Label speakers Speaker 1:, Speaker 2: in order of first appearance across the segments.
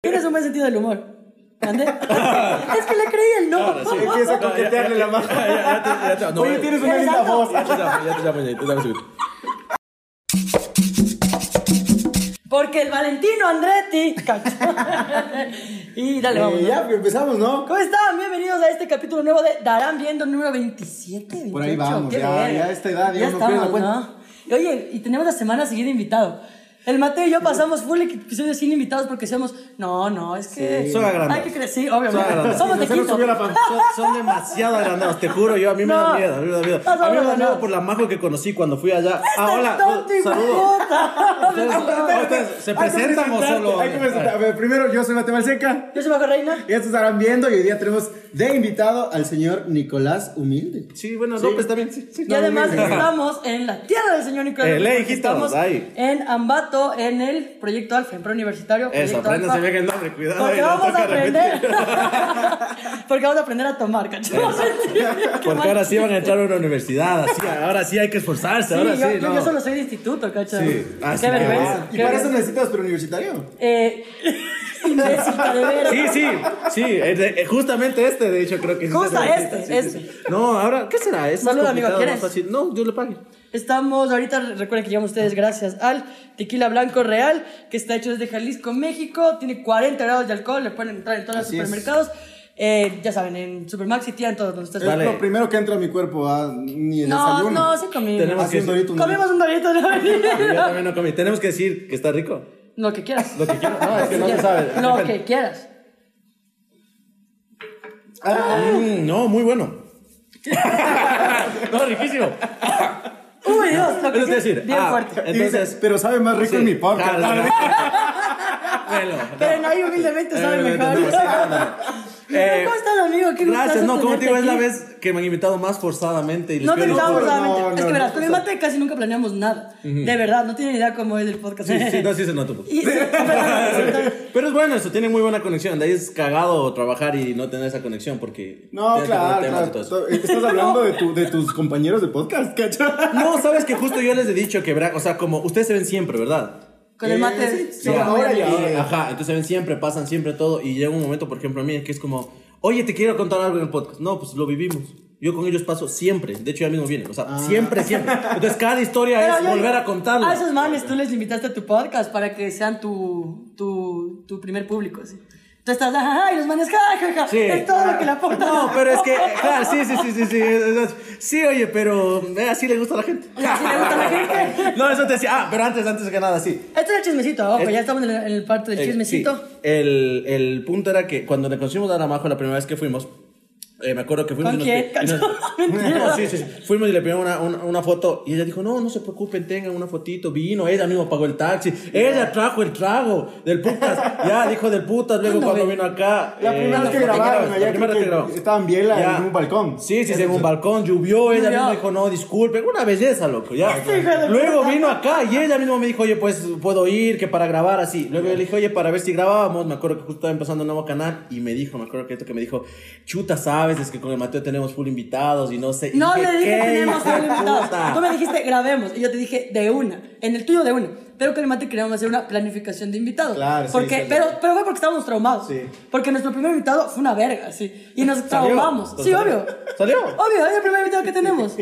Speaker 1: Tienes un buen sentido del humor. ¿Mande? es que le creí el no.
Speaker 2: Claro, sí.
Speaker 3: Empieza a coquetearle la mano.
Speaker 2: Ya, ya te- ya te- no, eh.
Speaker 3: Oye,
Speaker 2: ya-
Speaker 3: tienes una linda
Speaker 1: Exacto.
Speaker 3: voz.
Speaker 2: ya te llamo, ya te llamo, ya te llamo enseguida.
Speaker 1: Porque el Valentino Andretti. y dale, vamos.
Speaker 3: Eh,
Speaker 1: ¿no?
Speaker 3: ya, pues, empezamos, ¿no?
Speaker 1: ¿Cómo están? Bienvenidos a este capítulo nuevo de Darán Viendo número 27.
Speaker 3: Por ahí
Speaker 1: 28,
Speaker 3: vamos,
Speaker 1: qué
Speaker 3: ya,
Speaker 1: verga.
Speaker 3: ya a esta edad ya
Speaker 1: ya
Speaker 3: uno pierde la
Speaker 1: estamos,
Speaker 3: cuenta.
Speaker 1: ¿no? Y Oye, y tenemos la semana seguida invitado. El Mateo y yo pasamos full episodio sin invitados porque decíamos, no, no, es que.
Speaker 2: Sí. Son agrandados.
Speaker 1: Hay que crecer,
Speaker 2: Son
Speaker 1: obviamente.
Speaker 2: agrandados.
Speaker 1: Somos
Speaker 3: Y
Speaker 1: de
Speaker 3: se nos
Speaker 1: quinto.
Speaker 3: subió la pan-
Speaker 2: Son, son demasiado agrandados, te juro, yo a mí me
Speaker 1: No.
Speaker 2: da miedo, a mí me da miedo.
Speaker 1: No, no,
Speaker 2: A mí me
Speaker 1: no,
Speaker 2: da miedo
Speaker 1: no.
Speaker 2: por la majo que conocí cuando fui allá. Ah,
Speaker 1: Este
Speaker 2: hola,
Speaker 1: tonto hijo de
Speaker 2: saludos.
Speaker 1: puta.
Speaker 2: Ustedes-
Speaker 3: Espérate,
Speaker 2: ustedes ¿Se
Speaker 3: hay que
Speaker 2: presentan o
Speaker 3: presentarte,
Speaker 2: solo? Ah.
Speaker 3: hay que presentar. A ver, primero, yo soy Mateo Seca.
Speaker 1: Yo soy Bajo Reina.
Speaker 3: Ya se estarán viendo y hoy día tenemos de invitado al señor Nicolás Humilde.
Speaker 2: Sí, bueno, no, pues está bien. sí, sí.
Speaker 1: Y además
Speaker 3: no, no, no.
Speaker 1: estamos en la tierra del señor Nicolás.
Speaker 2: Eh, le
Speaker 1: porque
Speaker 2: dijiste,
Speaker 1: estamos
Speaker 2: ahí.
Speaker 1: en Ambato, en el proyecto Alfa, en Preuniversitario.
Speaker 2: Eso,
Speaker 1: Proyecto
Speaker 2: apréndanse
Speaker 1: Alfa.
Speaker 2: bien el nombre, cuidado.
Speaker 1: Porque
Speaker 2: ahí, no
Speaker 1: vamos a
Speaker 2: toca
Speaker 1: aprender.
Speaker 2: repetir.
Speaker 1: Porque vamos a aprender a tomar, cacho. Qué
Speaker 2: Porque
Speaker 1: mal.
Speaker 2: ahora sí van a entrar a una universidad, así, ahora sí hay que esforzarse,
Speaker 1: Sí,
Speaker 2: ahora
Speaker 1: yo,
Speaker 2: sí.
Speaker 1: yo-
Speaker 2: no.
Speaker 1: yo solo soy de instituto, cacho.
Speaker 2: Sí. Ah, sí,
Speaker 1: Qué
Speaker 2: qué
Speaker 1: vergüenza.
Speaker 2: bueno.
Speaker 3: ¿Y
Speaker 1: qué
Speaker 3: para eso
Speaker 1: vergüenza.
Speaker 3: necesitas preuniversitario?
Speaker 1: Eh, imbécil, de veras.
Speaker 2: Sí, sí, sí, eh, de- eh, justamente este, de hecho, creo que sí
Speaker 1: Justo
Speaker 2: se necesita,
Speaker 1: este,
Speaker 2: sí, sí,
Speaker 1: este.
Speaker 2: sí. No, ahora, ¿qué será? Es más
Speaker 1: Saluda, amigo,
Speaker 2: complicado, más
Speaker 1: ¿quieres?
Speaker 2: fácil. No, yo le pague.
Speaker 1: Estamos ahorita, recuerden que llegamos a ustedes gracias al Tequila Blanco Real, que está hecho desde Jalisco, México. Tiene 40 grados de alcohol, le pueden entrar en todos los
Speaker 3: Así es.
Speaker 1: supermercados. Eh, ya saben, en Supermax y tía, en todos donde
Speaker 3: Es
Speaker 1: ustedes
Speaker 2: Dale.
Speaker 3: lo primero que entra a mi cuerpo, ah, ni el
Speaker 1: No,
Speaker 3: desayuno.
Speaker 1: no, sí comimos.
Speaker 2: Tenemos
Speaker 3: Hace un
Speaker 2: que-
Speaker 3: dorito, un dorito.
Speaker 1: Comimos un dorito de la avenida.
Speaker 2: Yo también no comí. Tenemos que decir que está rico.
Speaker 1: Lo que quieras. Ah,
Speaker 2: Lo que quiero. No, es que no se sabe.
Speaker 1: Lo que quieras. Ah.
Speaker 2: Mm, no, muy bueno. no, riquísimo.
Speaker 1: Uy, Dios, lo que
Speaker 2: Eso te iba a
Speaker 1: quieras.
Speaker 2: decir.
Speaker 1: Bien
Speaker 2: ah,
Speaker 1: fuerte.
Speaker 3: Y dice,
Speaker 2: Entonces.
Speaker 3: pero sabe más rico
Speaker 2: sí,
Speaker 3: en mi podcast.
Speaker 2: claro,
Speaker 3: Ah,
Speaker 2: Velo.
Speaker 1: Pero nadie humildemente sabe
Speaker 2: Eh,
Speaker 1: mejor.
Speaker 2: no, sí, claro, no. Eh,
Speaker 1: ¿Cómo estás, amigo? Qué
Speaker 2: Gracias,
Speaker 1: gustazo
Speaker 2: no, como te digo,
Speaker 1: tenerte
Speaker 2: es la
Speaker 1: aquí.
Speaker 2: vez que me han invitado más forzadamente. Y les
Speaker 1: No te
Speaker 2: pido
Speaker 1: invitamos
Speaker 2: disculpas.
Speaker 1: realmente.
Speaker 3: no,
Speaker 1: es que
Speaker 3: no,
Speaker 1: verás,
Speaker 3: no,
Speaker 1: con el mate casi nunca planeamos nada. De verdad, no tienen idea cómo es el podcast.
Speaker 2: Sí, sí, no, sí se nota. un poco.
Speaker 1: Y- Entonces,
Speaker 2: Pero es bueno eso, tiene muy buena conexión. De ahí es cagado trabajar y no tener esa conexión porque.
Speaker 3: No,
Speaker 2: tienes que
Speaker 3: claro,
Speaker 2: tener temas y todo
Speaker 3: claro.
Speaker 2: eso.
Speaker 3: Estás hablando de, tu- de tus compañeros de podcast, ¿cachai?
Speaker 2: No, sabes que justo yo les he dicho que, verá, o sea, como ustedes se ven siempre, ¿verdad?
Speaker 1: Con el mate.
Speaker 3: Eh, sí, sí,
Speaker 1: somos muy
Speaker 3: ahora ya.
Speaker 1: amigos.
Speaker 2: Y, ajá, entonces se ven siempre, pasan siempre todo. Y llega un momento, por ejemplo, a mí es que es como, oye, te quiero contar algo en el podcast. No, pues lo vivimos. Yo con ellos paso siempre. De hecho, ya mismo vienen. O sea, siempre, siempre. Entonces, cada historia
Speaker 1: Ah. Pero
Speaker 2: es
Speaker 1: yo- "Ah,
Speaker 2: volver a contarla.
Speaker 1: A esos manes tú les invitaste a tu podcast para que sean tu, tu, tu primer público, sí. Tú estás, ajá, y los manes, jajaja, ja,
Speaker 2: Sí.
Speaker 1: es todo lo que le aportan.
Speaker 2: No, pero es que, claro, sí, sí, sí, sí, sí. es- es- Sí, oye, pero eh, así le gusta a la gente.
Speaker 1: Y así le gusta a la gente.
Speaker 2: No, eso te decía. Ah, pero antes, antes que nada, sí.
Speaker 1: Este es el chismecito, ojo,
Speaker 2: Es-
Speaker 1: ya estamos en el, en el parte del
Speaker 2: Eh,
Speaker 1: chismecito.
Speaker 2: sí. El, el punto era que cuando le conocimos a Aramajo la primera vez que fuimos, eh, me acuerdo que fuimos.
Speaker 1: ¿Con
Speaker 2: y nos-
Speaker 1: quién?
Speaker 2: y nos-
Speaker 1: Mentira.
Speaker 2: No, sí, sí, sí. Fuimos y le pedimos una, una, una foto. Y ella dijo: No, no se preocupen, tengan una fotito. Vino, ella mismo pagó el taxi. Ella trajo el trago del putas. ya, dijo del putas. Luego,
Speaker 1: ¿Cuándo,
Speaker 2: cuando
Speaker 1: güey?
Speaker 2: vino acá.
Speaker 3: La
Speaker 1: Eh,
Speaker 3: primera vez que
Speaker 2: foto-
Speaker 3: grabaron, allá
Speaker 2: la primera
Speaker 3: creo
Speaker 2: vez
Speaker 3: que
Speaker 2: que grabamos.
Speaker 3: estaban Biela
Speaker 2: Ya.
Speaker 3: en un balcón.
Speaker 2: Sí, sí, sí, en un balcón. Llovió. Ella
Speaker 1: Llovió.
Speaker 2: mismo dijo: No, disculpen. Una belleza, loco. Ya.
Speaker 1: Hijo de
Speaker 2: Luego
Speaker 1: puta.
Speaker 2: vino vino acá y ella misma me dijo, oye, pues puedo ir, que para grabar así. Luego yo le dije, oye, para ver si grabábamos. Me acuerdo que justo estaba empezando un nuevo canal y me dijo, me acuerdo que esto que me dijo, chuta, sabes, es que con el Mateo tenemos full invitados y no sé. Y
Speaker 1: No le dije
Speaker 2: "¿Qué,
Speaker 1: que teníamos
Speaker 2: hija
Speaker 1: un invitado.
Speaker 2: puta?".
Speaker 1: Tú me dijiste, grabemos. Y yo te dije, de una. En el tuyo, de una. Pero con el mate queríamos hacer una planificación de invitados.
Speaker 3: Claro, sí,
Speaker 1: porque,
Speaker 3: sí,
Speaker 1: pero,
Speaker 3: sí.
Speaker 1: pero fue porque estábamos traumados.
Speaker 3: Sí.
Speaker 1: Porque nuestro primer invitado fue una verga, sí. Y nos traumamos. Sí,
Speaker 2: Salió.
Speaker 1: obvio.
Speaker 2: Salió.
Speaker 1: Obvio, es el primer invitado que tenemos.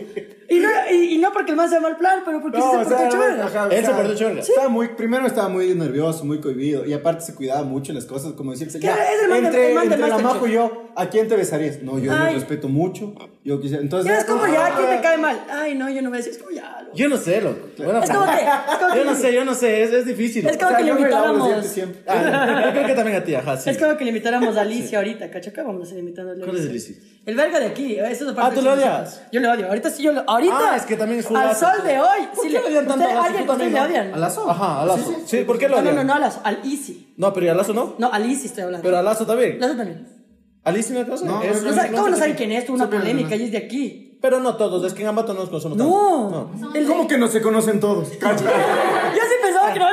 Speaker 1: Y no, y, y no porque el man sea mal plan, pero porque
Speaker 3: No,
Speaker 1: sí se
Speaker 3: o sea,
Speaker 1: portó hecho
Speaker 3: no,
Speaker 1: verga.
Speaker 3: ajá, o
Speaker 2: Él se
Speaker 3: sea,
Speaker 2: portó chorga.
Speaker 3: Estaba muy, primero estaba muy nervioso, muy cohibido. Y aparte se cuidaba mucho en las cosas, como decirse.
Speaker 1: ¿Qué es el man de-
Speaker 3: entre
Speaker 1: el man de
Speaker 3: entre la
Speaker 1: Masterchef?
Speaker 3: Majo y yo, ¿a quién te besarías? No, yo
Speaker 1: Ay.
Speaker 3: lo respeto mucho. Yo quisiera.
Speaker 1: Y
Speaker 3: Entonces.
Speaker 1: es como ya, ¿quién te
Speaker 3: ah,
Speaker 1: cae mal? Ay, no, yo no voy a decir, es como ya. lo-
Speaker 2: Yo no sé, loco. Buena
Speaker 1: Es como
Speaker 2: pregunta.
Speaker 1: que- es como que-
Speaker 2: Yo no sé, yo no sé, es, es difícil.
Speaker 1: Es como
Speaker 3: o sea,
Speaker 1: que le
Speaker 3: yo me lavo los
Speaker 1: invitáramos.
Speaker 3: dientes siempre.
Speaker 2: Ah, yo creo que también a ti, ajá, sí.
Speaker 1: Es como que le invitáramos a Alicia ahorita, ¿cacho? ¿Qué vamos a hacer invitando a Alicia?
Speaker 2: ¿Cuál es Alicia?
Speaker 1: El verga de aquí, eso es aparte
Speaker 2: Ah, ¿tú
Speaker 1: de
Speaker 2: lo
Speaker 1: sus
Speaker 2: odias?
Speaker 1: hijos. Yo lo odio, ahorita sí yo lo... Ahorita,
Speaker 2: Ah, es que también es
Speaker 1: Al
Speaker 2: fugazo.
Speaker 1: sol de hoy,
Speaker 2: ¿Por
Speaker 1: sí
Speaker 2: qué
Speaker 1: le
Speaker 2: odian tanto a
Speaker 1: usted-
Speaker 2: Lazo?
Speaker 1: alguien-
Speaker 2: Tú también,
Speaker 1: ustedes le
Speaker 2: ¿no?
Speaker 1: odian.
Speaker 2: ¿A Lazo? Ajá, a Lazo. Sí, ¿por qué lo
Speaker 1: No, no,
Speaker 2: odian?
Speaker 1: no, no, a Lazo, al Easy.
Speaker 2: No, pero ¿y a Lazo no?
Speaker 1: No, al Easy estoy hablando.
Speaker 2: Pero a Lazo también.
Speaker 1: Lazo también.
Speaker 2: ¿Alicia no conoce?
Speaker 3: No,
Speaker 2: Es-
Speaker 3: no,
Speaker 1: O sea, ¿Cómo no
Speaker 2: sé
Speaker 1: saben
Speaker 2: quién.
Speaker 1: quién es? Tuvo una
Speaker 3: Sí, pero-
Speaker 1: polémica y es de aquí.
Speaker 2: Pero no todos, es que en Ambato no nos conocemos tanto.
Speaker 1: No. El-
Speaker 3: ¿Cómo que no se conocen todos?
Speaker 1: Yo sí
Speaker 2: Ah.
Speaker 1: pensaba que no.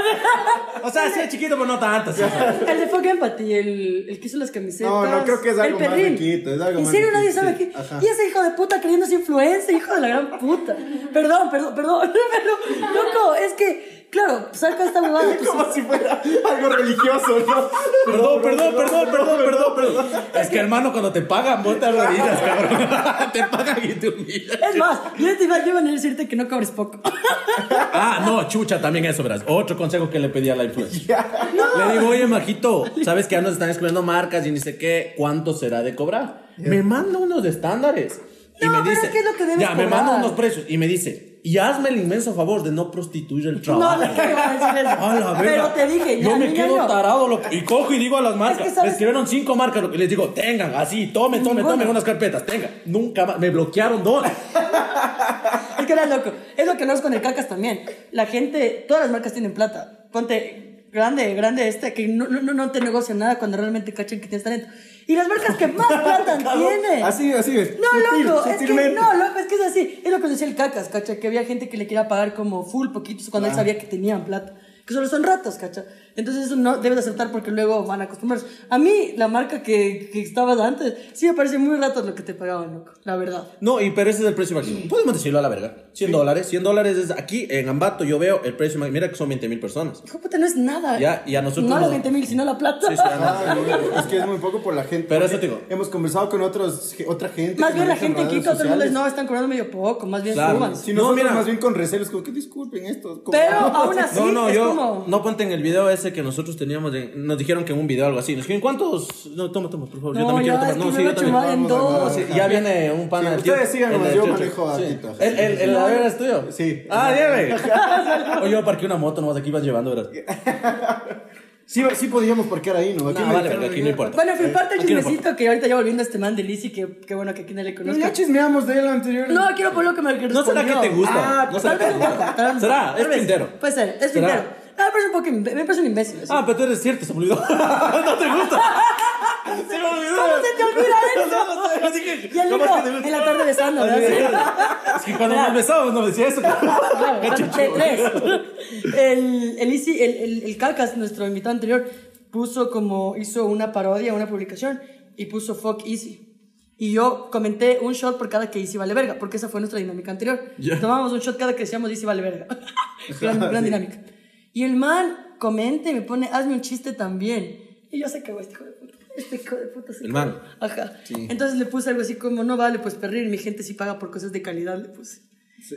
Speaker 2: O sea, sí es chiquito, pero no tanto. sí.
Speaker 1: El de Fuck Empathy, el, el que hizo las camisetas.
Speaker 3: No, no, creo que es algo
Speaker 1: el
Speaker 3: más
Speaker 1: perrín.
Speaker 3: riquito, es algo
Speaker 1: En
Speaker 3: más
Speaker 1: serio, nadie
Speaker 3: riquito,
Speaker 1: sabe
Speaker 3: sí,
Speaker 1: qué.
Speaker 3: ajá.
Speaker 1: Y ese hijo de puta creyéndose influencer, hijo de la gran puta. Perdón, perdón, perdón. Pero, loco, es que Claro, saca esta huevada. pues,
Speaker 3: Como si fuera algo religioso, ¿no?
Speaker 2: Perdón, perdón, perdón, perdón, perdón, perdón. Es que hermano, cuando te pagan, vos te arrodillas, cabrón. Te pagan y te humillas.
Speaker 1: Es más, yo te iba yo iba a decirte que no cobres poco.
Speaker 2: Ah, no, chucha, también eso, verás. Otro consejo que le pedí a la influencia. Le digo, oye, majito, sabes que ya nos están escribiendo marcas y ni sé qué, ¿cuánto será de cobrar? Me manda unos estándares. y
Speaker 1: No,
Speaker 2: me
Speaker 1: pero
Speaker 2: dice,
Speaker 1: es que es lo que debes
Speaker 2: ya, me
Speaker 1: cobrar.
Speaker 2: manda unos precios y me dice, y hazme el inmenso favor de no prostituir el trabajo.
Speaker 1: No, no te iba a decir eso.
Speaker 2: A la verga.
Speaker 1: Pero te dije, ya,
Speaker 2: Yo me
Speaker 1: niña,
Speaker 2: quedo
Speaker 1: no.
Speaker 2: tarado, loco. Y cojo y digo a las marcas.
Speaker 1: Es que sabes-
Speaker 2: Me escribieron cinco marcas, loco. Y les digo, tengan, así, tomen, tomen,
Speaker 1: Ninguna.
Speaker 2: tomen unas carpetas, tengan. Nunca más. Me bloquearon dos.
Speaker 1: Es que era loco. Es lo que nos con el cacas también. La gente, todas las marcas tienen plata. Ponte grande, grande este, que no, no, no- no te negocian nada cuando realmente cachen que tienes talento. Y las marcas que más plata tienen.
Speaker 3: Así, así es.
Speaker 1: No,
Speaker 3: Sutil,
Speaker 1: loco, es que,
Speaker 3: sutilmente.
Speaker 1: no, loco, es que es así. Es lo que decía el cacas, cacha, que había gente que le quería pagar como full poquitos cuando él sabía que tenían plata. Que solo son ratas, cacha. Entonces eso no debes aceptar porque luego van a acostumbrarse. A mí, la marca que, que estabas antes, sí me parece muy ratas lo que te pagaban, loco, la verdad.
Speaker 2: No, y pero ese es el precio máximo. Podemos decirlo a la verga. 100 dólares. 100 dólares es aquí en Ambato. Yo veo el precio máximo. Mira que son 20 mil personas.
Speaker 1: Hijo de puta, no es nada.
Speaker 2: Ya, y a nosotros
Speaker 1: No los
Speaker 2: nos-
Speaker 1: 20 mil, sino la plata.
Speaker 2: Sí, sí, a nosotros.
Speaker 3: Ah, no, es que es muy poco por la gente.
Speaker 2: Pero eso
Speaker 3: porque
Speaker 2: te digo.
Speaker 3: Hemos conversado con otros, otra gente.
Speaker 1: Más
Speaker 3: que
Speaker 1: bien la
Speaker 3: maneja
Speaker 1: gente en
Speaker 3: redes
Speaker 1: Quito, otros lugares
Speaker 3: sociales.
Speaker 1: no están cobrando medio poco, más bien
Speaker 2: Claro.
Speaker 1: suban.
Speaker 2: Sí,
Speaker 3: Si
Speaker 2: No,
Speaker 3: no,
Speaker 2: mira.
Speaker 3: más bien con recelos, como que disculpen esto. como-
Speaker 1: Pero aún así,
Speaker 2: no, no,
Speaker 1: Ah, es
Speaker 2: yo.
Speaker 1: como.
Speaker 2: No ponte en el video ese que nosotros teníamos. de- nos dijeron que en un video algo así. Nos dijeron, ¿cuántos? No, toma, toma, por favor. yo
Speaker 1: No,
Speaker 2: también
Speaker 1: ya, es
Speaker 2: quiero tomar.
Speaker 1: que
Speaker 2: No,
Speaker 1: me
Speaker 2: sí,
Speaker 1: va
Speaker 2: yo
Speaker 1: a
Speaker 2: también.
Speaker 1: chumar en
Speaker 3: Vamos,
Speaker 1: dos.
Speaker 2: No, sí, ya viene un pana.
Speaker 3: Sí,
Speaker 2: el tío-
Speaker 3: ustedes sigan
Speaker 2: el
Speaker 3: nomás,
Speaker 2: del
Speaker 3: yo
Speaker 2: tío-
Speaker 3: manejo a
Speaker 2: sí.
Speaker 3: Quito.
Speaker 2: ¿El, el, el ladero es tuyo?
Speaker 3: Sí.
Speaker 2: Ah, lleve. o yo parqué una moto nomás aquí vas llevando, ¿verdad?
Speaker 3: Sí, sí podíamos parquear ahí, ¿no? Aquí
Speaker 2: No,
Speaker 3: me
Speaker 2: vale,
Speaker 3: dijeron,
Speaker 2: verga, aquí no importa.
Speaker 1: Bueno, en fin, parte el
Speaker 2: Aquí no
Speaker 1: chismecito que ahorita ya volviendo a este man de Lizzy, que, que bueno que aquí no le
Speaker 3: No
Speaker 1: conozco.
Speaker 3: ya chismeamos de él anterior.
Speaker 1: No, quiero por lo que me
Speaker 2: ¿No será que
Speaker 1: respondió.
Speaker 2: te gusta?
Speaker 3: Ah,
Speaker 2: ¿No será que te gusta?
Speaker 1: Tal vez-
Speaker 2: ¿Será? Es
Speaker 1: tal vez.
Speaker 2: pintero.
Speaker 1: Puede ser, es
Speaker 2: ¿Será?
Speaker 1: pintero. Ah, me parece un poco imbe- me parece un imbécil. o sea.
Speaker 2: Ah, pero tú eres cierto, se me olvidó. no te gusta. se me olvidó.
Speaker 1: ¿Cómo se te olvida eso?
Speaker 2: No, no sé, yo dije,
Speaker 1: Y el
Speaker 2: ¿cómo
Speaker 1: niño
Speaker 2: es que te gusta?
Speaker 1: en la tarde besando, ¿verdad?
Speaker 2: Es que cuando nos besamos no me decía eso.
Speaker 1: Claro,
Speaker 2: Ah, Qué
Speaker 1: parte
Speaker 2: chichón.
Speaker 1: tres. El, el, Isi- el, el, el Cacas, nuestro invitado anterior, puso como, hizo una parodia, una publicación, y puso fuck easy. Y yo comenté un shot por cada que Easy vale verga, porque esa fue nuestra dinámica anterior.
Speaker 2: Ya.
Speaker 1: Tomábamos un shot cada que decíamos Easy vale verga. gran gran
Speaker 3: Sí.
Speaker 1: dinámica. Y el man comenta y me pone, hazme un chiste también. Y yo se cagó este hijo de puta. Este hijo de puta se
Speaker 2: El
Speaker 1: cagó.
Speaker 2: man.
Speaker 1: Ajá. Entonces le puse algo así como, no vale, pues perrir, mi gente sí paga por cosas de calidad, le puse.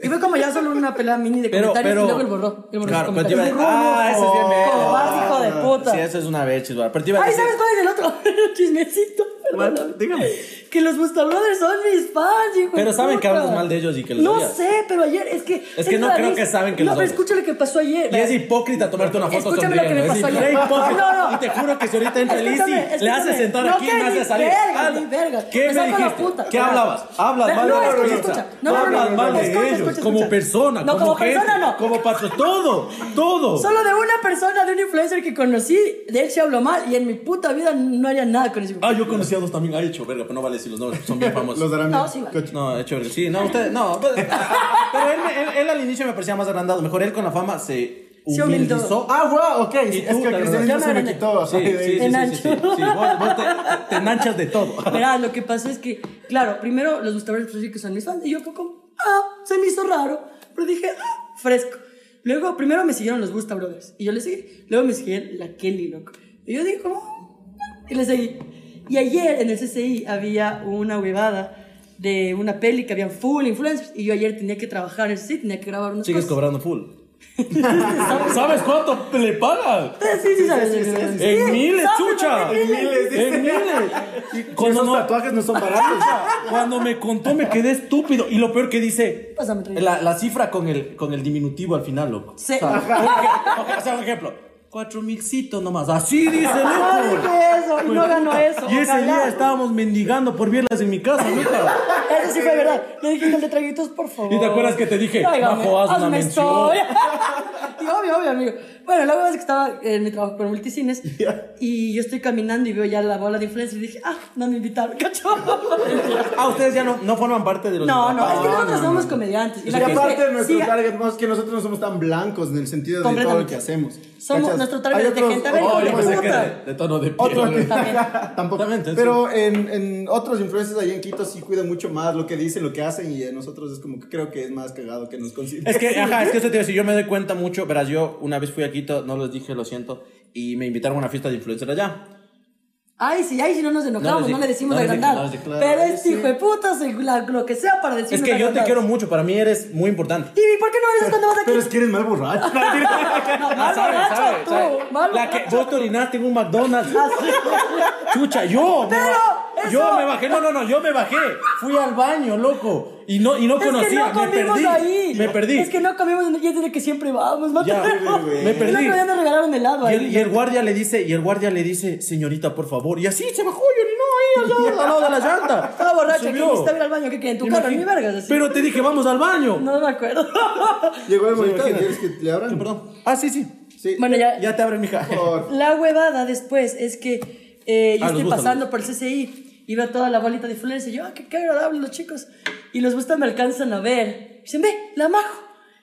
Speaker 1: Y fue como ya solo una pelea mini de
Speaker 2: Pero,
Speaker 1: comentarios
Speaker 2: pero.
Speaker 1: y luego el borró. El borró
Speaker 2: Claro,
Speaker 1: sus
Speaker 2: pero te iba a
Speaker 1: comentarios.
Speaker 2: decir. Ah, ese es bien
Speaker 1: Cobarde,
Speaker 2: verga.
Speaker 1: hijo de puta.
Speaker 2: Sí, eso es una vez, chisbar. Pero te iba a
Speaker 1: Ay,
Speaker 2: decir.
Speaker 1: ¿sabes cuál es el otro? Chismecito,
Speaker 2: Bueno,
Speaker 1: perdón.
Speaker 2: dígame.
Speaker 1: Que los Busta Brothers son mis fans, hijo de
Speaker 2: Pero saben que
Speaker 1: puta.
Speaker 2: hablas mal de ellos y que los
Speaker 1: No
Speaker 2: odias.
Speaker 1: sé, pero ayer es que...
Speaker 2: Es que no creo
Speaker 1: rarísimo.
Speaker 2: que saben que
Speaker 1: No,
Speaker 2: los
Speaker 1: pero
Speaker 2: odias.
Speaker 1: escucha lo que pasó ayer.
Speaker 2: Y es hipócrita tomarte una foto
Speaker 1: Escúchame lo que me
Speaker 2: sonriendo,
Speaker 1: pasó
Speaker 2: es
Speaker 1: ayer.
Speaker 2: re hipócrita.
Speaker 1: No, no.
Speaker 2: Y te juro que si ahorita entra el
Speaker 1: Escúchame,
Speaker 2: Izzy, le hace
Speaker 1: escúchame.
Speaker 2: sentar
Speaker 1: No,
Speaker 2: aquí,
Speaker 1: que
Speaker 2: me hace
Speaker 1: ni
Speaker 2: salir.
Speaker 1: verga,
Speaker 2: Habla.
Speaker 1: ni verga.
Speaker 2: ¿Qué
Speaker 1: Me
Speaker 2: me
Speaker 1: saco la
Speaker 2: dijiste?
Speaker 1: puta,
Speaker 2: ¿Qué
Speaker 1: claro.
Speaker 2: hablabas? Hablas
Speaker 1: No,
Speaker 2: mal
Speaker 1: no,
Speaker 2: de
Speaker 1: escucha,
Speaker 2: ellos.
Speaker 1: escucha. No, no, no,
Speaker 2: Hablas
Speaker 1: no.
Speaker 2: mal de
Speaker 1: Escucha,
Speaker 2: ellos.
Speaker 1: escucha,
Speaker 2: como
Speaker 1: escucha.
Speaker 2: persona,
Speaker 1: No,
Speaker 2: como,
Speaker 1: como
Speaker 2: gente,
Speaker 1: persona, no.
Speaker 2: como patro, todo, todo.
Speaker 1: Solo de una persona, de un influencer que conocí, de él se habló mal y en mi puta vida no haría nada con ese hijo de
Speaker 2: Ah, yo conocí a dos también. Ay, hecho verga, pero no vale decir los nombres, son bien famosos.
Speaker 3: Los darán
Speaker 1: No, sí, vale.
Speaker 2: No, hecho verga. Sí, no, usted, no. Pero, pero él, me- él, él al inicio me parecía más agrandado. Mejor él con la fama se
Speaker 1: Se humildó.
Speaker 2: humildizó.
Speaker 3: Ah, wow, ok.
Speaker 2: Y
Speaker 3: Es
Speaker 2: tú,
Speaker 3: que
Speaker 2: tal vez.
Speaker 3: Cristian se me
Speaker 1: Llámale.
Speaker 3: quitó.
Speaker 2: Sí, sí, sí, sí, sí, sí,
Speaker 1: Enancho.
Speaker 2: sí. Vos, vos te, te enanchas de todo.
Speaker 1: Verá, ah, lo que pasó es que, claro, primero los gustadores pues sí que son mis fans y yo fue como, ah, se me hizo raro, pero dije, ah, fresco. Luego, primero me siguieron los Gusta Brothers y yo les seguí. Luego me siguieron la Kelly, loco. Y yo dije, como, ah, y les seguí. Y ayer en el CCI había una huevada de una peli que habían full influencers y yo ayer tenía que trabajar en el CCI, tenía que grabar unas
Speaker 2: Sigues
Speaker 1: cosas.
Speaker 2: cobrando full. Pues, ¿Sabes cuánto le pagan?
Speaker 1: Sí, sí, sabes.
Speaker 3: sí, sí, sí, sí.
Speaker 2: En miles,
Speaker 1: sabes,
Speaker 2: chucha.
Speaker 1: en miles.
Speaker 2: En miles.
Speaker 3: Cuando
Speaker 2: Cuando
Speaker 3: esos
Speaker 2: no-
Speaker 3: tatuajes no son baratos.
Speaker 2: Cuando me contó me quedé estúpido. Y lo peor que dice.
Speaker 1: Pásame el
Speaker 2: La, la cifra con el, con el diminutivo al final, loco.
Speaker 1: Sí.
Speaker 2: O sea, porque- o sea, por ejemplo, cuatro milcitos nomás. Así dice,
Speaker 1: Ah,
Speaker 2: loco.
Speaker 1: dije eso, y no ganó eso.
Speaker 2: Y ese
Speaker 1: ojalá.
Speaker 2: día estábamos mendigando por viernes en mi casa, loca.
Speaker 1: Eso sí fue verdad. Le dije "Dale traguitos, por favor.
Speaker 2: ¿Y te acuerdas que te dije,
Speaker 1: Tráigame,
Speaker 2: "Majo, haz una mención"?
Speaker 1: y obvio, obvio, amigo. Bueno, la verdad es que estaba en mi trabajo con multicines y yo estoy caminando y veo ya la bola de influencers y dije, ah, no me invitaron, cacho.
Speaker 2: Ah, ustedes ya no, no forman parte de los.
Speaker 1: No, no, es
Speaker 2: atrapados.
Speaker 1: que nosotros somos comediantes. Y
Speaker 3: Y
Speaker 1: la gente
Speaker 3: aparte, nuestro
Speaker 1: sigue-
Speaker 3: target más que nosotros no somos tan blancos en el sentido de todo lo
Speaker 1: Completamente.
Speaker 3: que hacemos.
Speaker 1: Somos-
Speaker 3: ¿Cachas?
Speaker 1: nuestro target
Speaker 3: Hay
Speaker 1: es de gente
Speaker 3: otros- pues,
Speaker 2: Oh,
Speaker 1: rebelde,
Speaker 2: yo
Speaker 1: Oye,
Speaker 2: pensé
Speaker 1: puta.
Speaker 2: que de, de tono de piel.
Speaker 3: Otro
Speaker 2: güey.
Speaker 1: También.
Speaker 3: tampoco.
Speaker 2: También, sí.
Speaker 3: Pero en, en otros influencers allá en Quito sí cuidan mucho más lo que dicen, lo que hacen y a nosotros es como que creo que es más cagado que nos consideran.
Speaker 2: Es que, ajá, es que eso te iba a decir, yo me doy cuenta mucho, verás, yo una vez fui a Quito, no les dije, lo siento, y me invitaron a una fiesta de influencers allá.
Speaker 1: Ay, sí, ay, si no nos enojamos, no,
Speaker 2: digo,
Speaker 1: le decimos
Speaker 2: no les digo,
Speaker 1: agrandado.
Speaker 2: no les digo,
Speaker 3: claro,
Speaker 1: Pero este
Speaker 3: sí.
Speaker 1: hijo de puta, se- la- lo que sea para decirnos
Speaker 2: Es que yo te
Speaker 1: agrandado.
Speaker 2: quiero mucho, para mí eres muy importante.
Speaker 1: ¿Y por qué no eres cuando vas aquí?
Speaker 3: Pero es que eres mal borracho.
Speaker 1: No, mal
Speaker 2: Ah, Sabe,
Speaker 1: borracho,
Speaker 2: sabe,
Speaker 1: tú,
Speaker 2: sabe.
Speaker 1: mal
Speaker 2: La que
Speaker 1: borracho.
Speaker 2: vos te orinaste en un McDonald's. Chucha, yo. me
Speaker 1: Pero,
Speaker 2: ba-
Speaker 1: eso-
Speaker 2: Yo me bajé. No, no, no, yo me bajé. Fui al baño, loco. Y no, y no
Speaker 1: Es que
Speaker 2: conocía.
Speaker 1: no
Speaker 2: me
Speaker 1: comimos
Speaker 2: perdí.
Speaker 1: ahí.
Speaker 2: Me perdí.
Speaker 1: Es que no comimos en- y es desde que siempre vamos. No
Speaker 2: Ya,
Speaker 1: tenemos.
Speaker 3: güey.
Speaker 2: me
Speaker 1: El
Speaker 2: perdí.
Speaker 1: otro día nos regalaron helado
Speaker 2: Y
Speaker 1: ahí.
Speaker 2: el, y el guardia le dice, y el guardia le dice, señorita, por favor. Y así se bajó y orinó ahí allá, al lado de la llanta.
Speaker 1: Estaba borracho, que
Speaker 2: Subió.
Speaker 1: necesitaba ir al baño, que quede en tu carro, ni
Speaker 2: Imagín-
Speaker 1: vergas. así.
Speaker 2: Pero te dije, vamos al baño.
Speaker 1: No me acuerdo.
Speaker 3: Llegó el momento,
Speaker 2: imagínate.
Speaker 3: ¿quieres que le abran?
Speaker 2: Perdón. Ah, sí, sí.
Speaker 3: Sí.
Speaker 1: bueno, ya,
Speaker 2: Ya te abre, mija.
Speaker 3: Por-
Speaker 1: La huevada después es que eh, yo
Speaker 2: Ah, los
Speaker 1: estoy
Speaker 2: gustan,
Speaker 1: pasando por el CCI y veo toda la bolita de influencia. Yo, ah, qué, qué agradable los chicos. Y los gustan, me alcanzan a ver. Dicen, ve, la majo.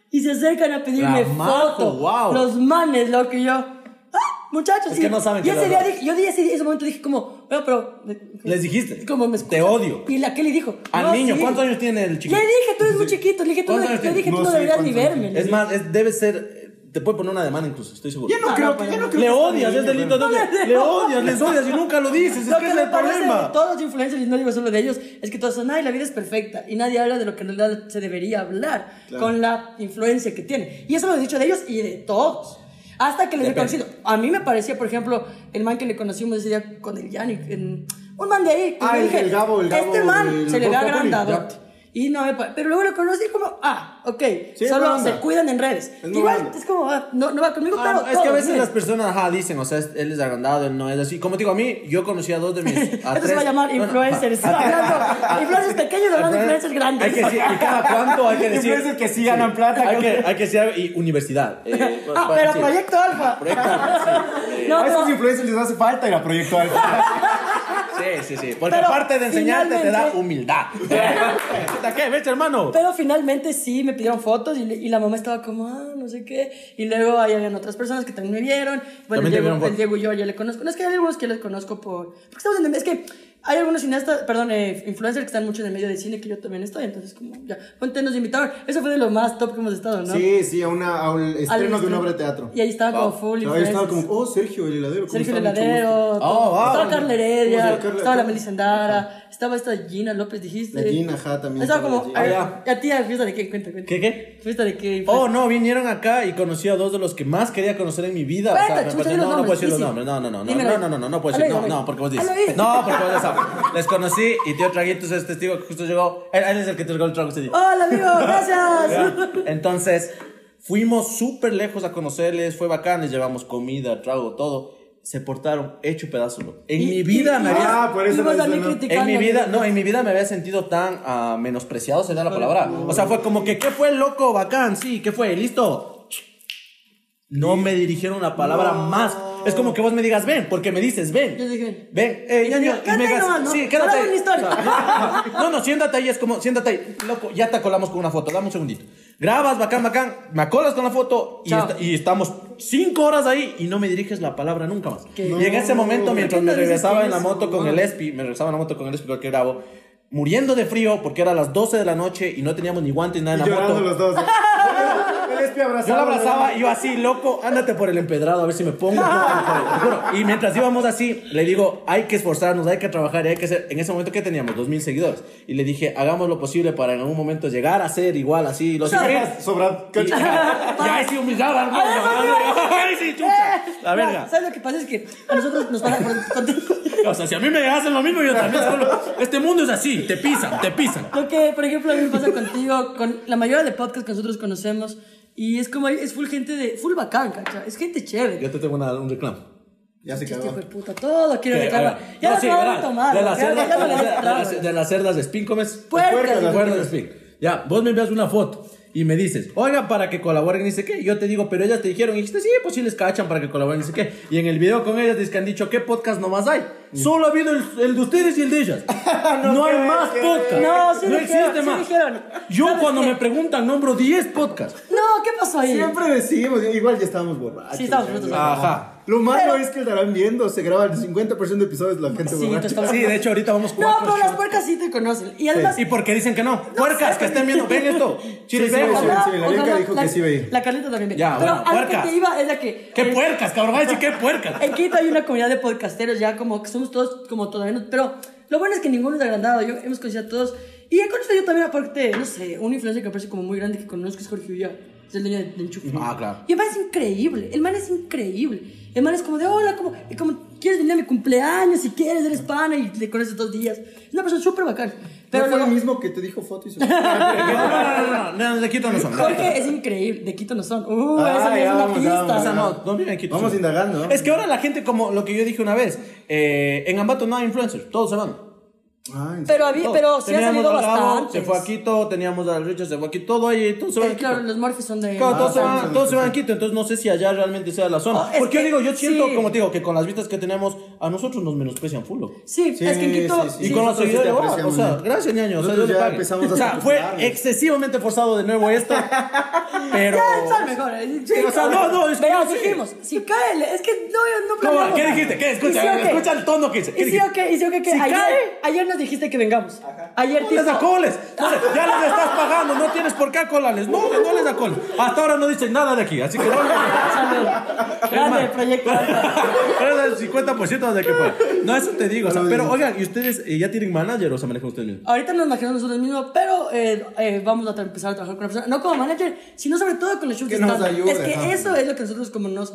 Speaker 1: Y se acercan a pedirme
Speaker 2: La Majo,
Speaker 1: foto.
Speaker 2: guau.
Speaker 1: Los manes, lo que yo. ¡Ah! Muchachos,
Speaker 2: Es
Speaker 1: sí.
Speaker 2: que no saben
Speaker 1: y
Speaker 2: que
Speaker 1: ese
Speaker 2: lo
Speaker 1: día
Speaker 2: hagas.
Speaker 1: dije, yo di ese, día- ese momento dije como, bueno, pero... eh,
Speaker 2: Les dijiste.
Speaker 1: Como me
Speaker 2: Te
Speaker 1: escuchan.
Speaker 2: odio.
Speaker 1: Y la que le dijo.
Speaker 2: Al
Speaker 1: "No,
Speaker 2: niño,
Speaker 1: sí".
Speaker 2: ¿cuántos años tiene el chiquito?
Speaker 1: Le dije, tú eres muy chiquito. Le dije, tú no,
Speaker 2: ¿Cuántos años
Speaker 1: le dije,
Speaker 3: tiene?
Speaker 1: tú
Speaker 3: No
Speaker 1: no
Speaker 3: sé
Speaker 1: deberías ni
Speaker 3: cuántos años
Speaker 1: verme.
Speaker 2: Es más, es- debe ser. eh, Te puede poner una demanda incluso, estoy seguro.
Speaker 3: Ya no
Speaker 1: No,
Speaker 3: creo
Speaker 1: no,
Speaker 3: que, ya
Speaker 1: pero-
Speaker 3: no creo
Speaker 2: Le
Speaker 3: que sea
Speaker 2: odias,
Speaker 3: tan
Speaker 2: es delito.
Speaker 1: No,
Speaker 2: de odio.
Speaker 1: no,
Speaker 2: Le
Speaker 1: no.
Speaker 2: odias, les odias y nunca lo dices. Es
Speaker 1: Lo
Speaker 2: que
Speaker 1: que
Speaker 2: es
Speaker 1: me
Speaker 2: el
Speaker 1: parece de
Speaker 2: problema.
Speaker 1: todos los influencers, y no digo solo de ellos, es que todos son, ay, la vida es perfecta. Y nadie habla de lo que en realidad se debería hablar
Speaker 3: Claro.
Speaker 1: con la influencia que tiene. Y eso lo he dicho de ellos y de todos. Hasta que les he
Speaker 2: Depende.
Speaker 1: conocido. A mí me parecía, por ejemplo, el man que le conocimos ese día con el Yannick. en- un man de ahí. que
Speaker 3: Ah,
Speaker 1: yo
Speaker 3: el- el Gabo, el Gabo
Speaker 1: Este man
Speaker 3: del
Speaker 1: se le ve
Speaker 3: Voz Populi,
Speaker 1: agrandadote. Y no me pa- Pero luego lo conocí como, ah, ok.
Speaker 3: Sí, es buena
Speaker 1: solo
Speaker 3: onda.
Speaker 1: se cuidan en redes.
Speaker 3: Es muy
Speaker 1: Igual
Speaker 3: buena onda.
Speaker 1: es como, ah, no, no va conmigo,
Speaker 2: Ah,
Speaker 1: pero.
Speaker 2: es que a
Speaker 1: todos,
Speaker 2: veces
Speaker 1: miren.
Speaker 2: las personas ajá, dicen, o sea, es- él es agrandado, él no es así. Como te digo, a mí, yo conocí a dos de mis. A
Speaker 1: Esto se va a llamar
Speaker 2: bueno,
Speaker 1: influencers.
Speaker 2: ajá, a-
Speaker 1: Hablando- influencers pequeños hablando de influencers grandes.
Speaker 2: Hay que decir, y cada cuánto hay que decir.
Speaker 3: Influencers que sí ganan plata,
Speaker 2: Hay
Speaker 3: que-
Speaker 2: que, hay que decir, algo, y universidad. eh,
Speaker 1: ah,
Speaker 2: para-
Speaker 1: pero
Speaker 2: sí.
Speaker 1: Proyecto Alfa. No, Ah,
Speaker 3: A esos
Speaker 1: pero-
Speaker 3: influencers les hace falta ir a Proyecto Alfa.
Speaker 2: Sí, sí, sí. Porque
Speaker 1: Pero
Speaker 2: aparte de enseñarte, te da
Speaker 1: finalmente-
Speaker 2: humildad. ¿Está qué? Vete, hermano.
Speaker 1: Pero finalmente sí, me pidieron fotos y, le- y la mamá estaba como, ah, no sé qué. Y luego ahí habían otras personas que también me vieron. Bueno,
Speaker 2: También te
Speaker 1: el
Speaker 2: vieron
Speaker 1: Diego,
Speaker 2: fotos.
Speaker 1: el Diego y yo ya le conozco. No, es que hay algunos que les conozco por... Porque estamos en... Es que hay algunos cineastas, perdón, eh, influencers que están mucho en el medio de cine que yo también estoy. Entonces, como, ya, ponte, nos invitaron. Eso fue de lo más top que hemos estado, ¿no?
Speaker 3: Sí, sí, a, una, a un estreno de
Speaker 1: Alguien-
Speaker 3: una obra de teatro.
Speaker 1: Y ahí estaban
Speaker 2: Wow.
Speaker 1: como full
Speaker 3: Ahí estaba
Speaker 1: influencers.
Speaker 3: como, oh, Sergio, el heladero. ¿cómo
Speaker 1: Sergio
Speaker 3: está? Mucho gusto.
Speaker 1: Leladero,
Speaker 2: Oh, wow.
Speaker 1: estaba Carla
Speaker 3: ¿Cómo se
Speaker 1: Heredia,
Speaker 3: llama Carla?
Speaker 1: estaba la Melissa Andara, estaba esta Gina López, dijiste.
Speaker 3: La Gina, ajá, también
Speaker 1: Estaba
Speaker 3: estaba
Speaker 1: como,
Speaker 3: la
Speaker 1: a ver,
Speaker 2: Gina.
Speaker 1: ¿y a ti a fiesta de qué? Cuenta, cuenta.
Speaker 2: ¿Qué, qué?
Speaker 1: ¿Fiesta de qué?
Speaker 2: Oh, no, vinieron acá y conocí a dos de los que más quería conocer en mi vida. O sea,
Speaker 1: Espérate,
Speaker 2: me
Speaker 1: chucha,
Speaker 2: parece-
Speaker 1: di los
Speaker 2: no, no puedo
Speaker 1: nombres,
Speaker 2: decir los
Speaker 1: sí, sí.
Speaker 2: nombres. No, no, no, no,
Speaker 1: Dímelo.
Speaker 2: no, no, no, no, no puedo
Speaker 1: Al
Speaker 2: decir. No,
Speaker 1: oído,
Speaker 2: no,
Speaker 1: al
Speaker 2: porque vos
Speaker 1: oído.
Speaker 2: dices.
Speaker 1: Al oído.
Speaker 2: No, porque vos ya sabes. Les conocí y tío Traguitos es testigo que justo llegó. Él, él es el que te llegó el trago este día.
Speaker 1: Hola, amigo, gracias.
Speaker 2: Entonces, fuimos súper lejos a conocerles, fue bacán, les llevamos comida, trago, todo. Se portaron hecho pedazo. loco. En
Speaker 1: Y-
Speaker 2: mi vida
Speaker 1: y-
Speaker 2: me
Speaker 1: y
Speaker 2: había...
Speaker 3: Ah, por eso
Speaker 1: y vos
Speaker 3: no
Speaker 1: a mí
Speaker 3: sonó. En mi
Speaker 2: En
Speaker 1: criticando,
Speaker 2: mi vida,
Speaker 1: amigo.
Speaker 2: no, en mi vida me había sentido tan ah, menospreciado, será la palabra. O sea, fue como que, ¿qué fue, loco? Bacán, sí, ¿qué fue? ¿Listo? No me dirigieron una palabra más. Es como que vos me digas, ven, porque me dices, ven.
Speaker 1: Yo dije,
Speaker 2: Ven, eh,
Speaker 1: Y
Speaker 2: ya,
Speaker 1: te digo,
Speaker 2: ya, y me
Speaker 1: "Quédate
Speaker 2: gas-
Speaker 1: nomás, ¿no?
Speaker 2: Sí, quédate.
Speaker 1: Ahora una historia.
Speaker 2: O sea, No, no, siéntate ahí, es como, siéntate ahí. Loco, ya te colamos con una foto, dame un segundito. Grabas, bacán, bacán, me colas con la foto y,
Speaker 1: Chao.
Speaker 2: esta- y estamos cinco horas ahí y no me diriges la palabra nunca más.
Speaker 1: ¿Qué?
Speaker 2: Y en ese momento,
Speaker 1: No.
Speaker 2: mientras
Speaker 1: ¿Por qué
Speaker 2: me
Speaker 1: no dices
Speaker 2: regresaba
Speaker 1: que
Speaker 2: en la
Speaker 1: eres
Speaker 2: moto con el Espi, me regresaba en la moto con el Espi con el que grabo, muriendo de frío porque era las 12 de la noche y no teníamos ni guantes ni nada
Speaker 3: Y
Speaker 2: en la
Speaker 3: llorando
Speaker 2: moto.
Speaker 3: los dos. El Espi
Speaker 2: Yo
Speaker 3: abrazaba.
Speaker 2: la abrazaba y yo así, loco, ándate por el empedrado a ver si me pongo. te juro. Y mientras íbamos así, le digo, hay que esforzarnos, hay que trabajar y hay que hacer. En ese momento, ¿qué teníamos? Dos mil seguidores. Y le dije, hagamos lo posible para en algún momento llegar a ser igual así. Los
Speaker 1: sea,
Speaker 2: mil.
Speaker 3: Sobrado.
Speaker 2: Y- Ya es humildad, hermano. Ay, sí, chucha. La verga.
Speaker 1: ¿Sabes lo que pasa? Es que a nosotros nos van a poner contento.
Speaker 2: O sea, si a mí me hacen lo mismo, yo también solo. Este mundo es así, te pisan, te pisan.
Speaker 1: Lo que, por ejemplo, a mí me pasa contigo, con la mayoría de podcasts que nosotros conocemos, y es como, es full gente de, full bacán, cacha, es gente chévere.
Speaker 2: Yo te tengo una- un reclamo.
Speaker 3: Ya se
Speaker 1: Este
Speaker 3: cagó.
Speaker 1: hijo de puta, todo quiero
Speaker 2: Que, a
Speaker 1: reclamar.
Speaker 2: ver,
Speaker 1: Ya
Speaker 2: no,
Speaker 1: lo
Speaker 2: sí,
Speaker 1: acabaron de
Speaker 2: verás,
Speaker 1: tomar.
Speaker 2: De las
Speaker 1: ya-
Speaker 2: cerdas,
Speaker 1: ya lo
Speaker 2: de las-
Speaker 1: registraron.
Speaker 2: de las- de las cerdas de spin, ¿cómo es?
Speaker 1: Puercas.
Speaker 2: Puercas de spin. Ya, vos me envías una foto. y me dices, oiga, para que colaboren, y dice qué. Yo te digo, pero ellas te dijeron, y dijiste, sí, pues sí les cachan para que colaboren, y dice qué. Y en el video con ellas dice que han dicho, ¿qué podcast nomás hay?
Speaker 1: Mm.
Speaker 2: Solo ha habido el, el de ustedes y el de ellas. no hay más podcast.
Speaker 1: No, sí
Speaker 2: no
Speaker 1: dijeron,
Speaker 2: existe
Speaker 1: sí
Speaker 2: más.
Speaker 1: dijeron.
Speaker 2: Yo
Speaker 1: ¿Sabes
Speaker 2: cuando
Speaker 1: qué?
Speaker 2: me preguntan, nombro 10 podcasts.
Speaker 1: No, ¿qué pasó ahí?
Speaker 3: Siempre decimos, igual ya estábamos borrachos.
Speaker 1: Sí, estábamos ah.
Speaker 3: ya,
Speaker 1: borrachos.
Speaker 3: ya.
Speaker 2: Ajá.
Speaker 3: Lo malo es que estarán viendo, se graba el 50% de episodios la gente
Speaker 1: Sí,
Speaker 3: borracha.
Speaker 1: tú estabas-
Speaker 2: Sí, de hecho, ahorita vamos
Speaker 1: No, pues
Speaker 2: cuatro
Speaker 1: pero las
Speaker 2: shots.
Speaker 1: puercas sí te conocen. Y además,
Speaker 2: ¿Y por qué dicen que no? Puercas, que estén viendo, ven esto. Chiles,
Speaker 3: sí,
Speaker 2: ven
Speaker 3: sí,
Speaker 2: esto.
Speaker 1: ojalá-
Speaker 3: sí, la
Speaker 1: ojalá-
Speaker 3: Bianca dijo
Speaker 1: la-
Speaker 3: que sí veía.
Speaker 1: La Carlita también veía.
Speaker 2: Ya,
Speaker 1: Pero
Speaker 2: bueno,
Speaker 1: a lo que
Speaker 2: puercas.
Speaker 1: te iba es la que.
Speaker 2: ¿Qué
Speaker 1: eh,
Speaker 2: puercas, cabrón? Va a decir, ¿qué puercas?
Speaker 1: En Quito hay una comunidad de podcasteros ya como que somos todos como todavía no, pero lo bueno es que ninguno es agrandado, yo hemos conocido a todos y he conocido yo también aparte, no sé, un influencer que me parece como muy grande que conozco es Jorge Ulla, es el dueño de, de Enchufe.
Speaker 2: Ah, claro.
Speaker 1: Y el man es increíble, el man es increíble, el man es como de hola, como, y como quieres venir a mi cumpleaños, si quieres, eres pana y le conoces dos días, es una persona súper bacán, pero
Speaker 3: Pero fue lo
Speaker 1: luego-
Speaker 3: mismo que te dijo foto y Ah, se
Speaker 2: No, no, no, no, no, de Quito no son.
Speaker 1: Jorge es increíble, de Quito no son, uh,
Speaker 3: Ah,
Speaker 1: eso
Speaker 3: ya
Speaker 1: es una
Speaker 3: vamos, ya
Speaker 1: pista,
Speaker 3: vamos,
Speaker 2: O sea,
Speaker 3: ya.
Speaker 2: no, no viven en Quito.
Speaker 3: Vamos
Speaker 2: son.
Speaker 3: indagando, ¿no?
Speaker 2: Es que ahora la gente, como lo que yo dije una vez, eh, en Ambato no hay influencers, todos se van.
Speaker 3: Ah, en
Speaker 1: pero, había,
Speaker 2: Todos.
Speaker 1: pero sí ha
Speaker 2: Teníamos
Speaker 1: salido
Speaker 2: a Gabo,
Speaker 1: bastante. Eh,
Speaker 2: Se fue a Quito, teníamos a Richard, se fue a Quito, todo ahí, todos se van. a Quito.
Speaker 1: Claro, los morfis son de...
Speaker 2: Claro,
Speaker 1: Ah,
Speaker 2: todos, se
Speaker 1: son-
Speaker 2: van, todos se van a Quito, entonces no sé si allá realmente sea la zona.
Speaker 1: Oh, es
Speaker 2: Porque yo
Speaker 1: que-
Speaker 2: digo, yo siento,
Speaker 1: sí.
Speaker 2: como te digo, que con las vistas que tenemos, a nosotros nos menosprecian full. loco.
Speaker 1: Sí,
Speaker 3: Sí,
Speaker 1: es que en Quito.
Speaker 3: sí,
Speaker 2: Y
Speaker 1: sí,
Speaker 2: con los
Speaker 3: nosotros sí te
Speaker 2: seguidores, ah, o
Speaker 3: apreciamos,
Speaker 2: sea,
Speaker 3: ñaño.
Speaker 2: gracias, ñaño. O sea,
Speaker 3: Nosotros
Speaker 2: yo le
Speaker 3: ya
Speaker 2: pago.
Speaker 3: empezamos a
Speaker 2: O sea, fue
Speaker 3: patrocinarles.
Speaker 2: excesivamente forzado de nuevo esto, pero...
Speaker 1: Ya, está mejor. eh, sí,
Speaker 2: o sea, no, no, es que
Speaker 1: Pero
Speaker 2: sí.
Speaker 1: dijimos, si cae, le- es que no, no
Speaker 2: ¿Cómo?
Speaker 1: planeamos
Speaker 2: ¿Qué
Speaker 1: nada.
Speaker 2: dijiste? ¿Qué? Escucha,
Speaker 1: ¿Y sí o qué?
Speaker 2: escucha el tono que hice. ¿Qué
Speaker 1: ¿Y sí
Speaker 2: dijiste?
Speaker 1: o qué? ¿Y sí o qué? ¿Qué?
Speaker 2: Si
Speaker 1: ayer,
Speaker 2: cae.
Speaker 1: ayer nos dijiste que vengamos. Ayer
Speaker 2: No
Speaker 1: tipo-
Speaker 2: les acoles, no le- ya les estás pagando, no tienes por qué acolarles, no, no les acoles. Hasta ahora no dicen nada de aquí, así que no
Speaker 1: Salud. Grande
Speaker 2: Es más.
Speaker 1: proyecto.
Speaker 2: Pero el 50% de que pueda. No, eso te digo, o sea, pero oigan, ¿y ustedes eh, ya tienen manager o se manejan ustedes mismos?
Speaker 1: Ahorita nos manejamos nosotros mismos, pero eh, eh, vamos a tra- empezar a trabajar con una persona, no como manager, sino sobre todo con los shows
Speaker 3: Que
Speaker 1: de
Speaker 3: nos
Speaker 1: stand-up.
Speaker 3: ayude,
Speaker 1: Es que
Speaker 3: ajá.
Speaker 1: eso es lo que nosotros como nos,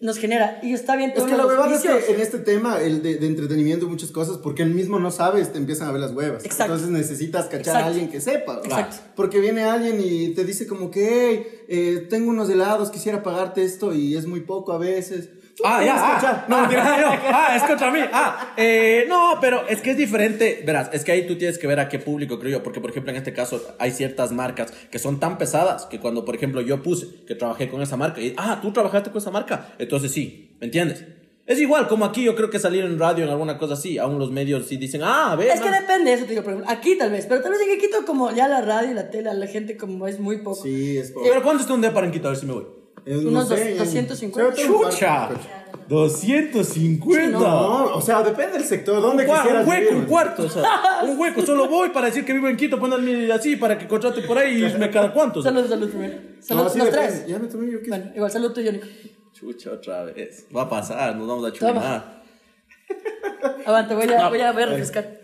Speaker 1: nos genera. Y está bien,
Speaker 3: Es que la
Speaker 1: todos los
Speaker 3: huevada es
Speaker 1: vicios.
Speaker 3: que en este tema, el de, de entretenimiento, muchas cosas, porque él mismo no sabes, te empiezan a ver las huevas.
Speaker 1: Exacto.
Speaker 3: Entonces necesitas cachar a
Speaker 1: Exacto.
Speaker 3: alguien que sepa. ¿verdad?
Speaker 1: Exacto.
Speaker 3: Porque viene alguien y te dice como que, hey, eh, tengo unos helados, quisiera pagarte esto y es muy poco a veces. Tú
Speaker 2: Ah, ya,
Speaker 3: puedes
Speaker 2: ah,
Speaker 3: cachar.
Speaker 2: no, mentira, ah, no, ah, es contra mí, ah, eh, no, pero es que es diferente, verás, es que ahí tú tienes que ver a qué público, creo yo, porque, por ejemplo, en este caso hay ciertas marcas que son tan pesadas que cuando, por ejemplo, yo puse que trabajé con esa marca, y, ah, tú trabajaste con esa marca, entonces sí, ¿me entiendes? Es igual, como aquí yo creo que salir en radio en alguna cosa así, aún los medios sí dicen, ah, a ver,
Speaker 1: Es que
Speaker 2: man".
Speaker 1: depende de eso, te digo, por ejemplo, aquí tal vez, pero tal vez en Quito como ya la radio y la tele, a la gente como es muy poco.
Speaker 3: Sí, es poco.
Speaker 2: pero ¿cuánto está un día para en Quito? A ver si me voy.
Speaker 3: Eh, no
Speaker 1: Eh, unos
Speaker 3: sé, ya-
Speaker 1: 250.
Speaker 3: Sobre todo en
Speaker 2: ¡Chucha!
Speaker 3: parque, coche.
Speaker 2: 250.
Speaker 3: No, o sea, depende del sector, ¿dónde
Speaker 2: Cua-
Speaker 3: quisieras
Speaker 2: un hueco,
Speaker 3: vivir,
Speaker 2: un
Speaker 3: man?
Speaker 2: cuarto, o sea, un hueco. Solo voy para decir que vivo en Quito, ponerme así para que contrate por ahí y me cada cuánto. o sea.
Speaker 1: Salud, salud primero.
Speaker 3: No,
Speaker 1: Salud,
Speaker 3: sí
Speaker 1: los
Speaker 3: depende.
Speaker 1: tres.
Speaker 3: Ya me tomé yo qué
Speaker 1: Bueno, igual, salud tú, Nico.
Speaker 2: Chucha, otra vez. Va a pasar, nos vamos a chumar.
Speaker 1: Avante, voy a, voy a, voy a refrescar.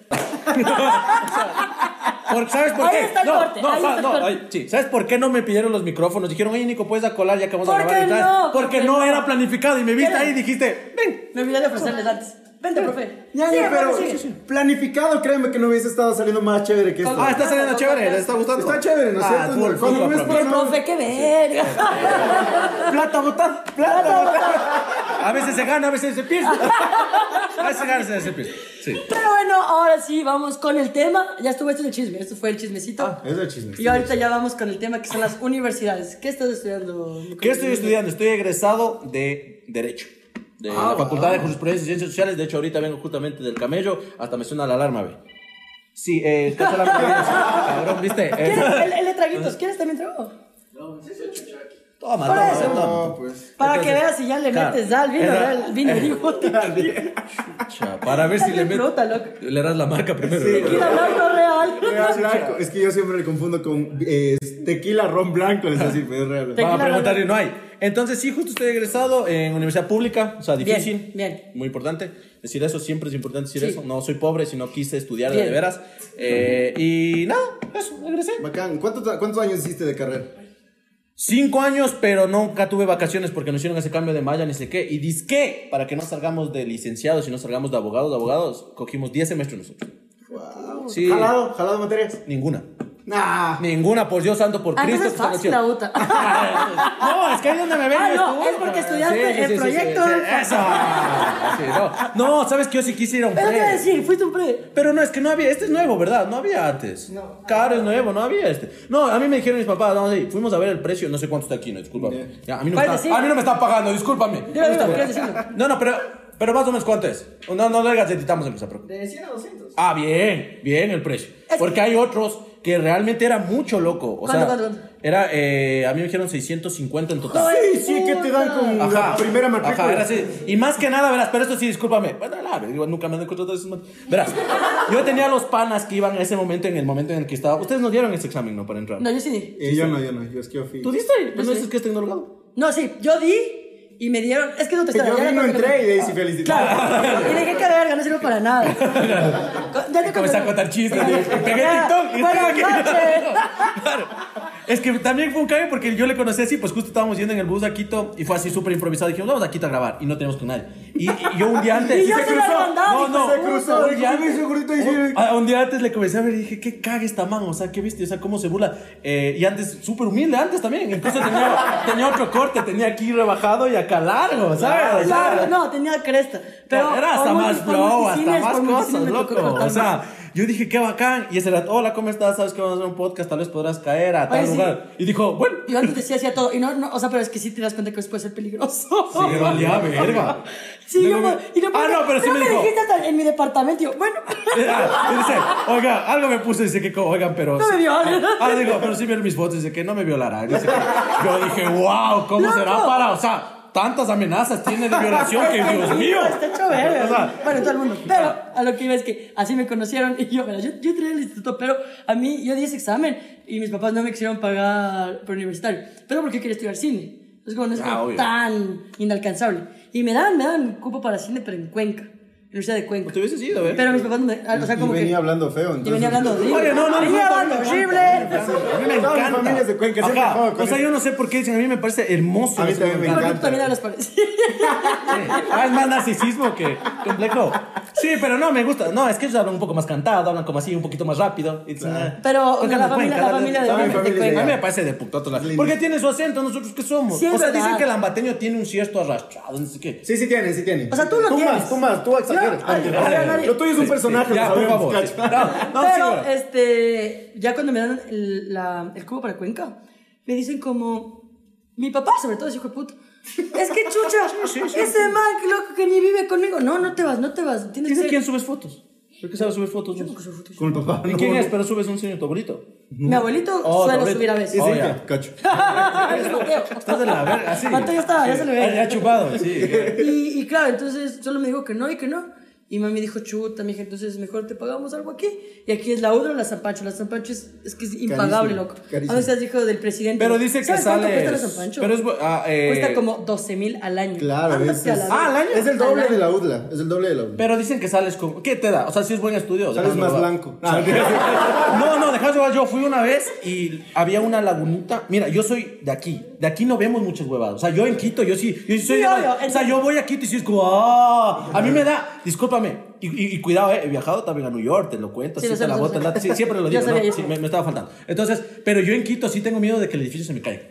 Speaker 2: Por- ¿Sabes por
Speaker 1: Ahí
Speaker 2: qué?
Speaker 1: está el
Speaker 2: no,
Speaker 1: corte,
Speaker 2: no,
Speaker 1: ahí
Speaker 2: o sea,
Speaker 1: está el
Speaker 2: no,
Speaker 1: corte.
Speaker 2: ay, sí. ¿Sabes por qué no me pidieron los micrófonos? Dijeron, oye, Nico, puedes acolar ya acabamos de
Speaker 1: ¿Por
Speaker 2: grabar.
Speaker 1: qué
Speaker 2: y tal".
Speaker 1: no?
Speaker 2: Porque
Speaker 1: ¿Por qué
Speaker 2: no
Speaker 1: no?
Speaker 2: era planificado y me viste
Speaker 1: Era-
Speaker 2: ahí y dijiste, ven.
Speaker 1: Me olvidé de ofrecerles antes. Vente, profe.
Speaker 3: Ya,
Speaker 1: Sí,
Speaker 3: ya, pero
Speaker 1: profe, sí.
Speaker 3: planificado, créeme que no hubiese estado saliendo más chévere que esto.
Speaker 2: Ah, está saliendo chévere, le está gustando.
Speaker 3: Está chévere, ¿no es
Speaker 2: Ah,
Speaker 3: cierto?
Speaker 2: full,
Speaker 3: Cuando
Speaker 2: full,
Speaker 3: ves
Speaker 2: profe.
Speaker 3: por-
Speaker 1: Pero, profe, qué verga.
Speaker 2: Plata botada, plata botada. A veces se gana, a veces se pierde. A veces se gana, a veces se pierde. Sí.
Speaker 1: Pero bueno, ahora sí, vamos con el tema. Ya estuvo esto del chisme, esto fue el chismecito.
Speaker 3: Es el chisme.
Speaker 1: y ahorita ya vamos con el tema que son las universidades. ¿Qué estás estudiando? Nico?
Speaker 2: ¿Qué estoy estudiando? Estoy egresado de Derecho. De
Speaker 1: Ah,
Speaker 2: la Facultad de Jurisprudencia y Ciencias Sociales. De hecho, ahorita vengo justamente del camello. Hasta me suena la alarma, ve. Sí, eh, cacha la alarma, cabrón, ¿viste? Eh,
Speaker 1: ¿Quieres el, el de traguitos? ¿Quieres también trago?
Speaker 2: toma,
Speaker 1: Por
Speaker 2: toma,
Speaker 1: eso.
Speaker 2: toma.
Speaker 3: No, pues.
Speaker 1: Para
Speaker 2: Entonces,
Speaker 1: que veas si ya le
Speaker 2: claro.
Speaker 1: metes al vino,
Speaker 2: Era-
Speaker 1: ¿verdad? El vino, digo, tequila,
Speaker 2: Cha, Para ver si le meto.
Speaker 1: Fruta, loco.
Speaker 2: Le das la marca primero.
Speaker 3: Sí.
Speaker 2: loco.
Speaker 1: blanco real.
Speaker 3: Real blanco. Es que yo siempre le confundo con eh, tequila ron blanco, les así, pero es real.
Speaker 1: Te-
Speaker 2: Van a
Speaker 1: Tequila,
Speaker 2: preguntar y
Speaker 1: ¿verdad?
Speaker 2: no hay. Entonces, sí, justo estoy egresado en universidad pública, o sea,
Speaker 1: Bien,
Speaker 2: difícil.
Speaker 1: bien.
Speaker 2: Muy importante. Decir eso, siempre es importante decir
Speaker 1: Sí.
Speaker 2: eso. No soy pobre, sino quise estudiar de
Speaker 1: Bien.
Speaker 2: veras. Eh, y nada, eso, egresé.
Speaker 3: Bacán. ¿Cuántos, ¿Cuántos años hiciste de carrera?
Speaker 2: Cinco años, pero nunca tuve vacaciones porque nos hicieron ese cambio de malla, ni sé qué. Y disque, para que no salgamos de licenciados y no salgamos de abogados, de abogados, cogimos 10 semestres nosotros. Sí.
Speaker 3: Jalado, jalado materias.
Speaker 2: Ninguna.
Speaker 3: Nah.
Speaker 2: Ninguna, por Dios santo, por
Speaker 1: Ah,
Speaker 2: Cristo.
Speaker 1: entonces
Speaker 2: que
Speaker 1: es
Speaker 2: está
Speaker 1: fácil la
Speaker 2: nacido.
Speaker 1: UTA.
Speaker 2: No, es que ahí donde me ven.
Speaker 1: Ah, no, es porque estudiaste el proyecto.
Speaker 2: eso. No, sabes que yo sí quise ir a un
Speaker 1: Pero te iba a
Speaker 2: pre.
Speaker 1: decir, fuiste un pre.
Speaker 2: Pero no, es que no había, este es nuevo, ¿verdad? No había antes.
Speaker 3: No.
Speaker 2: Caro es nuevo, no había este. No, a mí me dijeron mis papás, vamos ahí, fuimos a ver el precio, no sé cuánto está aquí, no, discúlpame.
Speaker 3: Ya.
Speaker 2: Ya, a, mí no me
Speaker 1: Puedes
Speaker 2: está,
Speaker 1: decir.
Speaker 2: a mí no me está pagando, discúlpame.
Speaker 1: Dilo, dilo, ¿quieres decirlo?
Speaker 2: No, no, pero, pero más o menos cuánto es. No, no, le editamos empezar, pero.
Speaker 3: De 100 a 200.
Speaker 2: Ah, bien, bien el precio.
Speaker 1: que-
Speaker 2: Porque hay otros que realmente era mucho loco. O
Speaker 1: ¿Cuánto,
Speaker 2: sea,
Speaker 1: cuánto, cuánto?
Speaker 2: Era, eh, a mí me dijeron 650 en total.
Speaker 1: Joder.
Speaker 3: Sí, sí, que te dan con la primera matrícula.
Speaker 2: Ajá, era así. Y más que nada, verás, pero esto sí, discúlpame. Bueno, la- digo, nunca me han encontrado esos mat- Verás, yo tenía los panas que iban a ese momento, en el momento en el que estaba. Ustedes nos dieron ese examen, ¿no? Para entrar.
Speaker 1: No, yo sí di.
Speaker 3: Eh, yo no, yo no, yo es que yo fui.
Speaker 2: ¿Tú diste? Pues no
Speaker 1: sí.
Speaker 2: dices que es tecnologado.
Speaker 1: No, sí, yo di y me dieron. Es que no te
Speaker 3: Que yo
Speaker 1: ya
Speaker 3: vi,
Speaker 1: me
Speaker 3: no
Speaker 1: acuerdo que-
Speaker 3: entré y de ahí sí felicité.
Speaker 1: Claro. Y dejé que la verga, no sirve para nada. Ya te
Speaker 2: Comencé
Speaker 1: contaré.
Speaker 2: a contar chistes. ¿no? Pegué
Speaker 1: Ya,
Speaker 2: TikTok. y estaba
Speaker 1: Buenas
Speaker 2: aquí.
Speaker 1: noches.
Speaker 2: Claro. Es que también fue un cambio porque yo le conocí así, pues justo estábamos yendo en el bus a Quito y fue así súper improvisado. Dijimos, vamos a Quito a grabar y no tenemos con nadie. Y, y yo un día antes.
Speaker 1: Y
Speaker 2: sí
Speaker 1: yo se lo he mandado,
Speaker 2: No, no,
Speaker 1: hijo de puta.
Speaker 2: Un día antes,
Speaker 3: Ese gordito
Speaker 1: Oh,
Speaker 3: dice-
Speaker 2: un- ah, un día antes le comencé a ver y dije, qué caga esta man, o sea, qué viste, o sea, cómo se burla. Eh, y antes, súper humilde, antes también. Incluso tenía, tenía otro corte, tenía aquí rebajado y acá largo, ¿sabes? O sea,
Speaker 1: Claro, no, tenía cresta. Pero
Speaker 2: era hasta
Speaker 1: por
Speaker 2: más
Speaker 1: multi- por
Speaker 2: flow, hasta
Speaker 1: multicines,
Speaker 2: más
Speaker 1: por multicines
Speaker 2: cosas,
Speaker 1: me
Speaker 2: loco.
Speaker 1: tocó cortar
Speaker 2: O sea, yo dije, qué bacán. Y ese era, hola, ¿cómo estás? ¿Sabes que vamos a hacer un podcast? Tal vez podrás caer a tal
Speaker 1: Oye, sí.
Speaker 2: lugar. Y dijo, bueno.
Speaker 1: Yo antes decía hacía todo. Y no, no, o sea, pero es que sí te das cuenta que después puede ser peligroso.
Speaker 2: Sí, valía verga.
Speaker 1: Sí,
Speaker 2: No,
Speaker 1: yo
Speaker 2: no,
Speaker 1: puedo- y no
Speaker 2: ah,
Speaker 1: puedo-
Speaker 2: no, pero sí me dijo.
Speaker 1: dijiste hasta en mi departamento. Y yo, bueno,
Speaker 2: Ah, y dice, oiga, algo me puso, dice que, como, oigan, pero.
Speaker 1: No me violen.
Speaker 2: Ah, digo, pero sí vieron mis fotos, dice que no me violará. Dice que- yo dije, wow, ¿cómo
Speaker 1: Loco.
Speaker 2: será para? O sea, tantas amenazas tiene de violación que,
Speaker 1: es que
Speaker 2: Dios
Speaker 1: el
Speaker 2: mío.
Speaker 1: libro Está hecho verga.
Speaker 2: O sea,
Speaker 1: bueno, todo el mundo. Pero a lo que iba es que así me conocieron y yo, mira, yo, yo entré al instituto, pero a mí yo di ese examen y mis papás no me quisieron pagar por universitario. Pero porque quería estudiar cine. Es como, no es
Speaker 2: Ah,
Speaker 1: como
Speaker 2: obvio.
Speaker 1: tan inalcanzable. Y me dan, me dan cupo para cine, pero en Cuenca. Universidad de Cuenca.
Speaker 2: Te hubieses ido, ¿eh?
Speaker 1: Pero mis papás, me, o sea,
Speaker 3: Y
Speaker 1: como que...
Speaker 3: venía hablando feo,
Speaker 1: Y
Speaker 3: entonces.
Speaker 1: venía hablando horrible.
Speaker 2: Oye, no, no, no,
Speaker 1: venía
Speaker 2: no,
Speaker 1: hablando
Speaker 2: no, no,
Speaker 1: horrible.
Speaker 2: A mí me
Speaker 3: Todas
Speaker 2: encanta.
Speaker 3: las familias de Cuenca siempre
Speaker 2: Ajá.
Speaker 3: juegan con
Speaker 2: O sea,
Speaker 3: eso.
Speaker 2: yo no sé por qué dicen, a mí me parece hermoso.
Speaker 3: A mí
Speaker 2: eso,
Speaker 3: también me
Speaker 2: encanta.
Speaker 1: Porque tú también hablas parecido.
Speaker 2: Ah, es más narcisismo que complejo. Sí, pero no, me gusta. No, es que ellos hablan un poco más cantado, hablan como así, un poquito más rápido. It's, uh,
Speaker 1: Pero
Speaker 2: Cuenca
Speaker 1: no, la
Speaker 2: no
Speaker 1: familia,
Speaker 2: es Cuenca,
Speaker 1: la familia de
Speaker 3: la
Speaker 1: Cuenca.
Speaker 3: familia es de
Speaker 2: A mí
Speaker 3: allá.
Speaker 2: me parece de putoto la Porque tiene su acento, ¿nosotros qué somos?
Speaker 1: Sí, es
Speaker 2: o sea,
Speaker 1: verdad.
Speaker 2: dicen que el ambateño tiene un cierto arrastrado, no sé qué.
Speaker 3: Sí, sí tienen, sí tienen.
Speaker 1: O sea, tú lo
Speaker 3: tú
Speaker 1: tienes.
Speaker 3: Más, tú más, tú exageras.
Speaker 1: Ya, ay, ay, ay, ay.
Speaker 3: Lo tuyo es un personaje,
Speaker 2: Ya,
Speaker 3: lo
Speaker 2: por
Speaker 3: sabemos,
Speaker 2: favor. sí.
Speaker 3: cacho.
Speaker 2: No, no, sí,
Speaker 1: Pero,
Speaker 2: bueno.
Speaker 1: este, ya cuando me dan el, la- el cubo para Cuenca, me dicen como, mi papá sobre todo es hijo de puta. Es que chucha, ese man que loco que ni vive conmigo. No, no te vas, no te vas. Tienes
Speaker 2: ¿Quién
Speaker 1: que
Speaker 2: es
Speaker 1: ser-
Speaker 2: quién subes fotos? ¿Por qué sabes subir fotos? vos?
Speaker 3: Con el papá.
Speaker 2: ¿Y
Speaker 3: no.
Speaker 2: quién es? Pero subes un señor tu abuelito.
Speaker 1: Mi abuelito
Speaker 2: Oh,
Speaker 1: suele
Speaker 2: Roberto.
Speaker 1: subir a
Speaker 3: Sí,
Speaker 1: veces.
Speaker 2: Oh,
Speaker 3: sí,
Speaker 2: ya.
Speaker 3: cacho.
Speaker 1: Es Mateo.
Speaker 2: Estás de la verga, así. Ah,
Speaker 1: Mateo estaba, ya se le ve.
Speaker 2: Ya chupado, sí.
Speaker 1: Y, y claro, entonces solo me dijo que no y que no. Y mami dijo, chuta, mija, entonces mejor te pagamos algo aquí. Y aquí es la UDRA o la Zampancho. La Zampancho es, es que es impagable, loco.
Speaker 3: carísimo.
Speaker 1: A veces dijo del presidente.
Speaker 2: Pero dice que
Speaker 1: ¿Sabes cuánto
Speaker 2: sale.
Speaker 1: cuesta la Zampancho?
Speaker 2: Pero es. bu- ah, eh,
Speaker 1: Cuesta como 12 mil al año.
Speaker 3: Claro,
Speaker 1: Ándate
Speaker 3: es,
Speaker 1: a
Speaker 3: es,
Speaker 1: la
Speaker 2: Ah, al año.
Speaker 3: es el doble
Speaker 1: Al
Speaker 3: de la UDLA. Es el doble de la UDLA.
Speaker 2: Pero dicen que sales con. ¿Qué te da? O sea, si es buen estudio.
Speaker 3: Sales
Speaker 2: dejando
Speaker 3: más
Speaker 2: de-
Speaker 3: blanco. Ah,
Speaker 2: No, no, dejas de jugar. Yo fui una vez y había una lagunita. Mira, yo soy de aquí. De aquí no vemos muchas huevadas. O sea, yo en Quito, yo sí. Yo sí soy
Speaker 1: Sí,
Speaker 2: de-
Speaker 1: obvio.
Speaker 2: o sea, yo voy a Quito y sí es como. ¡ah! A mí me da. Discúlpame. Y, y- y cuidado, eh, he viajado también a New York, te lo cuento.
Speaker 1: Sí,
Speaker 2: sí,
Speaker 1: lo
Speaker 2: te
Speaker 1: sé,
Speaker 2: la
Speaker 1: lo
Speaker 2: bota,
Speaker 1: sé.
Speaker 2: la- sí, siempre lo
Speaker 1: Ya
Speaker 2: digo. ¿no?
Speaker 1: sabía eso.
Speaker 2: Sí, me, me estaba faltando. Entonces, pero yo en Quito sí tengo miedo de que el edificio se me caiga.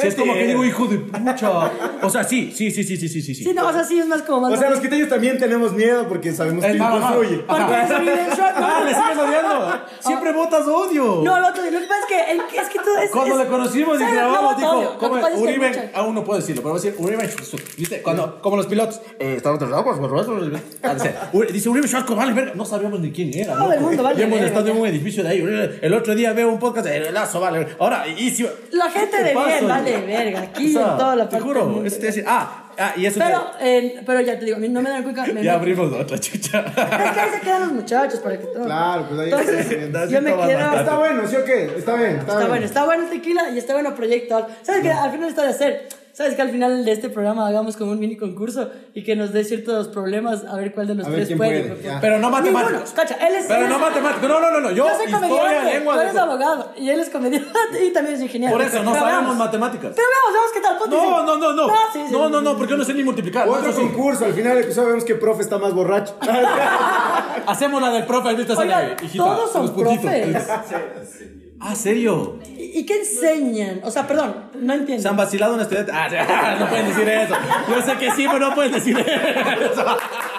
Speaker 2: Sí, es como que
Speaker 3: Mentira.
Speaker 2: digo, hijo de pucha. O sea, sí, sí, sí, sí, sí, sí, sí.
Speaker 1: Sí, no, o sea, sí es más como más.
Speaker 3: O sea, los quiteños también tenemos miedo porque sabemos que
Speaker 2: Eh, va, va, va.
Speaker 3: influye.
Speaker 1: ¿Por qué se vive en shock?
Speaker 2: Ah, le sigues odiando. Siempre votas odio.
Speaker 1: no, lo otro, lo que pasa es que, el- es que todo es.
Speaker 2: Cuando
Speaker 1: es-
Speaker 2: le conocimos y
Speaker 1: ¿sabes?
Speaker 2: grabamos,
Speaker 1: No,
Speaker 2: dijo,
Speaker 1: obvio. Lo
Speaker 2: ¿cómo
Speaker 1: que pasa es que hay
Speaker 2: Uribe,
Speaker 1: mucha-
Speaker 2: aún no puedo decirlo, pero voy a decir Uribe Schwarzkopf. ¿Viste? Cuando, como los pilotos, eh, estamos tras aguas, por favor. Ah, dice, Uri- Dice Uribe Schwarzkopf, vale, verga. No sabíamos ni quién era.
Speaker 1: Todo
Speaker 2: loco.
Speaker 1: el mundo vale
Speaker 2: Y hemos
Speaker 1: verga.
Speaker 2: estado en un edificio de ahí. Uribe- El otro día veo un podcast de Lazo, vale. verga. Ahora, y si.
Speaker 1: La gente
Speaker 2: ¿Qué
Speaker 1: de
Speaker 2: pasa,
Speaker 1: bien,
Speaker 2: Uribe?
Speaker 1: vale, verga. Aquí
Speaker 2: O sea,
Speaker 1: en toda la parte
Speaker 2: Te
Speaker 1: del
Speaker 2: juro,
Speaker 1: mundo.
Speaker 2: eso te iba a decir. Ah, ah, y eso
Speaker 1: Pero, eh, pero ya te digo, a mí no me dan cuenta.
Speaker 2: te-
Speaker 1: Me
Speaker 2: Ya
Speaker 1: me-
Speaker 2: abrimos otra chucha.
Speaker 1: Es que ahí se quedan los muchachos para que todo.
Speaker 3: Claro, pues ahí
Speaker 1: Entonces,
Speaker 3: se quedan.
Speaker 1: yo me
Speaker 2: Así toman
Speaker 1: quedo.
Speaker 2: bastante.
Speaker 3: Está bueno, ¿sí o qué? Está bien, está,
Speaker 1: Está
Speaker 3: bien.
Speaker 1: bueno, está bueno el tequila y está bueno proyecto. ¿Sabes qué? Al final está de hacer. ¿Sabes que al final de este programa hagamos como un mini concurso y que nos dé ciertos problemas a ver cuál de los
Speaker 3: A ver
Speaker 1: tres
Speaker 3: quién
Speaker 1: puede?
Speaker 3: puede, ya.
Speaker 2: Pero no
Speaker 1: Ninguno.
Speaker 2: matemáticos.
Speaker 1: Cacha, él es.
Speaker 2: Pero
Speaker 1: él
Speaker 2: no
Speaker 1: es-
Speaker 2: matemáticos. No, no, no, no. Yo,
Speaker 1: Yo soy
Speaker 2: historia,
Speaker 1: comediante,
Speaker 2: lengua.
Speaker 1: tú eres
Speaker 2: de-
Speaker 1: abogado y él es comediante y también es ingeniero.
Speaker 2: Por eso, no
Speaker 1: Pero
Speaker 2: sabemos
Speaker 1: veamos.
Speaker 2: matemáticas.
Speaker 1: Pero veamos, veamos qué tal. ponte
Speaker 2: No,
Speaker 1: sí.
Speaker 2: no, no, no.
Speaker 1: sí, sí.
Speaker 2: No, no, no, porque yo no sé ni multiplicar. ¿no?
Speaker 3: Otro
Speaker 2: Eso sí.
Speaker 3: concurso, al final del episodio vemos que profe está más borracho.
Speaker 2: Hacemos la del profe, ahorita se la
Speaker 1: Oigan,
Speaker 2: hijita,
Speaker 1: todos
Speaker 2: los
Speaker 1: son
Speaker 2: puntitos.
Speaker 1: profes.
Speaker 2: Ah, ¿serio?
Speaker 1: ¿Y, y qué enseñan? O sea, perdón, no entiendo.
Speaker 2: ¿Se han vacilado en estudiante? Ah, ya, no pueden decir eso. Yo sé que sí, pero no pueden decir eso.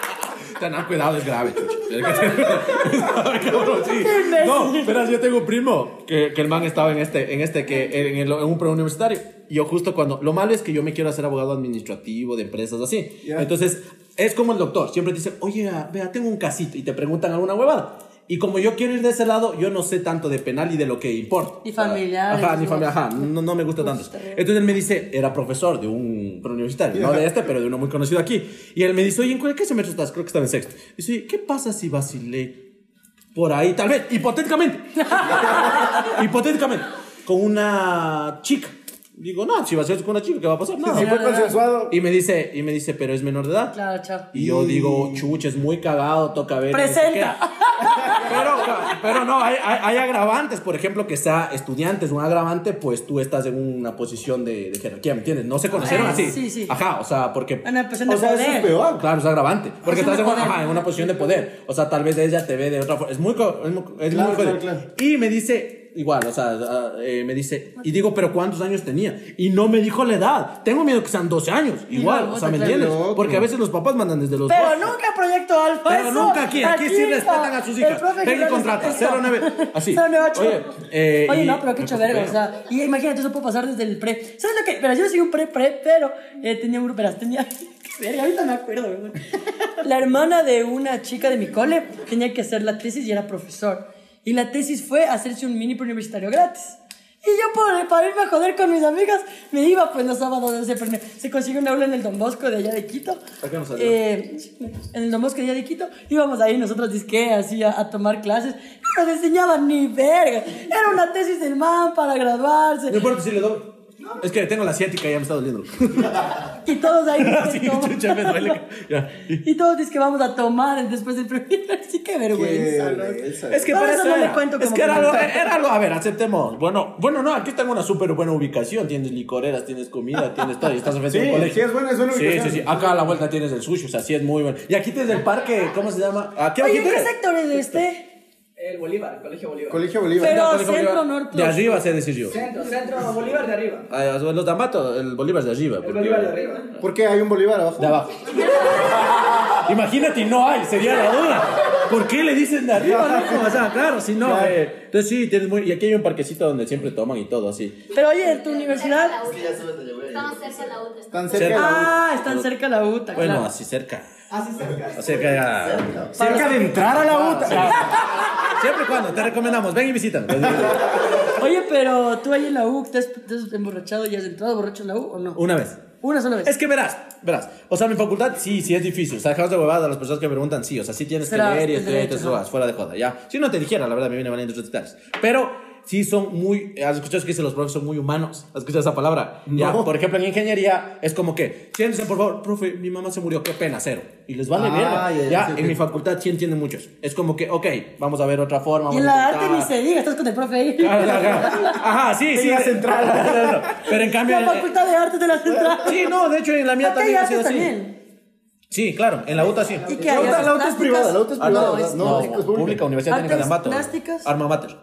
Speaker 2: Tengan cuidado, es grave, chucho. Cabrón, sí. No, verás, yo tengo un primo que, que el man estaba en este, en este, que en, el- en un preuniversitario. Y yo justo cuando, lo malo es que yo me quiero hacer abogado administrativo de empresas así.
Speaker 3: Ya.
Speaker 2: Entonces, es como el doctor, siempre te dice, oye, vea, tengo un casito y te preguntan alguna huevada. Y como yo quiero ir de ese lado, yo no sé tanto de penal y de lo que importa.
Speaker 1: Y familiares,
Speaker 2: Ajá, ni
Speaker 1: ¿no?
Speaker 2: familiar, ajá, no, no me gusta tanto. Entonces él me dice, era profesor de un preuniversitario, no de este, pero de uno muy conocido aquí. Y él me dice, oye, ¿en cuál- qué semestre estás? Creo que estaba en sexto. Dice, "Oye, ¿qué pasa si vacilé por ahí, tal vez, hipotéticamente? hipotéticamente, con una chica. Digo, no, si vacilas con una chica, ¿qué va a pasar?
Speaker 3: Si
Speaker 2: Nada.
Speaker 3: fue consensuado.
Speaker 2: Y me dice, y me dice, pero es menor de edad.
Speaker 1: Claro, chao.
Speaker 2: Y yo
Speaker 3: Y-
Speaker 2: digo, chucha, es muy cagado, toca ver.
Speaker 1: Presenta.
Speaker 2: no sé qué. Pero, pero no, hay, hay- hay agravantes, por ejemplo, que sea estudiantes, un agravante, pues tú estás en una posición de, de jerarquía, ¿me entiendes? No se conocieron
Speaker 1: Ah,
Speaker 2: así.
Speaker 1: sí, sí.
Speaker 2: Ajá, o sea, porque...
Speaker 1: Una persona
Speaker 3: O
Speaker 1: de
Speaker 3: sea, eso es
Speaker 1: pues, poder.
Speaker 3: peor.
Speaker 2: Claro, es agravante. Porque
Speaker 1: Posición
Speaker 2: estás en,
Speaker 1: de poder.
Speaker 2: ajá, en una posición de poder. O sea, tal vez ella te ve de otra forma. Es muy. co- Es muy, es
Speaker 3: Claro,
Speaker 2: muy jodido.
Speaker 3: claro, claro.
Speaker 2: Y me dice, igual, o sea, ah, eh, me dice, y digo, pero ¿cuántos años tenía? Y no me dijo la edad. Tengo miedo que sean 12 años. Igual,
Speaker 1: no,
Speaker 2: o sea, ¿me
Speaker 1: te
Speaker 2: entiendes?
Speaker 3: loco.
Speaker 2: Porque a veces los papás mandan desde los.
Speaker 1: Pero
Speaker 2: 12.
Speaker 1: nunca Proyecto Alfa.
Speaker 2: Pero
Speaker 1: eso,
Speaker 2: nunca aquí, aquí sí respetan a sus
Speaker 1: el
Speaker 2: hijas.
Speaker 1: profe
Speaker 2: Ven y
Speaker 1: Gerardo
Speaker 2: contrata,
Speaker 1: Zapata.
Speaker 2: 09. Así.
Speaker 1: 098.
Speaker 2: Oye, eh,
Speaker 1: Oye,
Speaker 2: y-
Speaker 1: no, pero qué
Speaker 2: me
Speaker 1: hecho
Speaker 2: puse
Speaker 1: verga,
Speaker 2: feo.
Speaker 1: o sea, y imagínate, eso puede pasar desde el pre. ¿Sabes lo que? Pero yo soy un pre, pre, pero eh, tenía un grupo, verás, tenía, qué verga, ahorita me acuerdo, weón. La hermana de una chica de mi cole tenía que hacer la tesis y era profesor. Y la tesis fue hacerse un mini preuniversitario gratis. Y yo, por, para irme a joder con mis amigas, me iba pues los sábados de ese preuniversitario. Se consiguió un aula en el Don Bosco de allá de Quito.
Speaker 2: ¿Por qué no salió?
Speaker 1: Eh, en el Don Bosco allá de Quito, íbamos ahí nosotros disque así a, a tomar clases. No nos enseñaban ni verga. Era una tesis del man para graduarse.
Speaker 2: No importa si le doy. Es que tengo la asiática y ya me está doliendo.
Speaker 1: Y todos ahí
Speaker 2: Ah, Sí,
Speaker 1: disque tomando.
Speaker 2: chucha, me duele. Ya.
Speaker 1: Y todos dicen que vamos a tomar después del primer. Sí, qué vergüenza. ¿no?
Speaker 3: vergüenza.
Speaker 2: Es que
Speaker 1: Pero
Speaker 2: para
Speaker 1: eso
Speaker 2: eso,
Speaker 1: no le
Speaker 2: era.
Speaker 1: cuento
Speaker 2: Es
Speaker 1: como
Speaker 2: que era algo,
Speaker 1: comentario.
Speaker 2: era algo- a ver, aceptemos. Bueno, bueno, no, aquí tengo una súper buena ubicación. Tienes licoreras, tienes comida, tienes todo. Y estás ofreciendo
Speaker 3: Sí, sí es buena, es buena
Speaker 2: Sí, sí,
Speaker 3: ubicación.
Speaker 2: sí. Acá a la vuelta tienes el sushi, o sea, sí es muy bueno. Y aquí tienes el parque, ¿cómo se llama? Aquí,
Speaker 1: Oye,
Speaker 2: aquí
Speaker 1: ¿qué
Speaker 2: tienes.
Speaker 1: sector es este?
Speaker 4: El Bolívar, el Colegio Bolívar.
Speaker 3: Colegio Bolívar.
Speaker 1: Pero-
Speaker 2: Ya, por ejemplo,
Speaker 1: centro,
Speaker 2: de-
Speaker 1: norte,
Speaker 2: De
Speaker 1: sur.
Speaker 2: arriba sé decir yo.
Speaker 4: Centro, centro Bolívar de arriba.
Speaker 2: Ah, Los Damato, el Bolívar de arriba.
Speaker 4: El
Speaker 2: porque-
Speaker 4: Bolívar de arriba.
Speaker 3: ¿Por qué hay un Bolívar abajo?
Speaker 2: De abajo. Imagínate, no hay, sería la duda. ¿Por qué le dicen de arriba, loco? O sea, claro, si no. eh, entonces sí, tienes muy. Y aquí hay un parquecito donde siempre toman y todo, así.
Speaker 1: Pero oye, ¿en tu universidad?
Speaker 5: Estamos cerca de la UTA.
Speaker 3: Tan cerca. de la
Speaker 1: Ah, están cerca de la UTA,
Speaker 2: Bueno,
Speaker 1: claro.
Speaker 2: así cerca. Así cerca. Cerca.
Speaker 3: U. Cerca de entrar a la UTA.
Speaker 2: Siempre y cuando, te recomendamos, ven y visitan.
Speaker 1: Oye, pero tú ahí en la U, ¿te has, te has emborrachado y has entrado borracho en la U o no?
Speaker 2: Una vez.
Speaker 1: Una sola vez.
Speaker 2: Es que verás, verás. O sea, mi facultad sí, sí es difícil. O sea, dejados de huevada a las personas que me preguntan, sí. O sea, sí tienes que
Speaker 1: Será
Speaker 2: leer y
Speaker 1: el
Speaker 2: estudiar y
Speaker 1: derecho,
Speaker 2: todas esas
Speaker 1: ¿no?
Speaker 2: huevadas, fuera de joda, ya. Si no te dijera, la verdad, me viene valiendo titulares. Pero sí son muy. ¿Has escuchado que dicen los profes son muy humanos? ¿Has escuchado esa palabra? Ya,
Speaker 3: No.
Speaker 2: por ejemplo, en ingeniería es como que, siéntense, por favor, profe, mi mamá se murió, qué pena, cero. Y les vale
Speaker 3: Ah, ya,
Speaker 2: mierda.
Speaker 3: ya,
Speaker 2: Ya,
Speaker 3: sí,
Speaker 2: en
Speaker 3: sí.
Speaker 2: mi facultad sí entienden muchos. Es como que, ok, vamos a ver otra forma.
Speaker 1: y en
Speaker 2: vamos a
Speaker 1: la arte ni
Speaker 2: intentar.
Speaker 1: se diga, estás con el profe ahí.
Speaker 2: Ajá, ajá. Ajá, sí, sí.
Speaker 3: Tenías entrada.
Speaker 2: Claro, claro. Pero en cambio. eh,
Speaker 1: La facultad de artes de la central.
Speaker 2: Sí, no, de hecho en la mía
Speaker 1: Acá hay
Speaker 2: también ha
Speaker 1: artes
Speaker 2: sido así.
Speaker 1: también.
Speaker 2: Sí, claro, en la UTA sí.
Speaker 1: ¿Y qué
Speaker 3: La
Speaker 1: hay?
Speaker 3: UTA, la UTA es
Speaker 1: ¿Artes
Speaker 3: privada, la UTA
Speaker 1: plásticas?
Speaker 3: es privada.
Speaker 1: Ah, No, es
Speaker 3: ¿verdad?
Speaker 2: No,
Speaker 3: es
Speaker 2: pública, Universidad Técnica de
Speaker 1: ¿Artes
Speaker 2: Ambato.
Speaker 1: plásticas?
Speaker 2: Arma Mater.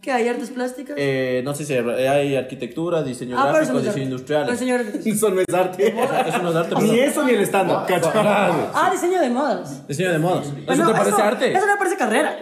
Speaker 1: ¿Qué hay? ¿Artes plásticas?
Speaker 2: Eh, no sé si hay arquitectura, diseño
Speaker 1: ah, pero eso
Speaker 2: gráfico,
Speaker 1: no es arte.
Speaker 2: diseño industrial.
Speaker 1: No,
Speaker 2: Eso
Speaker 1: diseño gráfico.
Speaker 3: Eso no es arte.
Speaker 2: no es arte,
Speaker 3: Ni
Speaker 2: perdón.
Speaker 3: eso ni el stand-up, cacho.
Speaker 2: Claro.
Speaker 1: Ah, diseño de modas.
Speaker 2: Diseño de modas. ¿Eso
Speaker 1: Bueno,
Speaker 2: te parece arte?
Speaker 1: Eso no me parece carrera.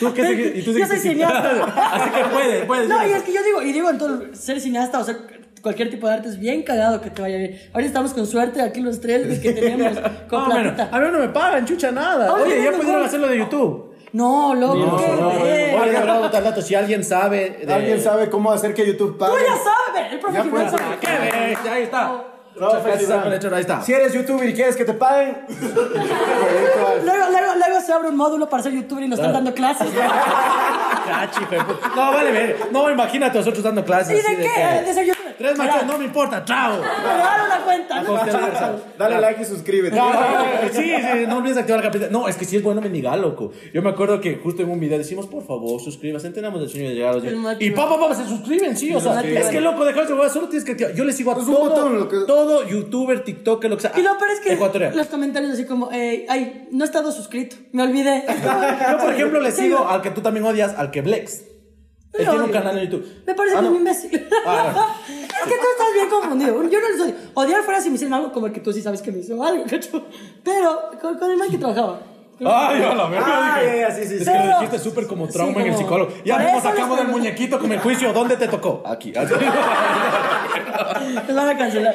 Speaker 2: ¿Tú qué
Speaker 1: Ven,
Speaker 2: te- y tú
Speaker 1: yo
Speaker 2: dices
Speaker 1: soy
Speaker 2: que sí.
Speaker 1: cineasta.
Speaker 2: Así que puede, puede.
Speaker 1: No,
Speaker 2: sí.
Speaker 1: y es que yo digo, y digo en todo, ser cineasta, o sea, cualquier tipo de arte es bien cagado que te vaya bien. Ahorita estamos con suerte aquí los tres que tenemos con
Speaker 2: No, bueno,
Speaker 1: platita.
Speaker 2: a mí no me pagan, chucha, nada.
Speaker 1: Oye,
Speaker 2: Oye, ya
Speaker 1: no,
Speaker 2: pudieron
Speaker 1: no.
Speaker 2: hacerlo de YouTube.
Speaker 1: No, loco,
Speaker 2: No,
Speaker 1: qué
Speaker 2: no,
Speaker 1: bien.
Speaker 2: Oye, de verdad, tal dato, si alguien sabe. de-
Speaker 3: ¿Alguien sabe cómo hacer que YouTube
Speaker 1: Tú
Speaker 3: pague?
Speaker 1: ya sabes, el profe
Speaker 3: Ya
Speaker 1: Gibran
Speaker 3: pues,
Speaker 1: sabe.
Speaker 2: Ah, ¡Qué ves! Ahí está.
Speaker 3: Rafa
Speaker 2: Muchas gracias,
Speaker 3: Gibran.
Speaker 2: Alfredo, Ahí está.
Speaker 3: pues, Si eres youtuber y quieres que te paguen.
Speaker 1: Luego, luego, luego se abre un módulo para ser youtuber y nos están
Speaker 2: Claro.
Speaker 1: dando clases.
Speaker 2: Ah, Cachi, hijo de puta. No, vale, ver. No, imagínate a nosotros dando clases.
Speaker 1: ¿Y
Speaker 2: así
Speaker 1: de qué? Ah, Eh,
Speaker 2: que-
Speaker 1: De ser youtuber.
Speaker 2: Tres machos, no me importa, chao.
Speaker 1: Borraron la cuenta. ¿no?
Speaker 3: Dale like y suscríbete.
Speaker 2: Sí, sí, no olvides activar la campanita. No, es que sí es bueno mendigar, loco. Yo me acuerdo que justo en un video decimos, por favor, suscríbanse, tenemos el sueño de llegar a los
Speaker 1: El
Speaker 2: 10.
Speaker 1: macho.
Speaker 2: Y papá, papá, se suscriben, sí. O sea,
Speaker 1: macho.
Speaker 2: es que loco, dejarse huevadas, solo tienes que activar. Yo les sigo a
Speaker 3: Es un
Speaker 2: todo,
Speaker 3: botón, loco.
Speaker 2: todo youtuber, tiktoker, lo que sea.
Speaker 1: Y lo peor es que
Speaker 2: Ecuatoriano.
Speaker 1: los comentarios así como, eh, ay, no he estado suscrito, me olvidé. Es como-
Speaker 2: Yo, por ejemplo, le
Speaker 1: Sí,
Speaker 2: sigo al que tú también odias, al que Blex. Él
Speaker 1: Lo
Speaker 2: tiene un
Speaker 1: odio.
Speaker 2: canal en YouTube.
Speaker 1: Me parece
Speaker 2: Ah,
Speaker 1: que
Speaker 2: no.
Speaker 1: es un imbécil.
Speaker 2: Ah,
Speaker 1: es que tú estás bien confundido. Yo no les odio. Odiar fuera si me hicieron algo como el que tú sí sabes que me hizo algo, cacho. Pero con, con el mal que trabajaba.
Speaker 2: Ay, a la verga.
Speaker 3: Ah,
Speaker 2: dije.
Speaker 3: ya, ya, sí, sí, sí.
Speaker 2: Es que lo
Speaker 1: Pero-
Speaker 2: dijiste súper como
Speaker 1: Sí,
Speaker 2: trauma en el
Speaker 1: como-
Speaker 2: psicólogo. Ya
Speaker 1: Por
Speaker 2: mismo
Speaker 1: eso les
Speaker 2: sacamos del
Speaker 1: pregunto.
Speaker 2: muñequito con el juicio. ¿Dónde te tocó? Aquí. aquí.
Speaker 1: Los van a cancelar.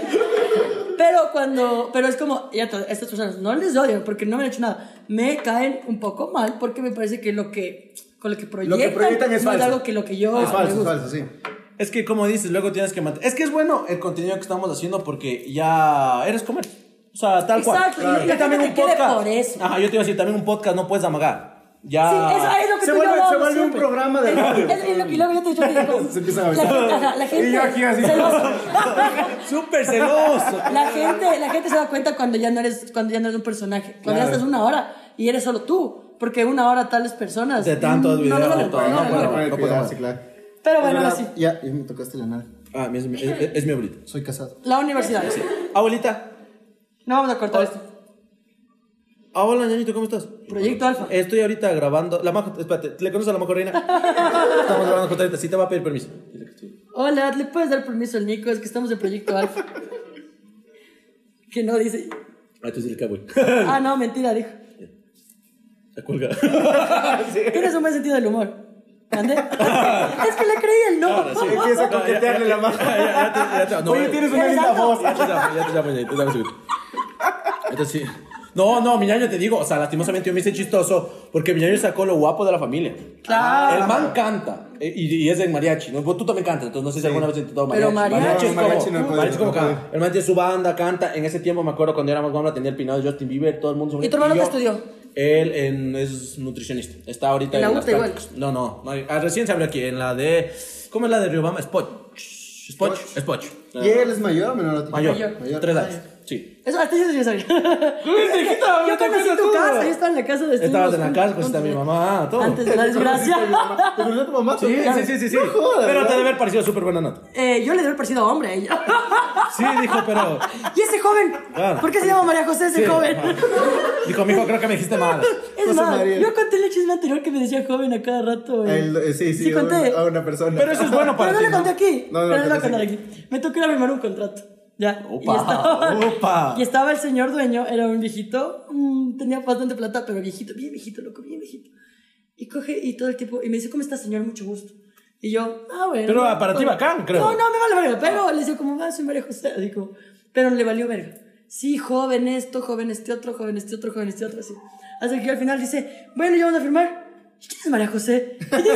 Speaker 1: Pero cuando. Pero es como. Ya, to- estas personas no les odio porque no me han hecho nada. Me caen un poco mal porque me parece que lo que. Con lo que proyectan.
Speaker 3: proyectan es
Speaker 1: no
Speaker 3: falso.
Speaker 1: algo que lo que yo.
Speaker 3: Es falso,
Speaker 1: me
Speaker 3: es
Speaker 1: gusta.
Speaker 3: falso, sí.
Speaker 2: Es que, como dices, luego tienes que mantener. Es que es bueno el contenido que estamos haciendo porque ya eres comer. O sea, tal cual.
Speaker 1: Exacto, y la gente te quiere por eso.
Speaker 2: Ajá, yo te iba a decir, también un podcast no puedes amagar. Ya.
Speaker 1: Sí, es, es lo que
Speaker 3: Se
Speaker 1: tú y yo
Speaker 3: vuelve- se
Speaker 1: hablamos
Speaker 3: vuelve un
Speaker 1: siempre.
Speaker 3: programa de
Speaker 1: Es-
Speaker 3: radio.
Speaker 1: Es, es lo que luego yo te he dicho que digo,
Speaker 3: Se empiezan a
Speaker 1: la
Speaker 3: besar.
Speaker 1: gente, ajá, la gente,
Speaker 3: Y yo aquí así.
Speaker 1: celosa.
Speaker 2: Súper celoso.
Speaker 1: La gente, la gente se da cuenta cuando ya no eres, cuando ya no eres un personaje. Cuando ya
Speaker 3: Claro.
Speaker 1: estás una hora y eres solo tú. Porque una hora tales personas.
Speaker 2: De tantos
Speaker 1: mm,
Speaker 2: videos,
Speaker 1: no, lo van a
Speaker 2: de todo,
Speaker 1: poner,
Speaker 2: no,
Speaker 1: no,
Speaker 2: bueno,
Speaker 1: no.
Speaker 2: bueno,
Speaker 3: puedo
Speaker 2: bueno.
Speaker 3: sí, claro.
Speaker 1: Pero
Speaker 3: Es
Speaker 1: bueno, ahora
Speaker 3: verdad,
Speaker 1: sí.
Speaker 3: Ya, ya me tocaste la nalga.
Speaker 2: Ah, mi- es, mi- es- es mi abuelita.
Speaker 3: Soy casado.
Speaker 1: La universidad.
Speaker 2: Abuelita.
Speaker 1: No vamos a cortar esto.
Speaker 2: Ah, hola, ñañito, ¿cómo estás?
Speaker 1: Proyecto Alfa.
Speaker 2: Estoy ahorita grabando. La Majo, espérate, ¿le conoces a la Majo Reina? Estamos grabando con Tarita, sí te va a pedir permiso. Dile que sí.
Speaker 1: Hola, ¿le puedes dar permiso al Nico? Es que estamos de Proyecto Alfa. que no dice.
Speaker 2: Ah, tú dile que abuelo.
Speaker 1: Ah, no, mentira, dijo.
Speaker 2: La cuelga. Ah,
Speaker 1: Tienes un buen sentido del humor. ¿Mande? es que le creí el no.
Speaker 3: Empieza a coquetearle la
Speaker 2: Ya,
Speaker 3: mano.
Speaker 2: ya, ya te- ya te- no, eh.
Speaker 3: Oye,
Speaker 2: ya-
Speaker 3: tienes una linda
Speaker 1: Exacto.
Speaker 3: voz.
Speaker 2: Ya te llamo, ya te llamo, ñañito, dame un segundo. Entonces sí. No, no, mi ñaño te digo, o sea, lastimosamente yo me hice chistoso porque mi ñaño sacó lo guapo de la familia.
Speaker 1: Claro.
Speaker 2: El man canta eh, y, y es en mariachi, ¿no? Vos Tú también cantas, entonces no sé si alguna vez has intentado
Speaker 1: Pero
Speaker 2: mariachi.
Speaker 1: mariachi-
Speaker 2: es
Speaker 3: No, mariachi
Speaker 2: como,
Speaker 3: no puede,
Speaker 2: mariachi como
Speaker 3: no
Speaker 2: canta. El man tiene su banda, canta. En ese tiempo me acuerdo cuando éramos guambla tenía el pinado de Justin Bieber, todo el mundo. se unía.
Speaker 1: ¿Y tu hermano qué
Speaker 2: yo-
Speaker 1: estudió?
Speaker 2: Él en- es nutricionista. Está ahorita
Speaker 1: ¿En la
Speaker 2: las
Speaker 1: UTA igual?
Speaker 2: prácticas. No, no. mari- ah, Recién se abrió aquí, en la de. ¿Cómo es la de Riobamba? Spot. Spot. Spot.
Speaker 3: ¿Y él es mayor o menor? a ti?
Speaker 2: Mayor.
Speaker 3: Mayor.
Speaker 2: Tres años. Sí.
Speaker 1: Eso, hasta yo sí sabía. yo conocí tu casa, yo estaba en la casa de
Speaker 2: Estabas en la
Speaker 1: juntos,
Speaker 2: casa, pues está
Speaker 1: juntos,
Speaker 2: mi mamá, todo.
Speaker 3: Ah,
Speaker 1: Antes de la desgracia.
Speaker 3: ¿Te conoció a tu mamá?
Speaker 2: Sí,
Speaker 3: también?
Speaker 2: sí, sí, sí, sí.
Speaker 3: No jodas,
Speaker 2: pero te
Speaker 3: ¿verdad?
Speaker 2: debe haber parecido súper buena nota.
Speaker 1: Eh, yo le doy el parecido a hombre a ella.
Speaker 2: Sí, dijo, pero.
Speaker 1: ¿Y ese joven?
Speaker 2: Claro.
Speaker 1: ¿Por qué se llama María José ese
Speaker 2: Sí,
Speaker 1: joven?
Speaker 2: Dijo, mijo, creo que me dijiste mal.
Speaker 1: es
Speaker 3: José
Speaker 1: más,
Speaker 3: María.
Speaker 1: yo conté el chisme anterior que me decía joven a cada rato. eh.
Speaker 3: Él- eh, sí, sí, a un-
Speaker 1: conté.
Speaker 3: a una persona.
Speaker 2: Pero eso es bueno
Speaker 1: Pero
Speaker 2: para
Speaker 1: no
Speaker 2: ti.
Speaker 1: lo conté aquí.
Speaker 3: No, no,
Speaker 1: pero no lo
Speaker 3: contaste
Speaker 1: conté aquí. Me tocó ir a firmar un contrato. Ya.
Speaker 2: Opa,
Speaker 1: y estaba,
Speaker 2: opa.
Speaker 1: Y estaba el señor dueño, era un viejito. mm, tenía bastante plata, pero viejito, bien viejito, loco, bien viejito. Y coge y todo el tipo. Y me dice, ¿cómo estás, señor? Mucho gusto. Y yo, ah, bueno.
Speaker 2: Pero, ah, para ti
Speaker 1: Bueno.
Speaker 2: bacán, creo.
Speaker 1: No, no, me vale verga. Pero le decía, como, ah, soy María José. Digo, pero le valió verga. Sí, joven esto, joven este otro, joven este otro, joven este otro, así. Hasta que al final dice, bueno, ya vamos a firmar. ¿Y quién es María José? Y yo,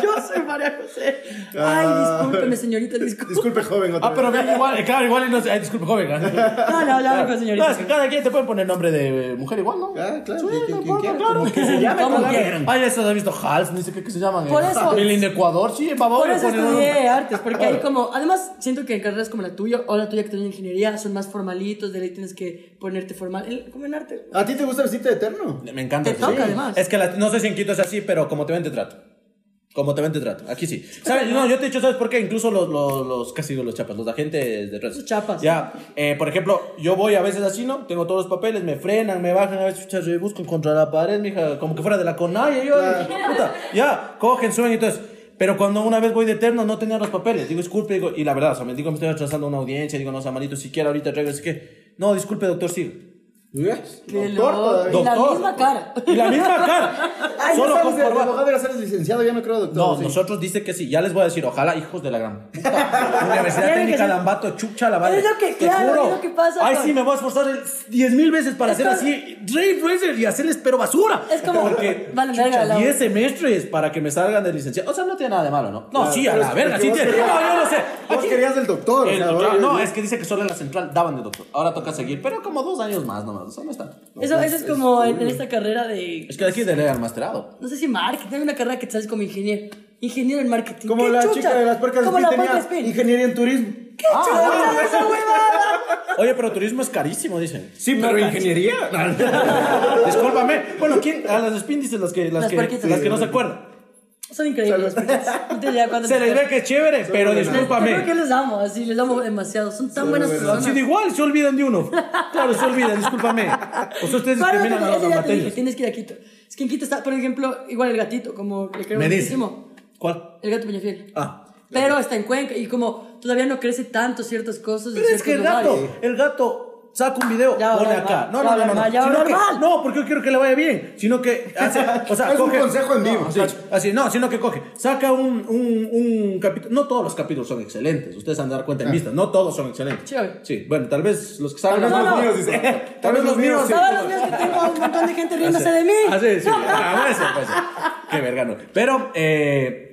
Speaker 1: yo soy María José.
Speaker 3: Ah.
Speaker 1: Ay, discúlpeme, señorita, discúlpeme.
Speaker 3: Disculpe, joven. otra
Speaker 2: Ah, pero
Speaker 3: vez.
Speaker 2: bien, igual, eh, claro, igual y no sé. Ay, disculpe, joven. ¿eh?
Speaker 1: No, no, ya dijo
Speaker 2: No, es
Speaker 1: señorita.
Speaker 2: que cada quien te puede poner nombre de eh, mujer igual, ¿no?
Speaker 3: Ah, claro.
Speaker 2: Sí,
Speaker 3: ¿quién-
Speaker 2: no
Speaker 3: quién- quién
Speaker 2: importa,
Speaker 3: quiere?
Speaker 2: claro.
Speaker 3: Como que se llame,
Speaker 1: Como
Speaker 3: como
Speaker 1: quieran.
Speaker 3: quieran.
Speaker 2: Ay, eso has visto Half, no sé qué, qué se llaman.
Speaker 1: Por
Speaker 2: eh.
Speaker 1: eso-
Speaker 2: El en Ecuador, sí, en Babón
Speaker 1: Por
Speaker 2: le
Speaker 1: eso
Speaker 2: ponen un-
Speaker 1: estudié artes, porque hay
Speaker 2: Claro.
Speaker 1: como, además siento que en carreras como la tuya o la tuya que tiene ingeniería son más formalitos, de ley tienes que ponerte formal, en- como en arte.
Speaker 3: ¿A ti te gusta vestirte de eterno?
Speaker 2: Me encanta.
Speaker 1: Te
Speaker 2: sí.
Speaker 1: toca, además.
Speaker 2: Es que la- no sé si en Quito es así, pero como te ven te trato. Como te ven te trato. Aquí sí. ¿Sabes? No, yo te he dicho, ¿sabes por qué? Incluso los, los, los casi digo los chapas, los agentes de redes.
Speaker 1: Los chapas.
Speaker 2: Ya. Eh, por ejemplo, yo voy a veces así, ¿no? Tengo todos los papeles, me frenan, me bajan, a veces chuchas, yo busco contra la pared, mija, como que fuera de la conaya. Yo, puta, ya, cogen, suben y todo eso. Pero cuando una vez voy de eterno no tenía los papeles, digo, disculpe, digo, y la verdad, o sea, me digo, me estoy atrasando a una audiencia, digo, no, Samarito, siquiera ahorita regreso, es que, no, disculpe, doctor, sigue.
Speaker 1: Qué
Speaker 3: Doctor
Speaker 1: loco.
Speaker 3: todavía.
Speaker 1: Y la
Speaker 2: Doctor.
Speaker 1: misma cara.
Speaker 2: Y la misma cara.
Speaker 3: Ay,
Speaker 2: solo
Speaker 3: ya
Speaker 2: con
Speaker 3: sabes, el
Speaker 2: corbata.
Speaker 3: abogado era ser licenciado, ya no creo doctor.
Speaker 2: No,
Speaker 3: sí.
Speaker 2: nosotros dice que sí. Ya les voy a decir, ojalá hijos de la gran puta. Universidad
Speaker 1: Tienen que
Speaker 2: Técnica
Speaker 1: ser-
Speaker 2: Lambato, chucha la madre.
Speaker 1: Es lo que-
Speaker 2: Te
Speaker 1: claro,
Speaker 2: juro.
Speaker 1: es lo que pasa
Speaker 2: Ay,
Speaker 1: con-
Speaker 2: sí, me voy a esforzar el- 10 mil veces para
Speaker 1: Es
Speaker 2: hacer
Speaker 1: como-
Speaker 2: así, re influencer y hacerles pero basura.
Speaker 1: Es como-
Speaker 2: Porque,
Speaker 1: Vale,
Speaker 2: chucha,
Speaker 1: verga, la-
Speaker 2: 10 semestres para que me salgan de licenciado. O sea, no tiene nada de malo, ¿no? No,
Speaker 3: Claro,
Speaker 2: sí, a
Speaker 3: pero
Speaker 2: la
Speaker 3: es
Speaker 2: verga,
Speaker 3: porque
Speaker 2: sí
Speaker 3: vos
Speaker 2: tiene. No,
Speaker 3: querías-
Speaker 2: yo no sé.
Speaker 3: Vos
Speaker 2: Aquí-
Speaker 3: querías del doctor, o
Speaker 2: El
Speaker 3: sea,
Speaker 2: doctor-
Speaker 3: vos-
Speaker 2: no, es que dice que solo en la central daban de doctor. Ahora toca seguir, pero como dos años más nomás. O sea, no es tanto.
Speaker 1: Eso, eso es como en, en esta carrera de...
Speaker 2: Es que de aquí de leer al masterado.
Speaker 1: No sé si marketing, hay una carrera que te sales como ingeniero. ingeniero en marketing.
Speaker 3: Como
Speaker 1: ¿Qué
Speaker 3: la
Speaker 1: chucha?
Speaker 3: chica de las puercas de
Speaker 1: Como
Speaker 3: Spin
Speaker 1: la
Speaker 3: tenía
Speaker 1: puerca Spin.
Speaker 3: ingeniería en turismo.
Speaker 1: ¡Qué
Speaker 2: Ah,
Speaker 1: chucha esa huevada!
Speaker 2: Oye, pero turismo es carísimo, dicen.
Speaker 3: Sí, pero ingeniería.
Speaker 2: Discúlpame. Bueno, ¿quién? A las espíndices, las que, las
Speaker 1: Las
Speaker 2: que,
Speaker 1: puerquitas.
Speaker 2: las que no se acuerdan.
Speaker 1: Son increíbles. No te diré cuándo
Speaker 2: Se les
Speaker 1: les-
Speaker 2: ve que es chévere, pero
Speaker 1: Les- Creo que
Speaker 2: discúlpame.
Speaker 1: les amo, así, les amo demasiado. Son tan buenas
Speaker 2: Han
Speaker 1: personas.
Speaker 2: sido igual, se olvidan de uno. Claro, se olvidan, discúlpame. O sea, ustedes
Speaker 1: Párate,
Speaker 2: discriminan a
Speaker 1: ese
Speaker 2: los
Speaker 1: ya te dije,
Speaker 2: norteños.
Speaker 1: tienes que ir a Quito. Es que en Quito está, por ejemplo, igual el gatito, como le creo
Speaker 2: Me dice.
Speaker 1: muchísimo.
Speaker 2: ¿Cuál?
Speaker 1: El gato Peñafiel.
Speaker 2: Ah.
Speaker 1: Pero está en Cuenca y como todavía no crece tanto ciertas cosas. en
Speaker 2: Pero
Speaker 1: ciertos
Speaker 2: es que el
Speaker 1: lugares.
Speaker 2: gato, el gato saca un video,
Speaker 1: Ya va a
Speaker 2: pone
Speaker 1: hablar
Speaker 2: acá.
Speaker 1: mal,
Speaker 2: No,
Speaker 1: ya va
Speaker 2: no,
Speaker 1: a
Speaker 2: no, no.
Speaker 1: hablar mal, ya va a
Speaker 2: Sino
Speaker 1: hablar
Speaker 2: que-
Speaker 1: mal.
Speaker 2: No, porque yo quiero que le vaya bien. Sino que hace, o sea,
Speaker 3: Es un
Speaker 2: coge-
Speaker 3: consejo en vivo,
Speaker 2: No, sí. así, no, sino que coge, saca un, un, un capítulo. No todos los capítulos son excelentes. Ustedes han de dar
Speaker 3: Ah.
Speaker 2: cuenta en vista. No todos son excelentes.
Speaker 1: Sí, obvio.
Speaker 2: Sí, bueno, tal vez los que salgan
Speaker 1: vez los míos,
Speaker 3: dice.
Speaker 2: Tal vez los míos. sí.
Speaker 1: Saben los míos que tengo a un montón de gente riéndose
Speaker 2: Así-
Speaker 1: de mí.
Speaker 2: Así, sí. Ah, eso, pues. Qué verga, no. Pero, eh,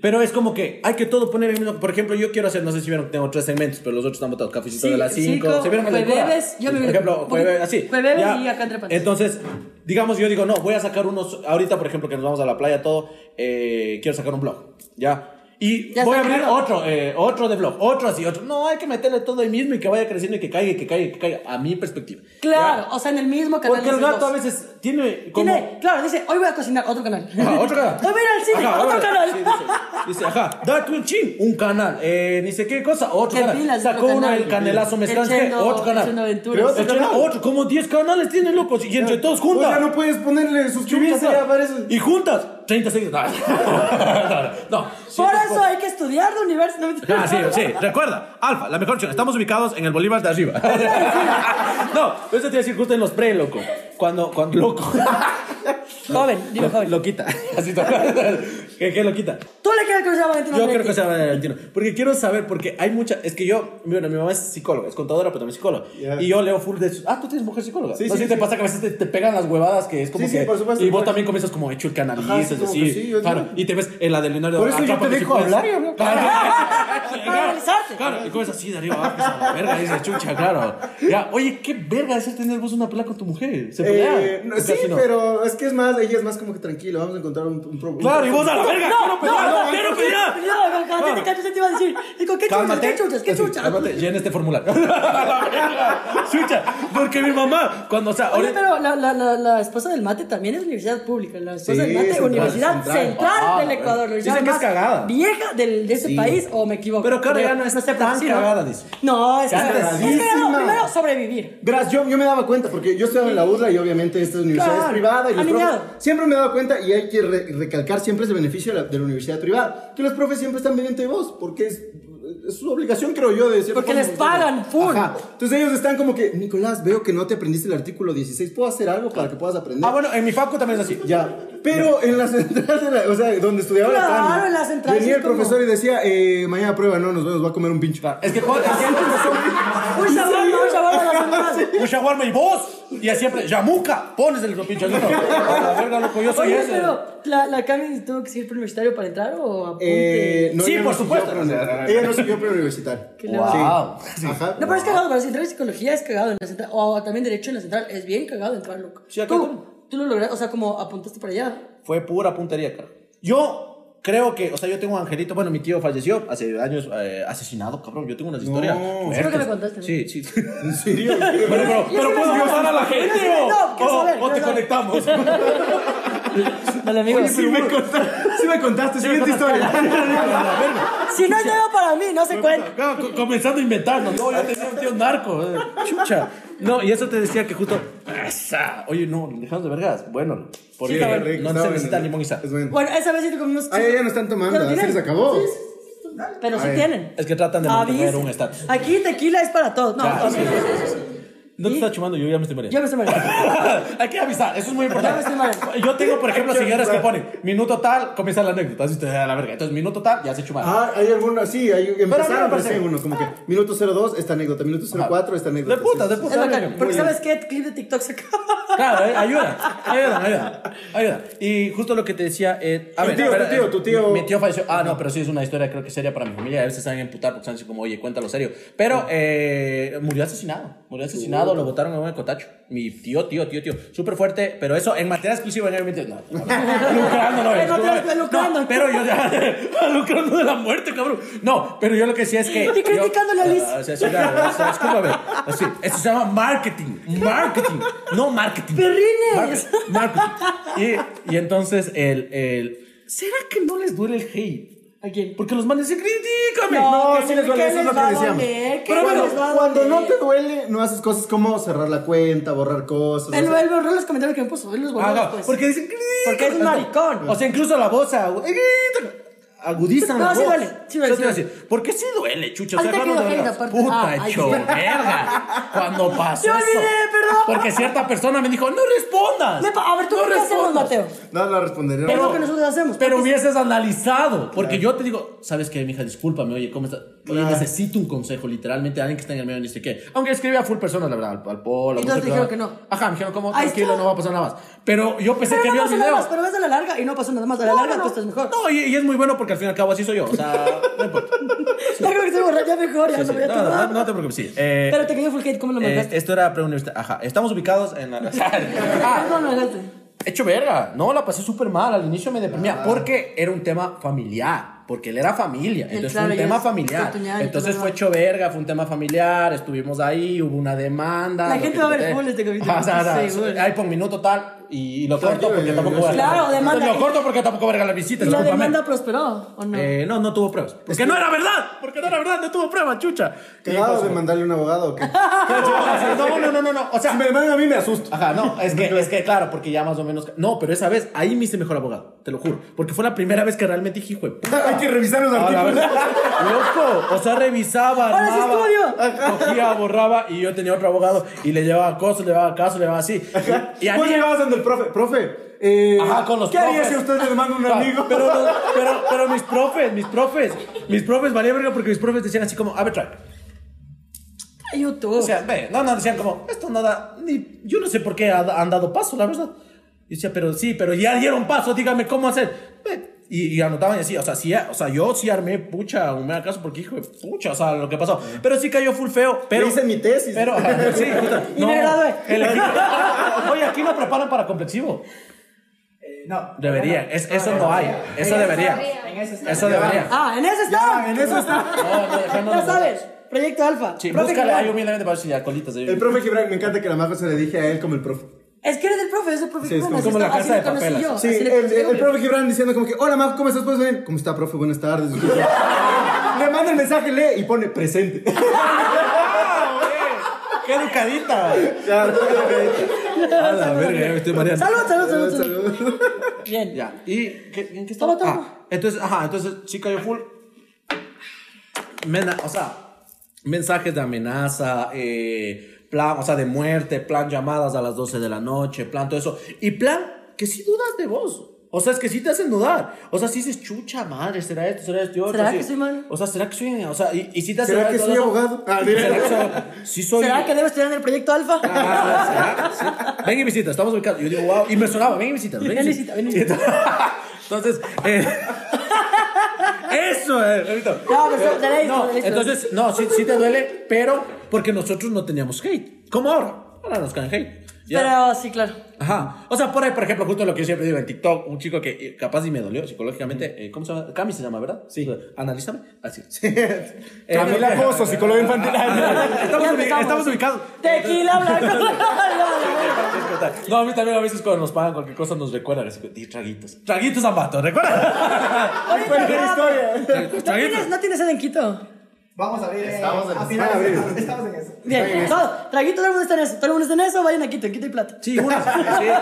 Speaker 2: pero es como que hay que todo poner en el mismo. Por ejemplo, yo quiero hacer, no sé si vieron, tengo tres segmentos, pero los otros están botados. Cafecito
Speaker 1: Sí,
Speaker 2: de las 5.
Speaker 1: cinco,
Speaker 2: ¿Se vieron el del Cora?
Speaker 1: jueves, yo me vi-
Speaker 2: Por ejemplo,
Speaker 1: un
Speaker 2: jueves,
Speaker 1: poquito-
Speaker 2: así.
Speaker 1: jueves
Speaker 2: ya.
Speaker 1: y acá entre panas.
Speaker 2: Entonces, digamos, yo digo, no, voy a sacar unos. Ahorita, por ejemplo, que nos vamos a la playa, todo, eh, quiero sacar un blog. Ya. Y
Speaker 1: Ya
Speaker 2: voy a
Speaker 1: saqué
Speaker 2: abrir
Speaker 1: el blog.
Speaker 2: otro, eh, otro de blog, otro así, otro. No, hay que meterle todo ahí mismo y que vaya creciendo y que caiga, y que caiga, y que caiga. A mi perspectiva.
Speaker 1: Claro,
Speaker 2: Ya.
Speaker 1: o sea, en el mismo canal.
Speaker 2: Porque el
Speaker 1: de los
Speaker 2: gato a
Speaker 1: dos.
Speaker 2: veces tiene como.
Speaker 1: Tiene, claro, dice, hoy voy a cocinar otro canal.
Speaker 2: Ajá, otro canal.
Speaker 1: Hoy voy a ir al cine,
Speaker 2: Ajá,
Speaker 1: otro
Speaker 2: ahora,
Speaker 1: canal.
Speaker 2: sí, dice, dice, ajá, date un chin, un canal. Eh, ni sé qué cosa, otro
Speaker 1: Qué
Speaker 2: canal.
Speaker 1: pilas,
Speaker 2: Sacó
Speaker 1: otro
Speaker 2: uno
Speaker 1: canal.
Speaker 2: el canelazo
Speaker 1: El
Speaker 2: mezclante,
Speaker 1: Chendo-
Speaker 2: otro canal.
Speaker 1: el Chendo Aventuras.
Speaker 2: Pero otro
Speaker 3: Otro
Speaker 2: canal,
Speaker 3: canal.
Speaker 2: otro, como 10 canales tienen locos. Y entre todos
Speaker 3: Pues
Speaker 2: juntas.
Speaker 3: ya no puedes ponerle suscribirse ya para eso.
Speaker 2: Y juntas, 30 seguidores. No, no, no.
Speaker 1: Por eso hay que estudiar de universidad. No, mentira.
Speaker 2: Ah, sí, sí. Recuerda, Alfa, la mejor opción. Estamos ubicados en el Bolívar de arriba. No, eso te iba a decir justo en los pre, loco. Cuando, cuando, loco.
Speaker 1: Joven, dilo joven.
Speaker 2: Loquita. Así te ¿Qué, qué loquita?
Speaker 1: Tú le quieres que se llame Valentino
Speaker 2: Yo
Speaker 1: Andretti.
Speaker 2: creo que se va a Valentino. Porque quiero saber, porque hay mucha. Es que yo, bueno, mi mamá es psicóloga, es contadora, pero también psicóloga.
Speaker 3: Ya.
Speaker 2: Y yo leo full de sus. Ah, tú tienes mujer psicóloga.
Speaker 3: Sí,
Speaker 2: no
Speaker 3: sí,
Speaker 2: sé si te
Speaker 3: sí.
Speaker 2: pasa que a veces te, te pegan las huevadas que es como
Speaker 3: Sí, sí,
Speaker 2: que.
Speaker 3: por supuesto,
Speaker 2: y vos
Speaker 3: por-
Speaker 2: también comienzas como hecho el
Speaker 3: Ajá, sí,
Speaker 2: canalices,
Speaker 3: como
Speaker 2: así.
Speaker 3: que sí, yo-
Speaker 2: claro. Y te ves en la del Leonardo.
Speaker 3: Por eso
Speaker 2: acá,
Speaker 3: yo te
Speaker 2: porque si
Speaker 3: dejo
Speaker 2: puedes-
Speaker 3: hablar, yo-
Speaker 2: Claro.
Speaker 1: Para analizarte.
Speaker 2: Claro, y comes así de arriba abajo, esa verga, dice chucha, claro. Ya, oye, qué verga es tener vos una pelea con tu mujer. Se pelea.
Speaker 3: Eh, no, sí,
Speaker 2: Casi no.
Speaker 3: pero es que es más, ella es más como que tranquila, vamos a encontrar un, un problema.
Speaker 2: Claro, y vos a la verga, quiero pelear,
Speaker 1: no,
Speaker 2: quiero
Speaker 1: no,
Speaker 2: pelear.
Speaker 1: No, no, cállate, cállate, te iba a decir. Digo, ¿qué chuchas? ¿Qué chuchas? ¿Qué
Speaker 2: Así,
Speaker 1: chuchas?
Speaker 2: cálmate, llena este formulario. chucha, porque mi mamá, cuando, o sea,
Speaker 1: Oye,
Speaker 2: ahorita-
Speaker 1: pero la, la, la, la esposa del mate también es universidad pública. La esposa
Speaker 3: Sí,
Speaker 1: del mate,
Speaker 3: central,
Speaker 1: Universidad
Speaker 3: central.
Speaker 1: Central,
Speaker 2: Ah,
Speaker 1: del
Speaker 2: bueno.
Speaker 1: Ecuador. la
Speaker 2: Dicen
Speaker 1: universidad
Speaker 2: que es
Speaker 1: más
Speaker 2: cagada.
Speaker 1: Vieja del, de este
Speaker 3: Sí.
Speaker 1: país, o me equivoco.
Speaker 2: Pero claro, ya no es
Speaker 1: sé,
Speaker 2: tan
Speaker 1: sí, ¿no?
Speaker 2: cagada, dice.
Speaker 1: No, es que
Speaker 2: Ya
Speaker 1: es
Speaker 2: es
Speaker 1: cagada.
Speaker 3: cagadísima.
Speaker 1: Primero, sobrevivir.
Speaker 3: Verás, yo, yo me daba cuenta, porque yo estudiaba en la UDLA y obviamente esta universidad
Speaker 1: Claro,
Speaker 3: es privada. Y los profes,
Speaker 1: alineado.
Speaker 3: siempre me daba cuenta, y hay que re- recalcar siempre ese beneficio de la, de la universidad privada, que los profes siempre están pendientes de vos, porque es, es su obligación, creo yo, de cierta
Speaker 1: Porque
Speaker 3: forma,
Speaker 1: les
Speaker 3: ustedes.
Speaker 1: pagan full.
Speaker 3: Ajá. Entonces ellos están como que, Nicolás, veo que no te aprendiste el artículo 16, ¿puedo hacer algo para que puedas aprender?
Speaker 2: Ah, bueno, en mi facu también es así.
Speaker 3: Ya, pero en la central, de la- o sea, donde estudiaba
Speaker 1: Claro,
Speaker 3: la Tania,
Speaker 1: en la central, sí
Speaker 3: venía
Speaker 1: es
Speaker 3: el
Speaker 1: como-
Speaker 3: profesor y decía, eh, mañana prueba, no, nos vemos, va a comer un pincho.
Speaker 2: Es que cuando
Speaker 1: Un shawarma, un shawarma a la semana.
Speaker 2: un shawarma y vos, y así siempre, yamuca, pones el pinche al otro. A la verga, loco, yo soy
Speaker 1: Oye,
Speaker 2: ese.
Speaker 1: pero, ¿la, la Cami tuvo que seguir preuniversitario para entrar o apunte?
Speaker 3: Eh, no,
Speaker 2: Sí,
Speaker 3: ella
Speaker 2: por
Speaker 3: no siguió
Speaker 2: supuesto.
Speaker 3: preuniversitario. Ella no siguió preuniversitario.
Speaker 1: Qué loco.
Speaker 3: Sí. Ajá.
Speaker 1: No, pero es cagado, para si entrar en psicología es cagado en la central, o también derecho en la central, es bien cagado entrar, loco.
Speaker 2: Sí, acá
Speaker 1: tú,
Speaker 2: también.
Speaker 1: tú lo lograste, o sea, como apuntaste para allá.
Speaker 2: Fue pura puntería, cara. Yo creo que, o sea, yo tengo un angelito. Bueno, mi tío falleció hace años eh, asesinado, cabrón. Yo tengo unas historias.
Speaker 1: Creo que me
Speaker 2: fuertes.
Speaker 1: contaste.
Speaker 2: Sí, sí.
Speaker 3: ¿En serio?
Speaker 2: Pero, pero,
Speaker 1: Yo
Speaker 2: pero
Speaker 1: sí
Speaker 2: puedo
Speaker 1: les-
Speaker 2: contar a la
Speaker 1: yo sí les-
Speaker 2: gente o,
Speaker 1: no, quiero
Speaker 2: o-
Speaker 1: saber,
Speaker 2: o te
Speaker 1: quiero saber.
Speaker 2: conectamos.
Speaker 1: Vale, amigo.
Speaker 3: Sí me contaste, sí me contaste, siguiente historia.
Speaker 1: Si no es nuevo para mí, no se cuenta.
Speaker 2: Claro, co- comenzando a inventarnos. No, yo tenía un tío narco. eh, Chucha. No, y eso te decía que justo. ¡Asa! Oye, no, dejamos de vergas. Bueno, porque
Speaker 1: Sí, está bueno,
Speaker 2: no se necesita limón y sal.
Speaker 3: Es bueno.
Speaker 1: Bueno, esa vez sí te comimos.
Speaker 3: Ah, ya, ya no están tomando,
Speaker 1: Pero
Speaker 3: se
Speaker 1: tienen-
Speaker 3: les acabó.
Speaker 1: Sí, sí, sí, sí. Pero sí
Speaker 3: Ay.
Speaker 1: tienen.
Speaker 2: Es que tratan de mantener un estatus.
Speaker 1: Aquí tequila es para todos. No,
Speaker 2: Ya,
Speaker 1: no,
Speaker 2: sí, sí, sí, sí. No te estás chumando, yo ya me estoy mareando.
Speaker 1: yo me estoy mareando.
Speaker 2: Hay que avisar, eso es muy importante.
Speaker 1: Ya me estoy mal.
Speaker 2: Yo tengo, por ejemplo, señoras que ponen minuto tal, comienza la anécdota. Así te da la verga. Entonces, minuto tal, ya se chuman.
Speaker 3: Ah, hay algunos, sí, hay,
Speaker 2: a mí me
Speaker 3: empezaron
Speaker 2: parece-
Speaker 3: recién uno, como que minuto 02, esta anécdota, minuto 04, esta anécdota.
Speaker 2: de putas, de
Speaker 1: Es
Speaker 2: putas.
Speaker 1: bacán, porque
Speaker 3: bien.
Speaker 1: ¿sabes qué? Clip de TikTok se acaba.
Speaker 2: Claro, eh, ayuda, ayuda, ayuda, ayuda. Y justo lo que te decía, eh, a
Speaker 3: Tu
Speaker 2: ver,
Speaker 3: tío,
Speaker 2: a ver,
Speaker 3: tu tío,
Speaker 2: eh,
Speaker 3: tu tío.
Speaker 2: Mi, mi tío falleció. Ah, no, pero sí es una historia creo que seria para mi familia. A veces saben emputar porque saben así como, oye, cuéntalo serio. Pero eh, murió asesinado. Murió asesinado, lo botaron en un cotacho. Mi tío, tío, tío, tío. Súper fuerte, pero eso en materia exclusiva, en el ambiente- No, no, no. lucrando, no.
Speaker 1: En
Speaker 2: es-
Speaker 1: materia- lucrando.
Speaker 2: No, pero yo. lucrando de la muerte, cabrón. No, pero yo lo que decía es que.
Speaker 1: Y criticándole a Liz.
Speaker 2: Ah, o sea, sí, claro, o sea, discúlpame. Así, eso se llama marketing. Marketing. No marketing.
Speaker 1: Perrines.
Speaker 2: Market- marketing. Y, y entonces, el, el. ¿Será que no les duele el hate?
Speaker 1: ¿A quién?
Speaker 2: Porque los manes dicen, críticame.
Speaker 3: No,
Speaker 1: No,
Speaker 3: que sí les duele,
Speaker 1: ¿qué
Speaker 3: eso es lo
Speaker 1: va
Speaker 3: que
Speaker 1: a
Speaker 3: decíamos.
Speaker 1: doler? ¿Qué
Speaker 3: Pero
Speaker 1: les
Speaker 3: bueno,
Speaker 1: va a
Speaker 3: cuando no
Speaker 1: doler?
Speaker 3: te duele, no haces cosas como cerrar la cuenta, borrar cosas.
Speaker 1: Él
Speaker 3: o sea,
Speaker 1: él borró los comentarios que me puso. Él los borró
Speaker 2: Ah, no,
Speaker 1: después.
Speaker 2: porque dicen críticame.
Speaker 1: Porque es un maricón.
Speaker 2: O sea, incluso la voz agu- eh, grita- agudiza
Speaker 1: No,
Speaker 2: la
Speaker 1: sí
Speaker 2: voz.
Speaker 1: duele, sí duele,
Speaker 2: Yo te iba a
Speaker 1: sí
Speaker 2: decir, ¿Por qué sí duele, chucha? O sea,
Speaker 1: Ahorita
Speaker 2: Fernando
Speaker 1: quedó
Speaker 2: Vargas,
Speaker 1: hate aparte. Ah,
Speaker 2: puta
Speaker 1: ay,
Speaker 2: cho,
Speaker 1: sí.
Speaker 2: verga. Cuando pasó
Speaker 1: Yo olvidé,
Speaker 2: eso.
Speaker 1: perdón.
Speaker 2: Porque cierta persona me dijo, no respondas.
Speaker 1: Me pa- a ver, ¿tú
Speaker 2: No
Speaker 1: qué hacemos,
Speaker 2: respondas".
Speaker 1: Mateo?
Speaker 3: No, no respondería.
Speaker 1: Es lo
Speaker 3: Pero,
Speaker 1: que nosotros hacemos.
Speaker 2: Pero
Speaker 1: Porque-
Speaker 2: hubieses analizado. Porque yo te digo, ¿sabes qué, mija? Discúlpame, oye, ¿cómo estás? Oye,
Speaker 3: Claro.
Speaker 2: necesito un consejo, literalmente, alguien que está en el medio dice que. Aunque escribí a full personas, la verdad, al, al polo.
Speaker 1: Y todos
Speaker 2: a mucho
Speaker 1: te dijeron
Speaker 2: cuidado.
Speaker 1: que no.
Speaker 2: Ajá, me dijeron como,
Speaker 1: Ahí
Speaker 2: tranquilo,
Speaker 1: está.
Speaker 2: no va a pasar nada más. Pero yo pensé
Speaker 1: Pero
Speaker 2: que
Speaker 1: no
Speaker 2: vio el
Speaker 1: pasa nada
Speaker 2: video.
Speaker 1: más, pero ves a la larga y no pasa nada más. A la larga tú estás mejor.
Speaker 2: No, y, y es muy bueno porque al fin y al cabo así soy yo. O sea, no importa.
Speaker 1: Ya creo que estoy borracho, ya mejor, ya
Speaker 2: Sí, sí.
Speaker 1: no voy a
Speaker 2: No, no,
Speaker 1: tomar.
Speaker 2: no, no te preocupes, sí. Eh,
Speaker 1: Pero te cayó full hate, ¿cómo lo
Speaker 2: eh,
Speaker 1: mandaste?
Speaker 2: esto era preuniversitario. Ajá, estamos ubicados en la. Ah,
Speaker 1: ¿Cómo lo mandaste?
Speaker 2: Hecho verga, no, la pasé súper mal, al inicio me deprimía,
Speaker 1: Ah.
Speaker 2: porque era un tema familiar, porque él era familia, entonces
Speaker 1: claro,
Speaker 2: fue un
Speaker 1: ya
Speaker 2: tema
Speaker 1: es
Speaker 2: familiar,
Speaker 1: oportunidad,
Speaker 2: entonces
Speaker 1: entonces,
Speaker 2: fue hecho verga, fue un tema familiar, estuvimos ahí, hubo una demanda.
Speaker 1: La
Speaker 2: lo
Speaker 1: gente
Speaker 2: que
Speaker 1: va a ver
Speaker 2: te-
Speaker 1: full este capítulo,
Speaker 2: Ajá, o sea,
Speaker 1: estoy
Speaker 2: o sea,
Speaker 1: segura.
Speaker 2: Hay por minuto tal, y, y lo
Speaker 3: Claro,
Speaker 2: corto porque
Speaker 3: yo-
Speaker 2: tampoco
Speaker 3: eh, yo-
Speaker 2: voy a
Speaker 1: Claro, demanda.
Speaker 2: Lo corto porque tampoco voy a regalar
Speaker 1: ¿Y
Speaker 2: visitas,
Speaker 1: la
Speaker 2: discúlpame.
Speaker 1: demanda prosperó o no?
Speaker 2: Eh, no, no tuvo pruebas. Porque no era verdad. Porque no era verdad, no tuvo pruebas, chucha. Y
Speaker 3: ¿Cagado
Speaker 2: pues,
Speaker 3: de mandarle a un abogado o qué?
Speaker 2: No, no, no, no, no. O sea,
Speaker 3: Si me demandan a mí, me asusto.
Speaker 2: Ajá, no, es que, es que claro, porque ya más o menos. No, pero esa vez ahí me hice mejor abogado, te lo juro. Porque fue la primera vez que realmente dije, hijo de puta.
Speaker 3: Hay que revisar los
Speaker 2: Ahora, a ver,
Speaker 3: artículos.
Speaker 2: loco, o sea, revisaba,
Speaker 1: Ahora sí
Speaker 2: armaba,
Speaker 1: estudio.
Speaker 2: cogía, borraba y yo tenía otro abogado y le llevaba cosas, le llevaba casos, le llevaba así. Y, y a
Speaker 3: Vos
Speaker 2: mí-
Speaker 3: llegabas donde el profe. Profe, eh,
Speaker 2: Ajá, con los
Speaker 3: ¿qué haría
Speaker 2: profes.
Speaker 3: si usted le manda un amigo?
Speaker 2: Pero, no- pero, pero mis profes, mis profes, mis profes valía verga porque mis profes decían así como, a ver, track.
Speaker 1: YouTube.
Speaker 2: O sea, ve, no, no, decían como, esto nada, ni, yo no sé por qué ha- han dado paso, la verdad. Y decía, pero sí, pero ya dieron paso, dígame cómo hacer. Ve. Y, y anotaban y así, o sea, sí, o sea, yo sí armé pucha, un mega caso porque hijo de pucha, o sea, lo que pasó. Pero sí cayó full feo, pero.
Speaker 3: hice mi tesis.
Speaker 2: Pero, ajá, sí, puta,
Speaker 1: Y me gradué.
Speaker 2: el equipo- Oye, aquí no preparan para complexivo.
Speaker 4: Eh, no.
Speaker 2: Debería,
Speaker 4: Bueno,
Speaker 2: es, eso no hay, eso debería.
Speaker 4: En ese estado.
Speaker 2: Eso debería.
Speaker 1: Ah, en eso está.
Speaker 3: Ya, en eso está.
Speaker 2: No, no, no, no,
Speaker 1: ya
Speaker 2: no.
Speaker 1: sabes, Proyecto Alfa.
Speaker 2: Sí,
Speaker 1: Profe
Speaker 2: búscale
Speaker 1: Gibran.
Speaker 2: ahí humildemente para ver si hay colitas. ahí.
Speaker 3: El profe Gibran, me encanta que la majo se le dije a él como el profe.
Speaker 1: Es que eres el profe, es el profe
Speaker 3: Sí, es
Speaker 1: Gibran, así
Speaker 2: como la
Speaker 1: está-
Speaker 2: casa
Speaker 1: así
Speaker 2: de
Speaker 1: lo conocí
Speaker 2: papel,
Speaker 1: yo,
Speaker 3: Sí,
Speaker 1: así
Speaker 3: el,
Speaker 1: le
Speaker 3: el-
Speaker 1: conocí
Speaker 3: el
Speaker 1: yo.
Speaker 3: profe Gibran diciendo como que, hola Majo, ¿cómo estás? ¿Puedes venir? ¿Cómo está, profe? Buenas tardes. Le manda el mensaje, lee y pone presente.
Speaker 2: ¡Ah, güey! ¡Qué educadita! A la verga, ya me estoy mareando.
Speaker 1: Salud, salud, salud, salud.
Speaker 3: Ah, Salud.
Speaker 1: Bien.
Speaker 2: Ya, ¿y qué, en qué
Speaker 1: Toma,
Speaker 2: estaba?
Speaker 1: toma.
Speaker 2: Ah, entonces, ajá, entonces, chica, yo full. Mena, o sea, mensajes de amenaza, eh, plan, o sea, de muerte, plan llamadas a las 12 de la noche, plan todo eso. Y plan, que sí dudas de vos. O sea, es que sí te hacen dudar. O sea, si dices, chucha madre, será esto, será esto, y otro,
Speaker 1: ¿Será
Speaker 2: sí.
Speaker 1: que soy malo?
Speaker 2: O sea, será que soy. O sea, y, y sí te hacen
Speaker 3: ¿Será que
Speaker 2: todo
Speaker 3: soy
Speaker 2: eso.
Speaker 3: abogado? Ah, mira.
Speaker 2: ¿Será que soy- sí soy-
Speaker 1: ¿Será que debo estudiar en el Proyecto Alfa?
Speaker 2: Ah, ¿será? Sí. Ven y visita, estamos ubicados. Yo digo, wow. Y me sonaba, ven y visita. Ven y visita, ven y visita. Entonces, eh, eso, eh, ahorita.
Speaker 1: No, pero está- derecho,
Speaker 2: No,
Speaker 1: derecho.
Speaker 2: entonces, no, sí, sí te duele, pero porque nosotros no teníamos hate. Como ahora. Ahora nos caen hate. Ya.
Speaker 1: Pero sí, claro.
Speaker 2: Ajá. O sea, por ahí, por ejemplo, justo lo que yo siempre digo en TikTok, un chico que eh, capaz y me dolió psicológicamente, eh, ¿cómo se llama? Cami se llama, ¿verdad? Sí. Analízame. Así. Eh,
Speaker 3: Camila Coso, psicóloga infantil.
Speaker 2: Ah, Estamos,
Speaker 1: Ya
Speaker 2: ubi-
Speaker 1: empezamos.
Speaker 2: estamos ubicados.
Speaker 1: Tequila blanco.
Speaker 2: No, a mí también a veces cuando nos pagan cualquier cosa nos recuerdan. así que, "Di traguitos. Traguitos, Ambato, ¿recuerdas?
Speaker 1: Oye,
Speaker 3: Fue la
Speaker 1: pero ya,
Speaker 3: historia.
Speaker 1: ¿No tienes, no tienes sed en Quito?
Speaker 4: Vamos a abrir. eh,
Speaker 3: Estamos en-
Speaker 4: a finales de-
Speaker 3: abrir.
Speaker 4: Estamos en eso.
Speaker 1: Bien, todo, traguito, todo el mundo está en eso, todo el mundo está en eso, vayan a Quito, en Quito y plata.
Speaker 2: Sí, unos. Sí,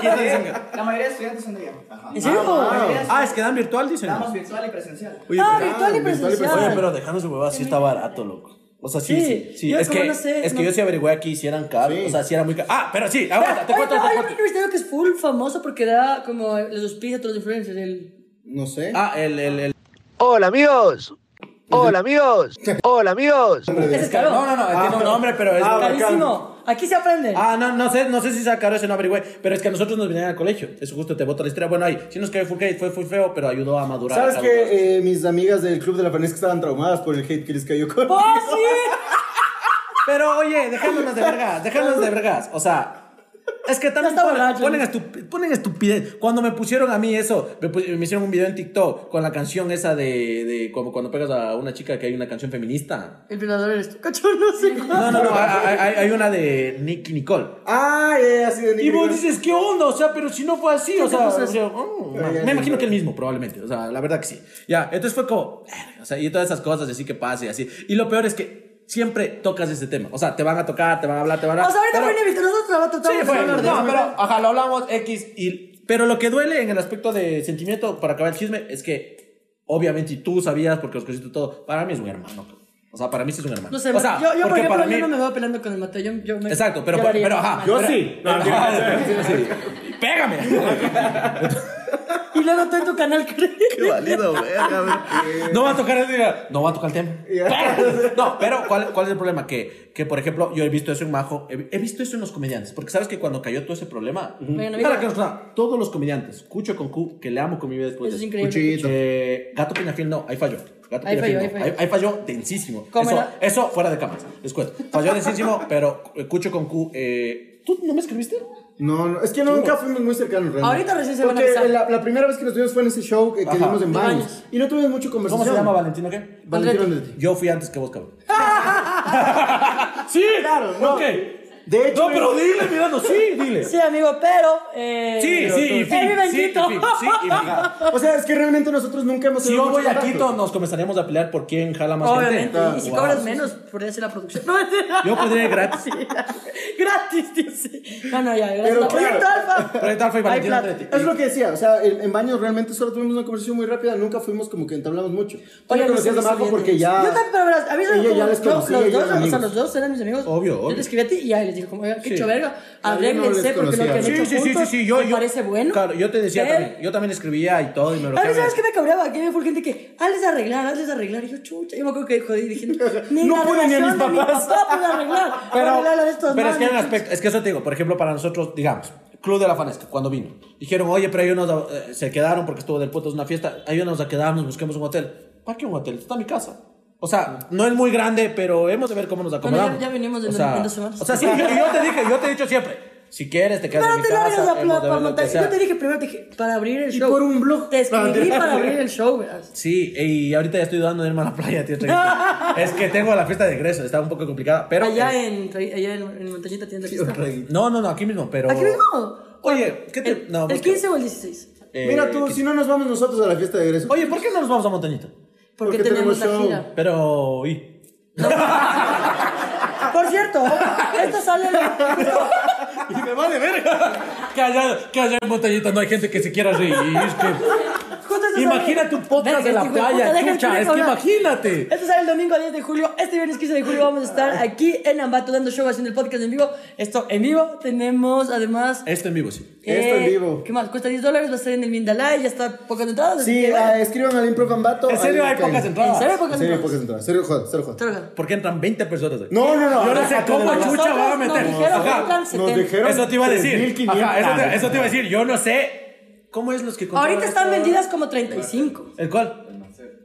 Speaker 2: ¿quién dice que-
Speaker 4: La mayoría de estudiantes son de allá.
Speaker 1: ¿En serio?
Speaker 3: wow.
Speaker 2: Ah, es que dan virtual, dicen.
Speaker 4: Damos virtual y presencial.
Speaker 3: Oye,
Speaker 1: ah,
Speaker 3: pero-
Speaker 1: virtual y presencial.
Speaker 2: Oye, pero dejando su huevada, sí está barato, loco. O sea, sí,
Speaker 1: Sí,
Speaker 2: sí, sí.
Speaker 1: yo
Speaker 2: Es,
Speaker 1: como
Speaker 2: que,
Speaker 1: no sé,
Speaker 2: es que
Speaker 1: no-
Speaker 2: yo sí averigüé aquí si eran caros.
Speaker 3: Sí.
Speaker 2: O sea, si era muy caro. Ah, pero sí, aguanta, te
Speaker 1: Oye,
Speaker 2: cuento,
Speaker 1: pero
Speaker 2: te
Speaker 1: hay un
Speaker 2: cuento.
Speaker 1: universitario que es full famoso porque da como los auspicios a todos los influencers. El...
Speaker 3: No sé.
Speaker 2: Ah, el, el, el.
Speaker 6: Hola amigos. Hola amigos. Hola amigos.
Speaker 1: Ese es caro.
Speaker 2: No, no, no, tiene un nombre, pero es.
Speaker 3: Ah, bacán.
Speaker 1: Carísimo. Aquí se aprende.
Speaker 2: Ah, no, no sé, no sé si sea caro ese no averigüé, pero es que a nosotros nos vinieron al colegio. Eso justo te bota la historia. Bueno, ahí, sí nos cayó full hate, fue full feo, pero ayudó a madurar.
Speaker 3: ¿Sabes
Speaker 2: a madurar.
Speaker 3: ¡Oh, que eh, mis amigas del club de la que estaban traumadas por el hate que les cayó con
Speaker 1: ¡Oh, sí!
Speaker 2: Pero oye, dejándonos de vergas, dejándonos de vergas. O sea. Es que también
Speaker 1: Ya está
Speaker 2: ponen,
Speaker 1: borracho.
Speaker 2: ponen estupi- ponen estupidez. Cuando me pusieron a mí eso, me, pu- me hicieron un video en TikTok con la canción esa de, de como cuando pegas a una chica que hay una canción feminista.
Speaker 1: El violador eres tú, cachón, no sé cuál.
Speaker 2: No, no, no, hay, hay- hay una de Nicky Nicole.
Speaker 3: Ah, ya, ya, así de
Speaker 2: Y
Speaker 3: Nicky
Speaker 2: vos
Speaker 3: Nicole.
Speaker 2: dices, ¿qué onda? O sea, pero si no fue así, o
Speaker 1: ¿Qué
Speaker 2: sea,
Speaker 1: cosa
Speaker 2: o
Speaker 1: es?
Speaker 2: sea, oh,
Speaker 3: Pero ya
Speaker 2: me imagino
Speaker 3: entiendo.
Speaker 2: que el mismo, probablemente. O sea, la verdad que sí. Ya, entonces fue como, "Verga", o sea, y todas esas cosas, y así que pasa y así. Y lo peor es que siempre tocas ese tema. O sea, te van a tocar, te van a hablar, te van a.
Speaker 1: O sea, ahorita
Speaker 2: pero-
Speaker 1: fue inevitable, nosotros la
Speaker 2: Sí,
Speaker 1: tratamos
Speaker 2: fue.
Speaker 1: de hablar de
Speaker 2: No,
Speaker 1: eso.
Speaker 2: pero, ajá, lo hablamos, X. Y, pero lo que duele en el aspecto de sentimiento, para acabar el chisme, es que, obviamente, y tú sabías, porque los conociste todo, para mí es un hermano. O sea, para mí sí es un hermano.
Speaker 1: No sé,
Speaker 2: o sea,
Speaker 1: yo, yo por
Speaker 2: porque
Speaker 1: ejemplo,
Speaker 2: para
Speaker 1: yo
Speaker 2: mí.
Speaker 1: no me veo peleando con el Mateo. Yo, yo me,
Speaker 2: Exacto, pero,
Speaker 1: yo
Speaker 2: pero,
Speaker 1: haría
Speaker 2: pero,
Speaker 1: eso
Speaker 2: ajá.
Speaker 1: mal.
Speaker 2: pero-
Speaker 1: Pero-
Speaker 2: sí. Pégame.
Speaker 1: Y luego tú en tu canal,
Speaker 6: Qué
Speaker 1: creo.
Speaker 6: valido, verga, güey.
Speaker 2: No va a tocar el tema. No va a tocar el tema. Pero- No, pero ¿cuál, cuál es el problema? Que, que, por ejemplo, yo he visto eso en Majo, he, he visto eso en los comediantes. Porque sabes que cuando cayó todo ese problema,
Speaker 1: Bueno,
Speaker 2: para
Speaker 1: mira.
Speaker 2: que nos- no, todos los comediantes, Cucho con Q, que le amo con mi vida después.
Speaker 1: Eso es
Speaker 2: de-
Speaker 1: increíble.
Speaker 3: Cuchito.
Speaker 2: Eh, Gato Peñafiel, no, ahí falló. Gato
Speaker 1: Ahí
Speaker 2: Peñafiel,
Speaker 1: falló, ahí
Speaker 2: no.
Speaker 1: falló.
Speaker 2: ahí, ahí falló densísimo.
Speaker 1: ¿Cómo
Speaker 2: Eso,
Speaker 1: era?
Speaker 2: eso fuera de cámaras, les cuento. Falló densísimo, pero eh, Cucho con Q, eh, ¿tú no me escribiste?
Speaker 3: No, no, es que nunca fuimos muy cercanos realmente.
Speaker 1: Ahorita recién se van a
Speaker 3: Porque
Speaker 1: besar.
Speaker 3: La, la primera vez que nos vimos fue en ese show que, que
Speaker 2: Ajá.
Speaker 3: dimos en
Speaker 1: De
Speaker 3: Baños.
Speaker 1: Baños.
Speaker 3: Y no tuvimos mucho
Speaker 2: ¿Cómo
Speaker 3: conversación.
Speaker 2: se llama Valentino qué?
Speaker 3: Valentino
Speaker 1: Andretti.
Speaker 3: Andretti.
Speaker 2: Yo fui antes que vos, cabrón. sí, claro,
Speaker 3: no.
Speaker 2: Ok.
Speaker 3: De hecho,
Speaker 2: No, pero dile, mirando, sí, dile.
Speaker 1: Sí, amigo, pero. Eh,
Speaker 2: Sí, sí, y fin,
Speaker 1: Él vive en
Speaker 2: sí, y
Speaker 1: Quito.
Speaker 2: fin, sí, y fin.
Speaker 3: O sea, es que realmente nosotros nunca hemos
Speaker 2: Si
Speaker 3: tenido
Speaker 2: yo
Speaker 3: mucho
Speaker 2: voy a
Speaker 3: contacto.
Speaker 2: Quito, nos comenzaríamos a pelear por quién jala más
Speaker 1: Obviamente.
Speaker 2: gente.
Speaker 1: Y si
Speaker 2: Wow.
Speaker 1: cobras menos, podría ser la producción. No,
Speaker 2: Yo podría ir gratis.
Speaker 1: Sí. gratis, dice. No, no, ya, gracias.
Speaker 3: Pero
Speaker 1: No,
Speaker 3: claro.
Speaker 1: Proyecto Alfa.
Speaker 2: Proyecto Alfa y
Speaker 1: Hay
Speaker 2: Valentino
Speaker 1: plata.
Speaker 2: Andretti.
Speaker 3: Es lo que decía, o sea, en, en Baños realmente solo tuvimos una conversación muy rápida, nunca fuimos como que entablamos mucho. Tú
Speaker 1: Oye,
Speaker 3: me
Speaker 1: no
Speaker 3: conocías
Speaker 1: sé, no
Speaker 3: a
Speaker 1: sé
Speaker 3: Majo
Speaker 1: bien,
Speaker 3: porque
Speaker 1: no sé.
Speaker 3: ya...
Speaker 1: Yo también, pero verás, a mí
Speaker 3: Ella
Speaker 1: como-
Speaker 3: ya les
Speaker 1: yo-
Speaker 3: conocía,
Speaker 1: los
Speaker 3: ellos
Speaker 1: dos,
Speaker 3: eran
Speaker 1: o sea,
Speaker 3: amigos.
Speaker 1: los dos eran mis amigos.
Speaker 2: Obvio,
Speaker 1: Yo
Speaker 2: obvcho.
Speaker 1: les escribí a ti y ya les dije como, oiga, qué
Speaker 2: Sí.
Speaker 1: hecho verga,
Speaker 3: A mí no les
Speaker 1: arréglense porque lo que han
Speaker 3: conocía.
Speaker 1: hecho
Speaker 2: Sí, sí, sí, sí,
Speaker 1: juntos
Speaker 2: sí, yo,
Speaker 1: me
Speaker 2: yo-
Speaker 1: parece bueno.
Speaker 2: Claro, yo te decía
Speaker 1: pero-
Speaker 2: también, yo también escribía y todo y me lo
Speaker 1: A mí, ¿sabes qué me cabreaba? Que había full gente que, hazles arreglar, hazles arreglar. Y yo, chucha, yo me acuerdo que jodí y dije, ni
Speaker 3: No
Speaker 1: la
Speaker 3: pude ni a
Speaker 1: relación
Speaker 3: mis
Speaker 1: de mi
Speaker 3: papás.
Speaker 1: papá pude arreglar.
Speaker 2: "Ah, Pero,
Speaker 1: Arreglar la de estos
Speaker 2: pero es que hay un
Speaker 1: manes.
Speaker 2: aspecto, es que eso te digo, por ejemplo, para nosotros, digamos, Club de la Fanesca, cuando vino, dijeron, oye, pero hay unos, eh, se quedaron porque estuvo del puto, es una fiesta, hay unos a quedarnos, busquemos un hotel. ¿Para qué un hotel? Está mi casa. O sea, no es muy grande, pero hemos de ver cómo nos acomodamos.
Speaker 1: ya venimos en
Speaker 2: o
Speaker 1: dos-
Speaker 2: sea,
Speaker 1: en dos semanas.
Speaker 2: O sea, sí, yo, yo te dije, yo te he dicho siempre, si quieres te quedas
Speaker 1: Pero
Speaker 2: en mi
Speaker 1: te largas
Speaker 2: casa.
Speaker 1: a
Speaker 2: hemos
Speaker 1: pla- para
Speaker 2: de ver lo que
Speaker 1: montar. Yo
Speaker 2: sea.
Speaker 1: te dije primero, te dije, para abrir el
Speaker 3: Y
Speaker 1: show.
Speaker 3: por un blog.
Speaker 1: Te escribí
Speaker 3: No,
Speaker 1: para abrir el show, verás.
Speaker 2: Sí, y ahorita ya estoy dudando de irme a la playa, tío. es que tengo la fiesta de egreso, está un poco complicada, pero...
Speaker 1: Allá
Speaker 2: eh,
Speaker 1: en, allá en, en Montañita tiene la fiesta.
Speaker 2: No, no, no, aquí mismo, pero...
Speaker 1: ¿Aquí mismo?
Speaker 2: Oye, ¿qué te...?
Speaker 1: El,
Speaker 2: no,
Speaker 1: el
Speaker 2: busca-
Speaker 1: 15 o el 16.
Speaker 2: Eh,
Speaker 3: Mira tú,
Speaker 2: que-
Speaker 3: si no nos vamos nosotros a la fiesta de egreso.
Speaker 2: Oye, ¿por qué no nos vamos a Montañita?
Speaker 1: Porque,
Speaker 3: Porque
Speaker 1: tenemos
Speaker 3: tenemos
Speaker 1: la
Speaker 3: show.
Speaker 1: gira.
Speaker 2: Pero. ¿y?
Speaker 1: Por cierto, esto sale.
Speaker 2: y me vale verga. Que allá, que allá en Montañita no hay gente que se quiera reír. que-
Speaker 1: Justo esto
Speaker 2: Imagínate
Speaker 1: sale-
Speaker 2: un
Speaker 1: Verga,
Speaker 2: podcast de la
Speaker 1: este hijo puta,
Speaker 2: playa,
Speaker 1: deja
Speaker 2: chucha.
Speaker 1: de
Speaker 2: Es que
Speaker 1: hablar.
Speaker 2: imagínate.
Speaker 1: Esto sale el domingo 10 de julio. Este viernes 15 de julio vamos a estar aquí en Ambato dando show haciendo el podcast en vivo. Esto en vivo. Tenemos además. eh,
Speaker 2: Esto en vivo, sí.
Speaker 3: Esto en vivo.
Speaker 1: ¿Qué más? Cuesta 10 dólares. Va a estar en el Mindalay. Ya está pocas entradas. así
Speaker 3: Sí,
Speaker 1: que,
Speaker 3: ah,
Speaker 1: bueno.
Speaker 3: escriban al Impro Ambato.
Speaker 2: En serio, hay pocas
Speaker 1: ¿En
Speaker 2: entradas.
Speaker 1: serio?
Speaker 3: En
Speaker 1: Pocas
Speaker 3: serio,
Speaker 1: entradas.
Speaker 3: hay pocas entradas. Serio, joder, serio, joder.
Speaker 1: Droga.
Speaker 2: Porque entran 20 personas ahí.
Speaker 3: No, no, no.
Speaker 2: Yo no sé
Speaker 3: Acá
Speaker 2: cómo
Speaker 3: de verdad.
Speaker 2: chucha van a
Speaker 1: Nosotros
Speaker 2: meter.
Speaker 1: Nos dijeron que
Speaker 2: Ajá.
Speaker 1: entran
Speaker 3: Nos
Speaker 1: 70.
Speaker 3: dijeron
Speaker 2: Eso te iba a decir.
Speaker 3: 3.500.
Speaker 2: Ajá, eso te, eso te iba a decir. Yo no sé. ¿Cómo es los que controlan?
Speaker 1: Ahorita están
Speaker 2: esto?
Speaker 1: vendidas como 35.
Speaker 2: ¿El cuál?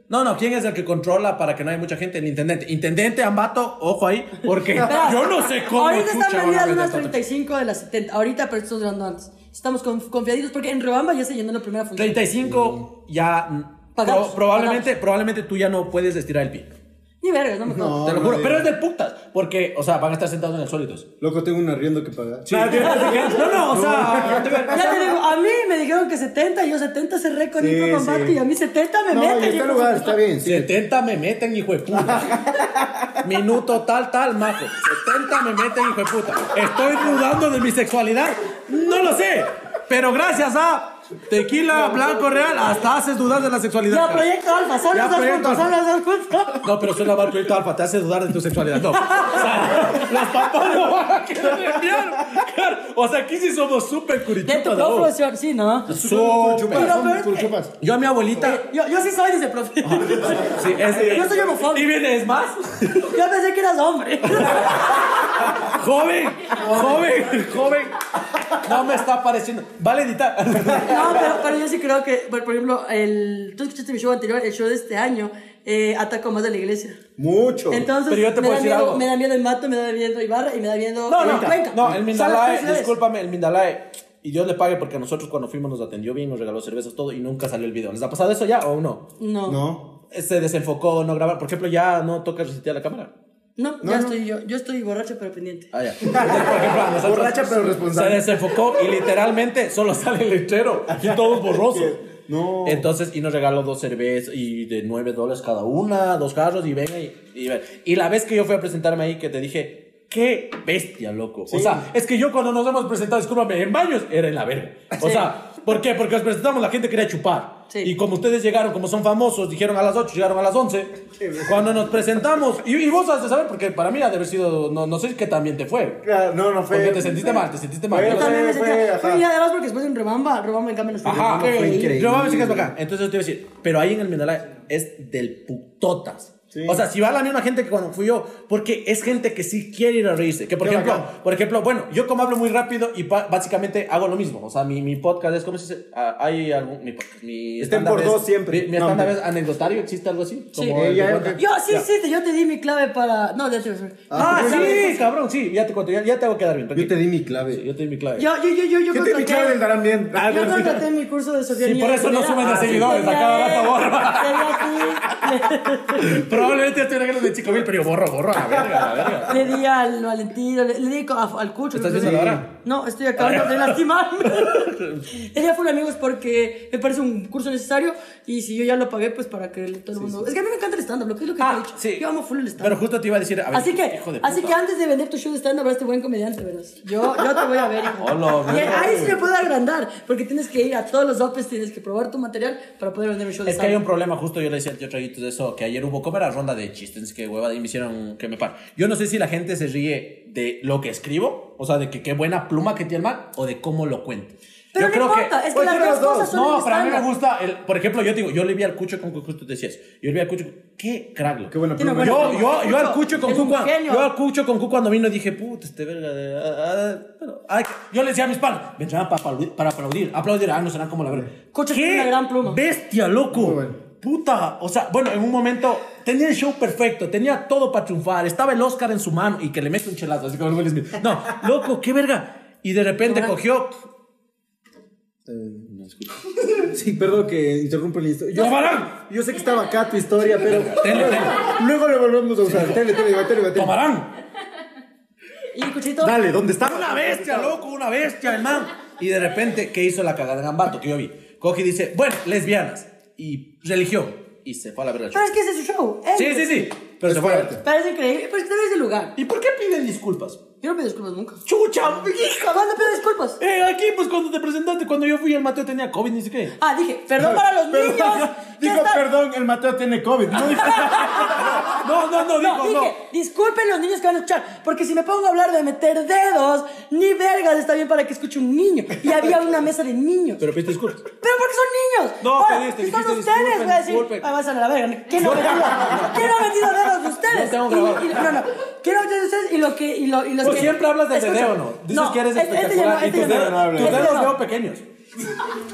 Speaker 2: No, no, ¿quién es el que controla para que no haya mucha gente? El intendente. Intendente, Ambato, ojo ahí, porque
Speaker 1: Verás,
Speaker 2: yo no sé cómo.
Speaker 1: Ahorita
Speaker 2: chucha
Speaker 1: están
Speaker 2: van a
Speaker 1: vendidas unas
Speaker 2: meter tanto.
Speaker 1: 35 de las 70. Ahorita, pero esto durando antes. Estamos conf- confiaditos porque en Robamba ya se llenó la primera función.
Speaker 2: 35 ya mm,
Speaker 1: Pagamos,
Speaker 2: pro- probablemente probablemente tú ya no puedes estirar el pie.
Speaker 1: Ni vergas, no me jodas.
Speaker 3: No,
Speaker 2: te lo
Speaker 3: no
Speaker 2: juro,
Speaker 3: digas.
Speaker 2: pero es del putas, porque o sea, van a estar sentados en el solitos.
Speaker 3: Loco, tengo un arriendo que pagar.
Speaker 2: No, Ah, no, o sea,
Speaker 1: Ya te digo, a mí me dijeron que 70, yo 70 cerré con
Speaker 3: Sí,
Speaker 1: Nico Combate
Speaker 3: sí.
Speaker 1: y a mí 70 me
Speaker 3: No,
Speaker 1: meten.
Speaker 3: y
Speaker 1: yo
Speaker 3: este
Speaker 1: como-
Speaker 3: lugar está bien, sí.
Speaker 2: 70 me meten, hijo de puta. Minuto tal, tal, majo. 70 me meten, hijo de puta. Estoy dudando de mi sexualidad. No lo sé. Pero gracias a Tequila Blanco Real, hasta haces dudar de la sexualidad.
Speaker 1: Ya,
Speaker 2: cara.
Speaker 1: Proyecto Alfa, son
Speaker 2: Ya,
Speaker 1: las dos
Speaker 2: Proyecto
Speaker 1: juntas, son las dos juntas.
Speaker 2: No, pero suena mal proyecto alfa, te hace dudar de tu sexualidad. No. O sea, las papas no van a querer enviar. Claro, O sea, aquí sí somos súper
Speaker 1: De tu
Speaker 2: curitipas. ¿no?
Speaker 1: profesión, sí, ¿no?
Speaker 2: Súper.
Speaker 1: Pero, pero-
Speaker 3: Culchupas.
Speaker 2: Yo a mi abuelita.
Speaker 1: Yo, yo sí soy de ese profe.
Speaker 2: Ah. Sí, es,
Speaker 1: Yo soy homofóbico.
Speaker 2: Y viene, es más.
Speaker 1: Yo pensé que eras hombre.
Speaker 2: Joven, joven, joven. No me está apareciendo. Vale editar.
Speaker 1: No, pero, pero yo sí creo que, bueno, por ejemplo, el, tú escuchaste mi show anterior, el show de este año, eh, atacó más de la iglesia.
Speaker 3: Mucho.
Speaker 1: Entonces,
Speaker 2: Pero yo te
Speaker 1: me,
Speaker 2: puedo
Speaker 1: da
Speaker 2: decir
Speaker 1: miedo,
Speaker 2: algo.
Speaker 1: me da miedo el mato, me da miedo Ibarra y me da miedo
Speaker 2: No,
Speaker 1: eh,
Speaker 2: no,
Speaker 1: Cuenca.
Speaker 2: no, el
Speaker 1: ¿Sabes
Speaker 2: Mindalae,
Speaker 1: cuáles
Speaker 2: discúlpame, el Mindalae. Y Dios le pague porque a nosotros cuando fuimos nos atendió bien, nos regaló cervezas, todo y nunca salió el video. ¿Les ha pasado eso ya o no?
Speaker 1: No, no,
Speaker 3: No.
Speaker 2: Eh, Se desenfocó, no grabar. Por ejemplo, ya no toca resetear la cámara.
Speaker 1: ya estoy yo, yo estoy borracho pero pendiente.
Speaker 2: Ah, ya. Por ejemplo, a nosotros
Speaker 3: Borracha, pero responsable.
Speaker 2: Se desenfocó y literalmente solo sale el letrero. Aquí todos borrosos.
Speaker 3: No.
Speaker 2: Entonces, y nos regaló dos cervezas y de nueve dólares cada una, dos carros y venga y, y ver. Y la vez que yo fui a presentarme ahí, que te dije, qué bestia, loco. O sea, es que yo cuando nos hemos presentado, discúlpame, en baños, era en la verga. O
Speaker 1: Sí.
Speaker 2: sea, ¿por qué? Porque nos presentamos, la gente quería chupar.
Speaker 1: Sí.
Speaker 2: Y como ustedes llegaron, como son famosos, dijeron a las 8, llegaron a las 11. Cuando nos presentamos, y, y vos has de saber, porque para mí ha de haber sido, no, no sé que también te fue.
Speaker 3: Claro, No, no fue.
Speaker 2: Porque te sentiste mal, te sentiste mal.
Speaker 3: Fue-
Speaker 2: Yo
Speaker 1: Yo
Speaker 2: lo sé.
Speaker 1: también me
Speaker 3: fue,
Speaker 1: sentía,
Speaker 3: ajá.
Speaker 1: fue, y además porque después en Rebamba, Rebamba en cambio nos fue
Speaker 2: Ajá,
Speaker 1: increíble.
Speaker 3: fue increíble.
Speaker 2: Yo vamos a decir que es bacán. Entonces yo te iba a decir, pero ahí en el Minalá es del putotas.
Speaker 3: Sí.
Speaker 2: O sea, si va la misma gente que cuando fui yo, porque es gente que sí quiere ir a reírse. Que por
Speaker 3: Qué
Speaker 2: ejemplo,
Speaker 3: bacán.
Speaker 2: por ejemplo, bueno, yo como hablo muy rápido y pa- básicamente hago lo mismo. O sea, mi, mi podcast es como si se, ah, hay algún mi podcast, mi
Speaker 3: Estén
Speaker 2: stand-up
Speaker 3: por
Speaker 2: es-
Speaker 3: dos siempre.
Speaker 2: Mi, mi
Speaker 3: No,
Speaker 2: stand-up
Speaker 3: hombre.
Speaker 2: es anecdotario, existe algo así.
Speaker 1: Sí.
Speaker 2: Como el de
Speaker 3: Ella-
Speaker 2: Cuenca.
Speaker 1: Yo sí,
Speaker 2: Ya.
Speaker 1: sí, te- yo te di mi clave para. No, ya te
Speaker 3: Ah,
Speaker 2: Ah, sí, cabrón, sí, ya te cuento, ya, ya te hago quedar bien.
Speaker 3: Yo te
Speaker 2: tranquilo.
Speaker 3: di mi clave.
Speaker 2: Sí, yo te di mi clave. Ah,
Speaker 1: Yo, yo, yo, yo, yo
Speaker 3: Yo te di mi clave del darán
Speaker 1: Yo
Speaker 3: bien.
Speaker 1: contraté mi curso de Ah,
Speaker 2: Sí,
Speaker 1: Sofía
Speaker 2: por eso no suben de seguidores, a cada rato borra. Probablemente yo estuviera ganando de chico mil, pero yo borro, borro, a la verga, a la verga.
Speaker 1: Le di al Valentino, le, le di a- al Cucho.
Speaker 2: ¿Estás
Speaker 1: creo que
Speaker 2: viendo
Speaker 1: le-
Speaker 2: la hora?
Speaker 1: No, estoy acabando de lastimarme. Ella fue un amigos porque me parece un curso necesario y si yo ya lo pagué, pues para que todo el mundo... Es que a mí me encanta el stand-up, lo que es lo que te he dicho. Yo amo full el
Speaker 2: Ah, Pero
Speaker 1: stand-up.
Speaker 2: justo te iba a decir, a ver,
Speaker 1: Así que,
Speaker 2: hijo de
Speaker 1: así que
Speaker 2: puta.
Speaker 1: antes de vender tu show de stand-up, este buen comediante, verás. Yo, yo te voy a ver, hijo.
Speaker 2: Hola,
Speaker 1: y
Speaker 2: verga,
Speaker 1: ahí sí
Speaker 2: güey.
Speaker 1: me puedo agrandar, porque tienes que ir a todos los opes, tienes que probar tu material para poder vender mi show de
Speaker 2: Es que hay un
Speaker 1: stand-up.
Speaker 2: problema, justo yo le decía al tío Traguitos de eso, que ayer hubo, ¿cómo era ronda de chistes? Que huevada, y me hicieron que me par. Yo no sé si la gente se ríe de lo que escribo, o sea, de que qué buena pluma que tiene el man, o de cómo lo cuento.
Speaker 1: Pero
Speaker 2: yo
Speaker 1: no
Speaker 2: creo
Speaker 1: importa,
Speaker 2: que,
Speaker 1: es que las
Speaker 3: cualquiera
Speaker 1: dos
Speaker 3: de los
Speaker 1: cosas son
Speaker 2: No,
Speaker 1: el
Speaker 2: para mí me
Speaker 1: stand-up.
Speaker 2: gusta, el- por ejemplo, yo te digo, yo le vi al Cucho con que justo te decías, yo le vi al Cucho, qué crack,
Speaker 3: Qué buena
Speaker 1: Tiene
Speaker 3: pluma.
Speaker 1: buena-
Speaker 2: yo, yo, yo al Cucho con
Speaker 1: Es
Speaker 2: Q
Speaker 1: un
Speaker 2: cuando,
Speaker 1: genio.
Speaker 2: yo al Cucho con Q cuando vino dije, puta, este verga de... ah, ah, pero hay que-". yo le decía a mis panas, vendrán para aplaudir, para aplaudir, aplaudir, ah, no serán como la verga.
Speaker 1: Cucho
Speaker 2: ¡Qué
Speaker 1: tiene una gran pluma.
Speaker 2: bestia, loco!
Speaker 3: Muy bueno.
Speaker 2: Puta, o sea, bueno, en un momento tenía el show perfecto, tenía todo para triunfar, estaba el Oscar en su mano y que le mete un chelazo, así como el Will Smith. No, loco, qué verga. Y de repente cogió...
Speaker 3: Sí, perdón que interrumpo el instante. Yo,
Speaker 2: ¡No, Barán!
Speaker 3: yo sé que estaba acá tu historia, pero.
Speaker 2: Tele, tele.
Speaker 3: Luego le volvemos a usar. Tele, tele, tele, tele.
Speaker 2: ¡Tomarán!
Speaker 1: Y Cuchito...
Speaker 3: Dale, ¿dónde está?
Speaker 2: Una bestia, loco, una bestia, el man. Y de repente, ¿qué hizo la cagada de Gambato que yo vi? Coge y dice, bueno, lesbianas y religión. Y se fue a la verga. el show.
Speaker 1: Pero es que ese es su show. él-
Speaker 2: Sí, sí, sí. Pero se fue a la verga.
Speaker 1: Pero es increíble. Pero es que tal vez el lugar.
Speaker 2: ¿Y por qué piden disculpas?
Speaker 1: Yo no pido disculpas nunca.
Speaker 2: ¡Chucha, hija!
Speaker 1: ¿Cuándo pido disculpas?
Speaker 2: Eh, aquí, pues cuando te presentaste, cuando yo fui, el Mateo tenía COVID, ni siquiera.
Speaker 1: Ah, dije, perdón para los niños. que
Speaker 3: Dijo,
Speaker 1: están-
Speaker 3: perdón, el Mateo tiene COVID. No dijo.
Speaker 2: No, no,
Speaker 1: No,
Speaker 2: no, dijo, no.
Speaker 1: dije, disculpen los niños que van a escuchar, porque si me pongo a hablar de meter dedos, ni vergas está bien para que escuche un niño. Y había una mesa de niños.
Speaker 2: Pero pediste disculpas.
Speaker 1: Pero porque son niños.
Speaker 2: No,
Speaker 1: Ahora,
Speaker 2: pediste,
Speaker 1: si son
Speaker 2: dijiste,
Speaker 1: ustedes,
Speaker 2: disculpen,
Speaker 1: voy a decir,
Speaker 2: disculpen.
Speaker 1: "Ay, vayan a la verga. ¿Quién no ha metido? ¿Quién no ha metido dedos de ustedes?
Speaker 2: No tengo grabado.
Speaker 1: Y- y- no, no. ¿Quién no ha metido de ustedes? Y lo que, y lo, y los que-
Speaker 2: Tú Pues siempre hablas del
Speaker 1: Escucha,
Speaker 2: dedeo, ¿no? Dices que eres
Speaker 1: este- este ya
Speaker 2: espectacular
Speaker 1: no,
Speaker 2: y tus
Speaker 1: este ya no.
Speaker 2: dedos, tus
Speaker 1: Este ya
Speaker 2: dedos
Speaker 1: no.
Speaker 2: veo pequeños.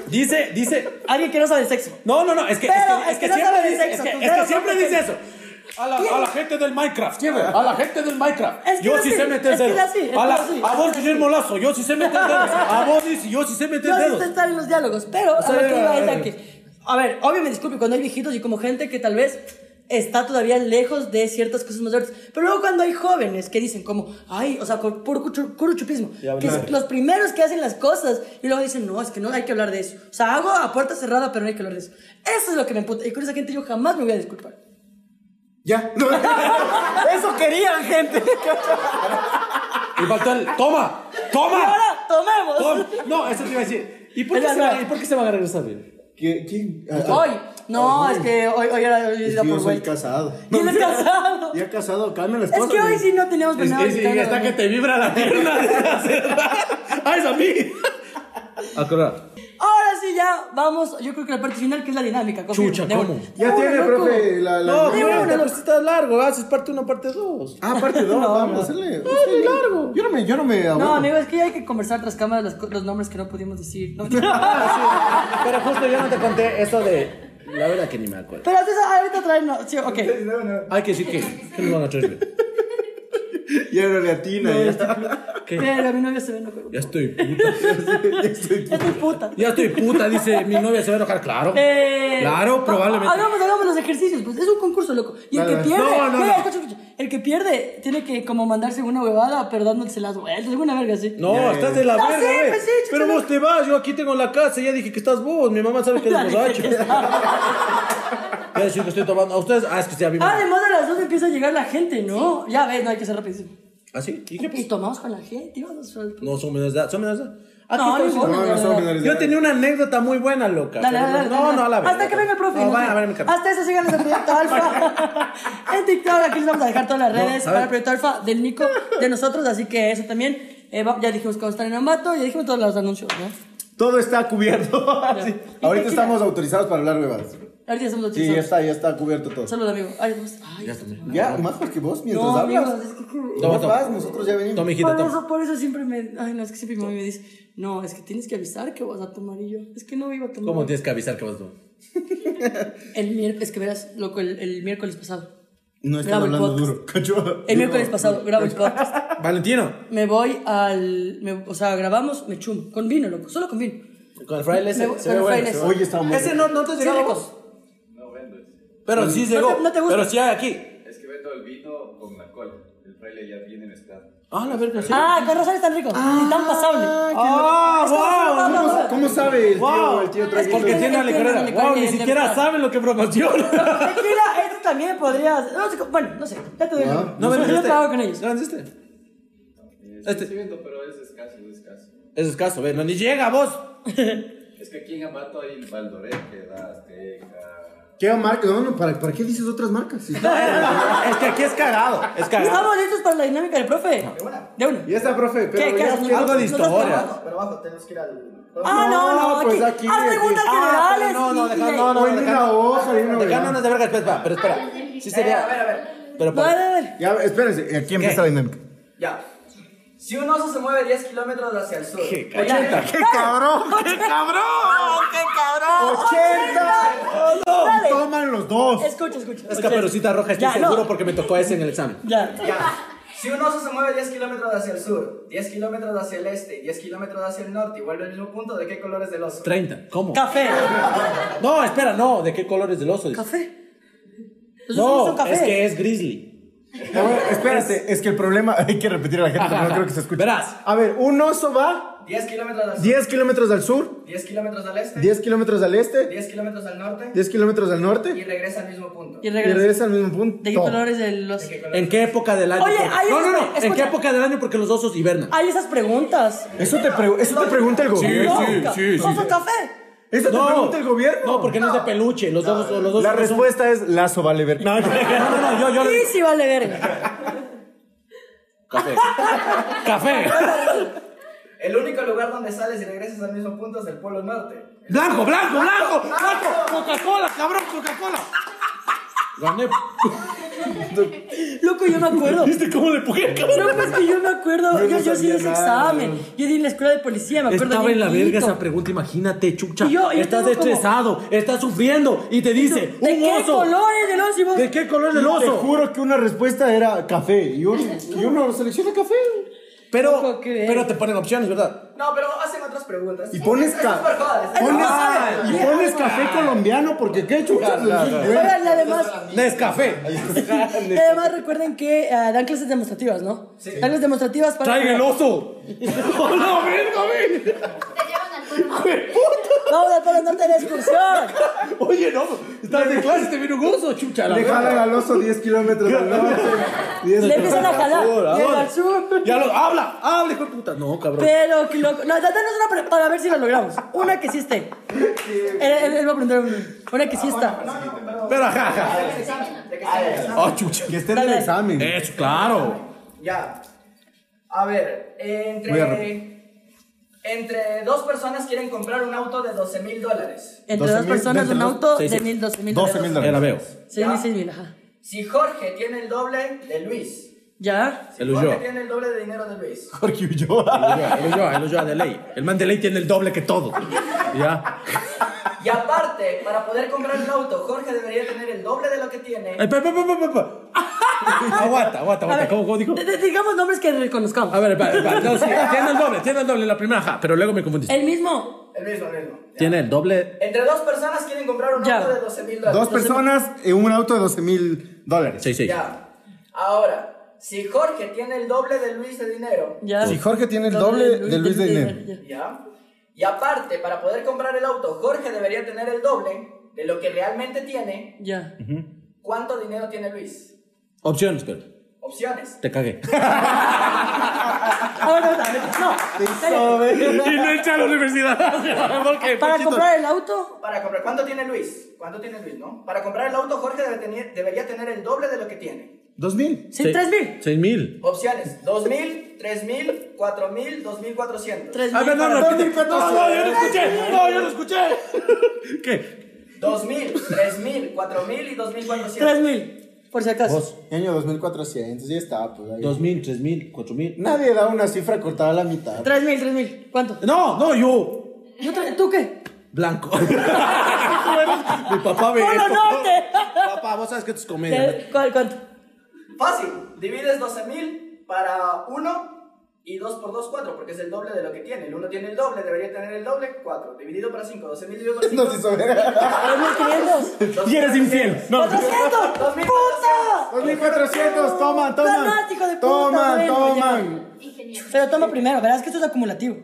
Speaker 2: Dice, dice,
Speaker 1: Alguien que no sabe de sexo.
Speaker 2: No, no, no, es que, es
Speaker 1: Pero
Speaker 2: que, es
Speaker 1: es
Speaker 2: que
Speaker 1: que no
Speaker 2: siempre,
Speaker 1: sabe de
Speaker 2: dice,
Speaker 1: sexo,
Speaker 2: es que-
Speaker 1: tus
Speaker 2: es que
Speaker 1: dedos
Speaker 2: siempre
Speaker 1: son
Speaker 2: dice eso.
Speaker 1: pequeños.
Speaker 2: A la, a la gente del Minecraft, siempre. A la gente del Minecraft.
Speaker 1: Es que
Speaker 2: yo
Speaker 1: es
Speaker 2: sí
Speaker 1: así,
Speaker 2: sé meter
Speaker 1: es que es
Speaker 2: dedos.
Speaker 1: así, es
Speaker 2: a, la-
Speaker 1: que es así,
Speaker 2: a vos,
Speaker 1: es
Speaker 2: Guillermo Lazo, yo sí sé meter dedos. A vos, dice, yo sí sé meter
Speaker 1: Yo
Speaker 2: dedos.
Speaker 1: necesito estar en los diálogos, pero a lo que
Speaker 2: a
Speaker 1: iba es
Speaker 2: ver.
Speaker 1: a que. A ver, obvio me disculpe cuando hay viejitos y como gente que tal vez está todavía lejos de ciertas cosas más fuertes. Pero luego cuando hay jóvenes que dicen como, ay, o sea, por puro cuchu- puro chupismo, que
Speaker 2: hablar.
Speaker 1: es los primeros que hacen las cosas y luego dicen, no, es que no hay que hablar de eso. O sea, hago a puerta cerrada, pero no hay que hablar de eso. Eso es lo que me emputa. Y con esa gente yo jamás me voy a disculpar.
Speaker 3: Ya. No.
Speaker 1: Eso querían, gente.
Speaker 2: Y faltó el, toma,
Speaker 1: Y
Speaker 2: toma,
Speaker 1: ahora, tomemos.
Speaker 2: toma. No, eso te iba a decir. ¿Y por qué,
Speaker 1: Es
Speaker 2: se, va,
Speaker 1: verdad.
Speaker 2: ¿y por qué se van a regresar? bien?
Speaker 3: ¿Qué- ¿Quién? Ah,
Speaker 1: Hoy. No, es que hoy, hoy era, hoy
Speaker 3: es
Speaker 1: era
Speaker 3: que yo
Speaker 1: por
Speaker 3: soy
Speaker 1: vuelta.
Speaker 3: casado.
Speaker 1: Y él es casado.
Speaker 3: Ya casado, calmen las
Speaker 1: Es
Speaker 3: cosas.
Speaker 1: que hoy
Speaker 3: güey.
Speaker 1: sí no teníamos
Speaker 2: Es,
Speaker 1: planeado
Speaker 2: es-
Speaker 1: invitarlo,
Speaker 2: hasta
Speaker 1: ¿no?
Speaker 2: que te vibra la pierna. desde hace rato. ah, es a mí. Acordar.
Speaker 1: Ahora sí, ya vamos, yo creo que la parte final, que es la dinámica. confirmo.
Speaker 2: Chucha,
Speaker 1: De
Speaker 2: ¿cómo?
Speaker 1: una.
Speaker 3: Ya
Speaker 1: De
Speaker 3: tiene,
Speaker 1: una, loco.
Speaker 3: profe, la. la-
Speaker 2: No,
Speaker 3: la-
Speaker 1: mira.
Speaker 2: mira, pues está largo, haces parte 1, parte 2.
Speaker 3: Ah, parte 2, vamos a hacerle. Dale, largo. Yo no me, yo no me aburro.
Speaker 1: No, amigo, es que ya hay que conversar tras cámaras las co- los nombres que no pudimos decir. No,
Speaker 2: Pero justo yo no te conté eso de. La verdad que ni me acuerdo.
Speaker 1: Pero entonces ahorita traen. No, sí, ok.
Speaker 4: No, no.
Speaker 2: Hay que decir que. ¿Qué nos van a traer?
Speaker 3: Ya no le atina, ya
Speaker 1: Pero mi novia se ve, no creo.
Speaker 2: Ya estoy puta.
Speaker 1: Ya estoy puta.
Speaker 2: Ya estoy puta, dice mi novia se va a enojar. Claro.
Speaker 1: Eh,
Speaker 2: Claro, probablemente.
Speaker 1: ha- Hagamos, hagamos los ejercicios, pues. Es un concurso, loco. Y el
Speaker 3: Dale,
Speaker 1: que
Speaker 3: dale.
Speaker 1: pierde.
Speaker 2: No, no,
Speaker 1: Mira,
Speaker 2: no.
Speaker 1: escucha, escucha. El que pierde tiene que como mandarse una huevada, pero dándose las vueltas. Alguna verga así.
Speaker 2: No, estás de la
Speaker 1: No,
Speaker 2: verga,
Speaker 1: sí,
Speaker 2: ve.
Speaker 1: pues sí, chucha,
Speaker 2: Pero
Speaker 1: no.
Speaker 2: vos te vas, yo aquí tengo la casa, ya dije que estás vos, mi mamá sabe que eres borracho. Voy a decir que estoy tomando. A ustedes, ah, es que se había.
Speaker 1: Además de las dos empieza a llegar la gente, ¿no? Ya ves, no hay que ser rapidísimo.
Speaker 2: ¿Ah, sí? ¿Y qué
Speaker 1: Y
Speaker 2: pasó?
Speaker 1: tomamos con la gente, íbamos a-
Speaker 2: No, son menores de edad, son menores de edad. Ah,
Speaker 1: No,
Speaker 2: ¿qué
Speaker 1: no
Speaker 2: estás
Speaker 1: importa.
Speaker 3: No, no, son menores de
Speaker 2: Yo
Speaker 3: edad.
Speaker 2: tenía una anécdota muy buena, loca.
Speaker 1: Dale, dale,
Speaker 2: pero
Speaker 1: dale,
Speaker 2: no,
Speaker 1: dale.
Speaker 2: no, a la verga.
Speaker 1: Hasta que venga el profe.
Speaker 2: No,
Speaker 1: no
Speaker 2: vaya,
Speaker 1: sé.
Speaker 2: a ver mi carta.
Speaker 1: Hasta eso síganos en Proyecto Alfa. en TikTok, aquí les vamos a dejar todas las redes
Speaker 2: a
Speaker 1: para
Speaker 2: ver.
Speaker 1: el Proyecto Alfa del Nico, de nosotros. Así que eso también. Eh, va- ya dijimos cómo están en Ambato, ya dijimos todos los anuncios, ¿no?
Speaker 3: Todo está cubierto. Sí.
Speaker 1: Y
Speaker 3: Ahorita
Speaker 1: tequila.
Speaker 3: estamos autorizados para hablar huevadas.
Speaker 1: Ahorita hacemos los
Speaker 3: Sí, ya
Speaker 1: chistes.
Speaker 3: está, ya está cubierto todo.
Speaker 1: Salud, amigo. Ay, vamos. Ay,
Speaker 2: Ya tomé.
Speaker 3: Ya, más porque vos mientras
Speaker 1: no, amigos.
Speaker 3: hablas.
Speaker 1: es que-
Speaker 2: Toma,
Speaker 3: Vos
Speaker 2: toma.
Speaker 3: vas, nosotros ya venimos.
Speaker 2: Toma, hijita,
Speaker 1: Por
Speaker 2: toma.
Speaker 1: eso, por eso siempre me. Ay, no, es que siempre mi mamá me dice: No, es que tienes que avisar que vas a tomar. Y yo, es que no iba a tomar.
Speaker 2: ¿Cómo tienes que avisar que vas tú?
Speaker 1: El miércoles, es que verás, loco, el, el miércoles pasado.
Speaker 3: No están
Speaker 1: Grabo el
Speaker 3: hablando
Speaker 1: podcast.
Speaker 3: duro, cacho.
Speaker 1: El miércoles pasado, grabo el podcast.
Speaker 2: Valentino.
Speaker 1: Me voy al. me- o sea, grabamos, me chumo. Con vino, loco. Solo con vino.
Speaker 2: Con el fraile
Speaker 1: Me
Speaker 2: ese.
Speaker 1: voy-
Speaker 2: se
Speaker 1: con
Speaker 2: ve
Speaker 1: el
Speaker 2: bueno,
Speaker 1: fraile
Speaker 2: se
Speaker 1: ese.
Speaker 2: ve
Speaker 3: Oye, está
Speaker 2: bueno. Ese no, no te has
Speaker 1: Sí,
Speaker 2: llegado
Speaker 1: ricos.
Speaker 2: vos. Pero sí llegó.
Speaker 1: no te gusta.
Speaker 2: Pero sí hay aquí.
Speaker 7: Es que vendo el vino con la cola. El fraile ya viene mezclado.
Speaker 2: Ah, la verga, sí.
Speaker 1: Ah, con razón es tan rico. y tan pasable.
Speaker 2: Ah,
Speaker 1: Estamos
Speaker 2: wow.
Speaker 1: hablando-
Speaker 3: ¿Cómo sabe el tío,
Speaker 2: Wow,
Speaker 3: el tío
Speaker 1: Es
Speaker 3: traguito?
Speaker 2: porque
Speaker 1: que-
Speaker 2: tiene
Speaker 1: es que
Speaker 2: licorera.
Speaker 1: tiene
Speaker 2: Wow,
Speaker 1: licorera,
Speaker 2: ni
Speaker 1: es
Speaker 2: siquiera
Speaker 1: verdad.
Speaker 2: saben lo que promociona.
Speaker 1: Tequila, esto también podrías. No sé, cómo- bueno, no sé. Ya te doy.
Speaker 3: No,
Speaker 1: No,
Speaker 2: Ah. No
Speaker 1: sé, yo
Speaker 2: vendiste.
Speaker 1: trabajo con ellos.
Speaker 2: No vendiste.
Speaker 7: Eh,
Speaker 2: Este-
Speaker 7: Sí, sí vendo, pero es escaso, es escaso.
Speaker 2: Es escaso, ve, no ni llega vos.
Speaker 7: Es que aquí en Ambato hay el Valdoret que da Azteca.
Speaker 3: ¿Qué marca? No, no, ¿para, ¿para qué dices otras marcas? Sí.
Speaker 2: Es que aquí es cagado, es cagado.
Speaker 1: Estamos listos para la dinámica del profe.
Speaker 4: De una.
Speaker 1: De uno.
Speaker 3: Ya está, profe, pero
Speaker 1: ¿Qué? ¿Qué
Speaker 3: ya
Speaker 1: haces?
Speaker 3: quiero-
Speaker 2: Algo de
Speaker 1: Nos- nos has
Speaker 2: historia.
Speaker 1: probado.
Speaker 4: Pero abajo, tenemos que ir al.
Speaker 1: Ah, no, no.
Speaker 3: No, pues
Speaker 1: aquí.
Speaker 3: aquí,
Speaker 1: Haz preguntas
Speaker 3: aquí.
Speaker 2: Ah,
Speaker 1: generales.
Speaker 2: no, no,
Speaker 1: y- y
Speaker 2: deja-
Speaker 1: ahí.
Speaker 2: no, no.
Speaker 3: O en una hoja, en una
Speaker 2: Dejarnos
Speaker 3: verga.
Speaker 2: unas de verga, espera, espera, pero
Speaker 1: Ah,
Speaker 2: espera. Sí sería.
Speaker 4: Eh, a ver, a ver.
Speaker 2: Pero
Speaker 1: No,
Speaker 2: para.
Speaker 1: a ver.
Speaker 3: Ya, espérense, aquí empieza la dinámica.
Speaker 4: Ya. Si un oso se mueve 10 kilómetros hacia el sur.
Speaker 2: ¿Qué?
Speaker 4: Oye,
Speaker 3: ¡Qué cabrón! ¡Qué cabrón!
Speaker 1: ¡Qué cabrón!
Speaker 3: ¡80!
Speaker 1: Dale.
Speaker 3: ¡Toman los dos!
Speaker 1: Escucha, escucha.
Speaker 2: Es
Speaker 1: escucha.
Speaker 2: caperucita roja, estoy
Speaker 1: Ya, no.
Speaker 2: seguro porque me tocó ese en el examen.
Speaker 1: Ya.
Speaker 4: Ya. Si un oso se mueve 10 kilómetros hacia el sur, 10 kilómetros hacia el este, 10 kilómetros hacia el norte y vuelve al mismo punto, ¿de qué color es el oso?
Speaker 2: 30, ¿cómo?
Speaker 1: Café.
Speaker 2: No, espera, no, ¿de qué color es el oso? Dice.
Speaker 1: Café. Los dos son
Speaker 2: No,
Speaker 1: café.
Speaker 2: es que es grizzly.
Speaker 3: A ver, espérate, es que el problema. Hay que repetir a la gente porque no creo que se escuche.
Speaker 2: Verás.
Speaker 3: A ver, un oso va
Speaker 4: 10 kilómetros al sur,
Speaker 3: 10 kilómetros al sur,
Speaker 4: 10 kilómetros al este,
Speaker 3: 10 kilómetros al este,
Speaker 4: 10 kilómetros al norte
Speaker 3: 10 kilómetros al
Speaker 4: y
Speaker 3: norte
Speaker 4: regresa al mismo punto.
Speaker 1: Y
Speaker 3: y
Speaker 1: regresa.
Speaker 3: regresa al mismo punto.
Speaker 1: ¿De qué color es el los?
Speaker 4: ¿De qué color?
Speaker 2: ¿En qué época del año?
Speaker 1: Oye,
Speaker 2: Porque-
Speaker 1: ahí
Speaker 2: no, no, no,
Speaker 1: escucha,
Speaker 2: ¿en qué
Speaker 1: escucha. Ah,
Speaker 2: época del año? Porque los osos hibernan.
Speaker 1: Hay esas preguntas.
Speaker 3: Eso te, pregu- eso te pregunta el gobierno.
Speaker 1: Lógica. Son su café.
Speaker 3: Eso te pregunta el gobierno.
Speaker 2: No, porque no, es de peluche. Los dos, los dos
Speaker 3: La
Speaker 2: son-
Speaker 3: respuesta es lazo vale ver.
Speaker 2: No, no, no, no, yo, yo.
Speaker 1: Sí, sí, vale verga.
Speaker 2: Café. Café.
Speaker 4: El único lugar donde sales y regresas al mismo punto es el polo norte.
Speaker 2: Blanco, blanco, blanco, blanco. Coca-Cola, cabrón, Coca-Cola. Gané.
Speaker 1: Loco, yo me acuerdo.
Speaker 2: ¿Viste cómo le empujé, cabrón?
Speaker 1: Loco, es que yo me acuerdo.
Speaker 3: Yo
Speaker 1: Yo, yo
Speaker 3: no
Speaker 1: sí
Speaker 3: sabía
Speaker 1: hice
Speaker 3: nada.
Speaker 1: examen. Yo di en la escuela de policía, me acuerdo.
Speaker 2: Estaba en la verga
Speaker 1: llenito.
Speaker 2: esa pregunta, imagínate, chucha.
Speaker 1: Y yo- yo
Speaker 2: estás
Speaker 1: tengo como-
Speaker 2: estresado, estás sufriendo y te dice,
Speaker 1: ¿De
Speaker 2: un
Speaker 1: qué
Speaker 2: oso.
Speaker 1: color es el oso? Y vos-
Speaker 2: ¿De qué color es el
Speaker 3: Te
Speaker 2: oso?
Speaker 3: juro que una respuesta era café. Y uno, y uno selecciona café.
Speaker 2: Pero,
Speaker 1: Loco, qué verga.
Speaker 2: pero te ponen opciones, ¿verdad?
Speaker 4: No, pero hacen otras preguntas.
Speaker 3: Y pones
Speaker 4: Eso es
Speaker 3: ca-
Speaker 4: por jodas, ¿eh? eso
Speaker 3: Pones,
Speaker 4: es por jodas.
Speaker 3: y pones
Speaker 2: Ah.
Speaker 3: café colombiano porque qué chuchas.
Speaker 1: Oigan, y además,
Speaker 2: Nescafé.
Speaker 1: y además recuerden que eh, dan clases demostrativas, ¿no? Dan clases demostrativas para.
Speaker 2: Traiga el oso. ¡Hola, Oh, verga, güey!
Speaker 5: Te llevan al pueblo.
Speaker 1: Vamos al Polo Norte de la excursión.
Speaker 2: Oye, no, estás de clase, te viene un oso, chucha. La
Speaker 3: Le
Speaker 2: verga.
Speaker 3: jalan al oso 10 kilómetros al norte. 10
Speaker 1: Le empiezan a jalar.
Speaker 2: Por favor,
Speaker 1: Llega
Speaker 2: ahora.
Speaker 1: al sur.
Speaker 2: Ya lo, habla, habla, hijo de puta. No, cabrón.
Speaker 1: Pero que loco. No, danos una pre- para ver si lo logramos. Una que sí Ah, esté. Él, él- él va a preguntar una. Una que sí está.
Speaker 2: Pero ajá, ajá.
Speaker 4: De que sales.
Speaker 2: Ah, chucha.
Speaker 3: Que esté en
Speaker 1: Dale.
Speaker 3: el examen.
Speaker 2: Eso, claro.
Speaker 4: Ya. A ver,
Speaker 3: Voy a
Speaker 4: entre. Entre dos personas quieren comprar un auto de 12 mil dólares.
Speaker 1: Entre dos
Speaker 3: 12.000,
Speaker 1: personas,
Speaker 3: entre
Speaker 1: un
Speaker 3: dos,
Speaker 1: auto de
Speaker 2: 600.
Speaker 1: 1.000, 12.000
Speaker 3: 12 mil
Speaker 1: dólares.
Speaker 2: Ya la veo.
Speaker 1: Sí,
Speaker 4: Ya.
Speaker 1: 6.000, ajá.
Speaker 4: Si Jorge tiene el doble de Luis.
Speaker 1: Ya.
Speaker 4: Si
Speaker 2: El
Speaker 4: Jorge
Speaker 2: Ulloa.
Speaker 4: tiene el doble de dinero de Luis.
Speaker 3: Jorge Ulloa.
Speaker 2: El Ulloa, el Ulloa, el Ulloa de ley. El man de ley tiene el doble que todo. Ya.
Speaker 4: Y aparte, para poder comprar el auto, Jorge debería tener el doble de lo que tiene.
Speaker 2: Ay, pa, pa, pa, pa, pa, pa. Aguanta, aguanta,
Speaker 1: A
Speaker 2: aguanta.
Speaker 1: ver,
Speaker 2: ¿Cómo, cómo dijo?
Speaker 1: de- de- digamos nombres que reconozcamos.
Speaker 2: A ver, pa, pa, no, sí, tiene el doble, tiene el doble en la primera, ajá, pero luego me confundiste.
Speaker 1: El mismo.
Speaker 4: El mismo, el mismo. Ya.
Speaker 2: Tiene el doble.
Speaker 4: Entre dos personas quieren comprar un
Speaker 1: Ya.
Speaker 4: auto de 12 mil dólares.
Speaker 3: Dos personas en un auto de 12 mil dólares.
Speaker 2: Sí, sí.
Speaker 4: Ya. Ahora, si Jorge tiene el doble de Luis de dinero,
Speaker 1: Ya.
Speaker 3: Si Jorge tiene el doble de Luis de dinero.
Speaker 1: ya.
Speaker 4: ¿ya? Y aparte, para poder comprar el auto, Jorge debería tener el doble de lo que realmente tiene.
Speaker 1: Ya.
Speaker 4: ¿Cuánto dinero tiene Luis?
Speaker 2: Opciones, pero
Speaker 4: Opciones.
Speaker 2: te cagué.
Speaker 1: Ahora, a ver, no. en serio.
Speaker 2: Y no eché a la universidad. Porque
Speaker 1: Para comprar el auto,
Speaker 4: Para comprar, ¿cuánto tiene Luis? ¿Cuánto tiene Luis, no? Para comprar el auto, Jorge debe tener- debería tener el doble de lo que tiene.
Speaker 3: Dos mil.
Speaker 1: sí, 3.000.
Speaker 2: 6 mil.
Speaker 4: Opciones: 2.000, 3.000, 4.000, 2.400.
Speaker 1: 3.000.
Speaker 2: A ver, no, no,
Speaker 1: para-
Speaker 2: no, Ah, no, yo lo escuché. No, yo lo escuché. ¿Qué?
Speaker 4: 2.000, 3.000, 4.000 y 2.400.
Speaker 1: 3.000, por si acaso.
Speaker 2: Vos.
Speaker 3: Año 2400, ya está, pues ahí.
Speaker 2: Dos mil, tres mil, cuatro mil.
Speaker 3: Nadie da una cifra cortada a la mitad.
Speaker 1: 3.000, 3.000. ¿Cuánto?
Speaker 2: No, no, yo.
Speaker 1: Yo tra- ¿Tú qué?
Speaker 2: Blanco. Tú eres- Mi papá ve
Speaker 1: ¡Polo
Speaker 2: esto.
Speaker 1: Norte!
Speaker 2: Papá, vos sabes que esto es comedia.
Speaker 1: ¿Qué? ¿Cuál- ¿Cuánto?
Speaker 4: Fácil. Divides 12.000 para 1 y 2 por 2, 4, porque es el doble de lo que tiene. El 1 tiene el doble, debería tener el doble, 4. Dividido para 5, 12.000 dividido por 5.
Speaker 3: Nos hizo ver.
Speaker 1: 3.500.
Speaker 2: Y eres infiel. No.
Speaker 1: 400.
Speaker 4: 2.400.
Speaker 1: ¡Puta!
Speaker 3: 2400, toman,
Speaker 1: Ganas, hijo de
Speaker 3: toman.
Speaker 1: puta,
Speaker 3: Toman,
Speaker 1: bueno,
Speaker 3: toman.
Speaker 5: Ingeniero.
Speaker 1: Pero toma primero, verás que esto es acumulativo.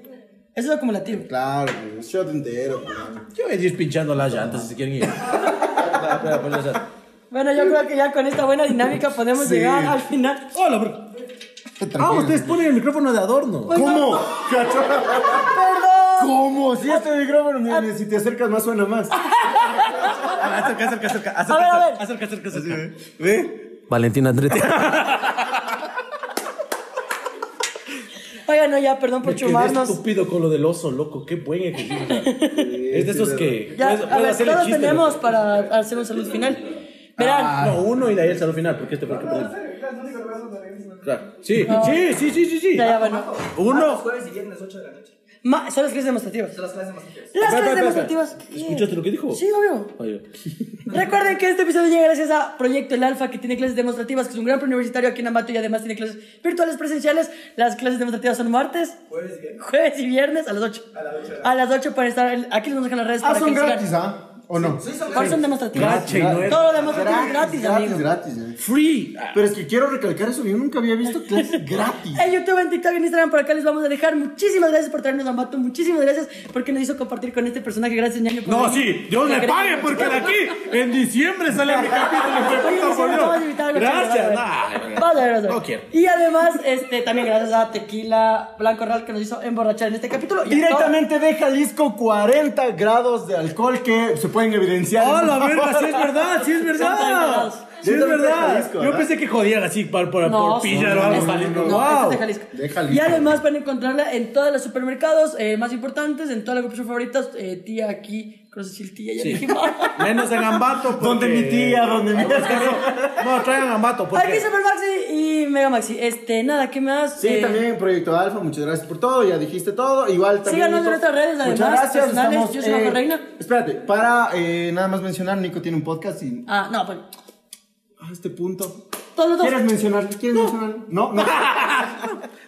Speaker 1: Eso es acumulativo.
Speaker 3: Claro, güey, shot entero. pues. güey.
Speaker 2: Yo voy a ir pinchando las llantas si se quieren ir. Para poder ponerlas.
Speaker 1: Bueno, yo creo que ya con esta buena dinámica podemos
Speaker 3: Sí.
Speaker 1: llegar al final.
Speaker 2: Hola, bro. Ah,
Speaker 3: Tranquilo.
Speaker 2: ustedes ponen el micrófono de adorno.
Speaker 1: Pues
Speaker 3: ¿Cómo? ¿Cachorro?
Speaker 1: ¡Perdón!
Speaker 3: ¿Cómo? Si este micrófono, mira,
Speaker 1: Ah.
Speaker 3: mira, si te acercas más suena más.
Speaker 2: Acerca, acerca, acerca.
Speaker 1: A ver, a ver.
Speaker 2: Acerca, acerca, acerca.
Speaker 3: ¿Ve?
Speaker 2: Valentina Andrete.
Speaker 1: Oigan, no, ya, perdón por chumarnos.
Speaker 2: estúpido con lo del oso, loco. Qué buen ejercicio. es de esos que.
Speaker 1: Ya,
Speaker 2: puedes-
Speaker 1: a
Speaker 2: puedes
Speaker 1: ver,
Speaker 2: hacer el
Speaker 1: todos
Speaker 2: chiste, Ah.
Speaker 1: tenemos
Speaker 2: loco.
Speaker 1: para hacer un saludo final. Verán,
Speaker 2: No, uno y de ahí el saludo final, porque este fue el que perdí. Claro. Sí, sí, sí, sí, sí, sí.
Speaker 1: ya, ya, bueno.
Speaker 4: Martes,
Speaker 2: Uno.
Speaker 4: jueves y viernes, 8 de la noche.
Speaker 1: Ma- son las clases demostrativas.
Speaker 4: Son las clases más difíciles.
Speaker 1: Las
Speaker 2: Espera,
Speaker 1: clases
Speaker 2: espera, espera.
Speaker 1: demostrativas. ¿qué?
Speaker 2: ¿Escuchaste lo que dijo?
Speaker 1: Sí, obvio.
Speaker 2: Ay,
Speaker 1: Recuerden que este episodio llega gracias a Proyecto El Alfa, que tiene clases demostrativas, que es un gran preuniversitario aquí en Ambato y además tiene clases virtuales presenciales. Las clases demostrativas son martes,
Speaker 4: Jueves y viernes.
Speaker 1: jueves y viernes a las 8.
Speaker 4: A las 8 de la
Speaker 1: A las 8 para estar. en- Aquí les vamos a dejar las redes
Speaker 3: Ah,
Speaker 1: para que
Speaker 3: son
Speaker 1: nos sigan.
Speaker 3: gratis, ¿ah? ¿O no?
Speaker 4: Sí, son
Speaker 1: Ahora
Speaker 4: gratis.
Speaker 1: son demostrativas.
Speaker 2: Gacha, y no es-
Speaker 1: Todo lo demostrativo es gratis, amigo.
Speaker 3: Gratis, gratis. eh.
Speaker 2: Free.
Speaker 3: Pero es que quiero recalcar eso, yo nunca había visto clases gratis.
Speaker 1: En YouTube, en TikTok, en Instagram, por acá les vamos a dejar. Muchísimas gracias por traernos a Mato. Muchísimas gracias porque nos hizo compartir con este personaje. Gracias, ñaño. por
Speaker 2: No,
Speaker 1: venir.
Speaker 2: sí, Dios
Speaker 1: Te
Speaker 2: le
Speaker 1: queremos
Speaker 2: pague
Speaker 1: mucho.
Speaker 2: porque de aquí en diciembre sale mi capítulo. hijo de
Speaker 1: Oye,
Speaker 2: puta,
Speaker 1: sí,
Speaker 2: por
Speaker 1: nos
Speaker 2: Dios.
Speaker 1: vamos a invitar algo
Speaker 2: Gracias.
Speaker 1: chévere,
Speaker 2: nah.
Speaker 1: Vamos a ver, vamos a ver.
Speaker 2: No quiero.
Speaker 1: Y además, este, también gracias a Tequila Blanco Real que nos hizo emborrachar en este capítulo. Y a
Speaker 3: Directamente de Jalisco, 40 grados de alcohol que se pueden evidenciar.
Speaker 2: ¡Ah, la verga! ¡Sí es verdad! ¡Sí es verdad!
Speaker 1: Son
Speaker 2: ¡Sí es
Speaker 3: Yo también soy de
Speaker 2: verdad!
Speaker 3: Jalisco,
Speaker 2: Yo
Speaker 3: ¿no?
Speaker 2: pensé que jodían así por, por,
Speaker 1: todo- No,
Speaker 2: por pillar o
Speaker 1: no,
Speaker 2: algo.
Speaker 1: no,
Speaker 2: Jalisco.
Speaker 1: no,
Speaker 2: ¡Wow!
Speaker 1: este es de Jalisco.
Speaker 3: De Jalisco.
Speaker 1: Y además van a encontrarla en todos los supermercados eh, más importantes, en todas las grupos favoritas. Eh, tía aquí, Cruz de Chil, tía, ya
Speaker 2: Sí.
Speaker 1: dijimos.
Speaker 2: Menos en Ambato. Porque...
Speaker 3: Donde mi tía, donde mi
Speaker 2: Es que No, no, traigan Ambato. Porque...
Speaker 1: Aquí Super Maxi y Mega Maxi. Este, nada, ¿qué más?
Speaker 3: Sí,
Speaker 1: Eh,
Speaker 3: también Proyecto Alfa, muchas gracias por todo, ya dijiste todo. Igual también.
Speaker 1: Síganos en
Speaker 3: Nico,
Speaker 1: nuestras redes,
Speaker 3: Muchas
Speaker 1: además,
Speaker 3: gracias.
Speaker 1: personales.
Speaker 3: estamos, eh,
Speaker 1: Yo soy Bajo Reina.
Speaker 3: Espérate, para eh, nada más mencionar, Nico tiene un podcast y
Speaker 1: Ah, no, bueno.
Speaker 3: a este punto.
Speaker 1: Todos los dos.
Speaker 3: ¿Quieres mencionarlo? ¿Quieres mencionarlo? No, no.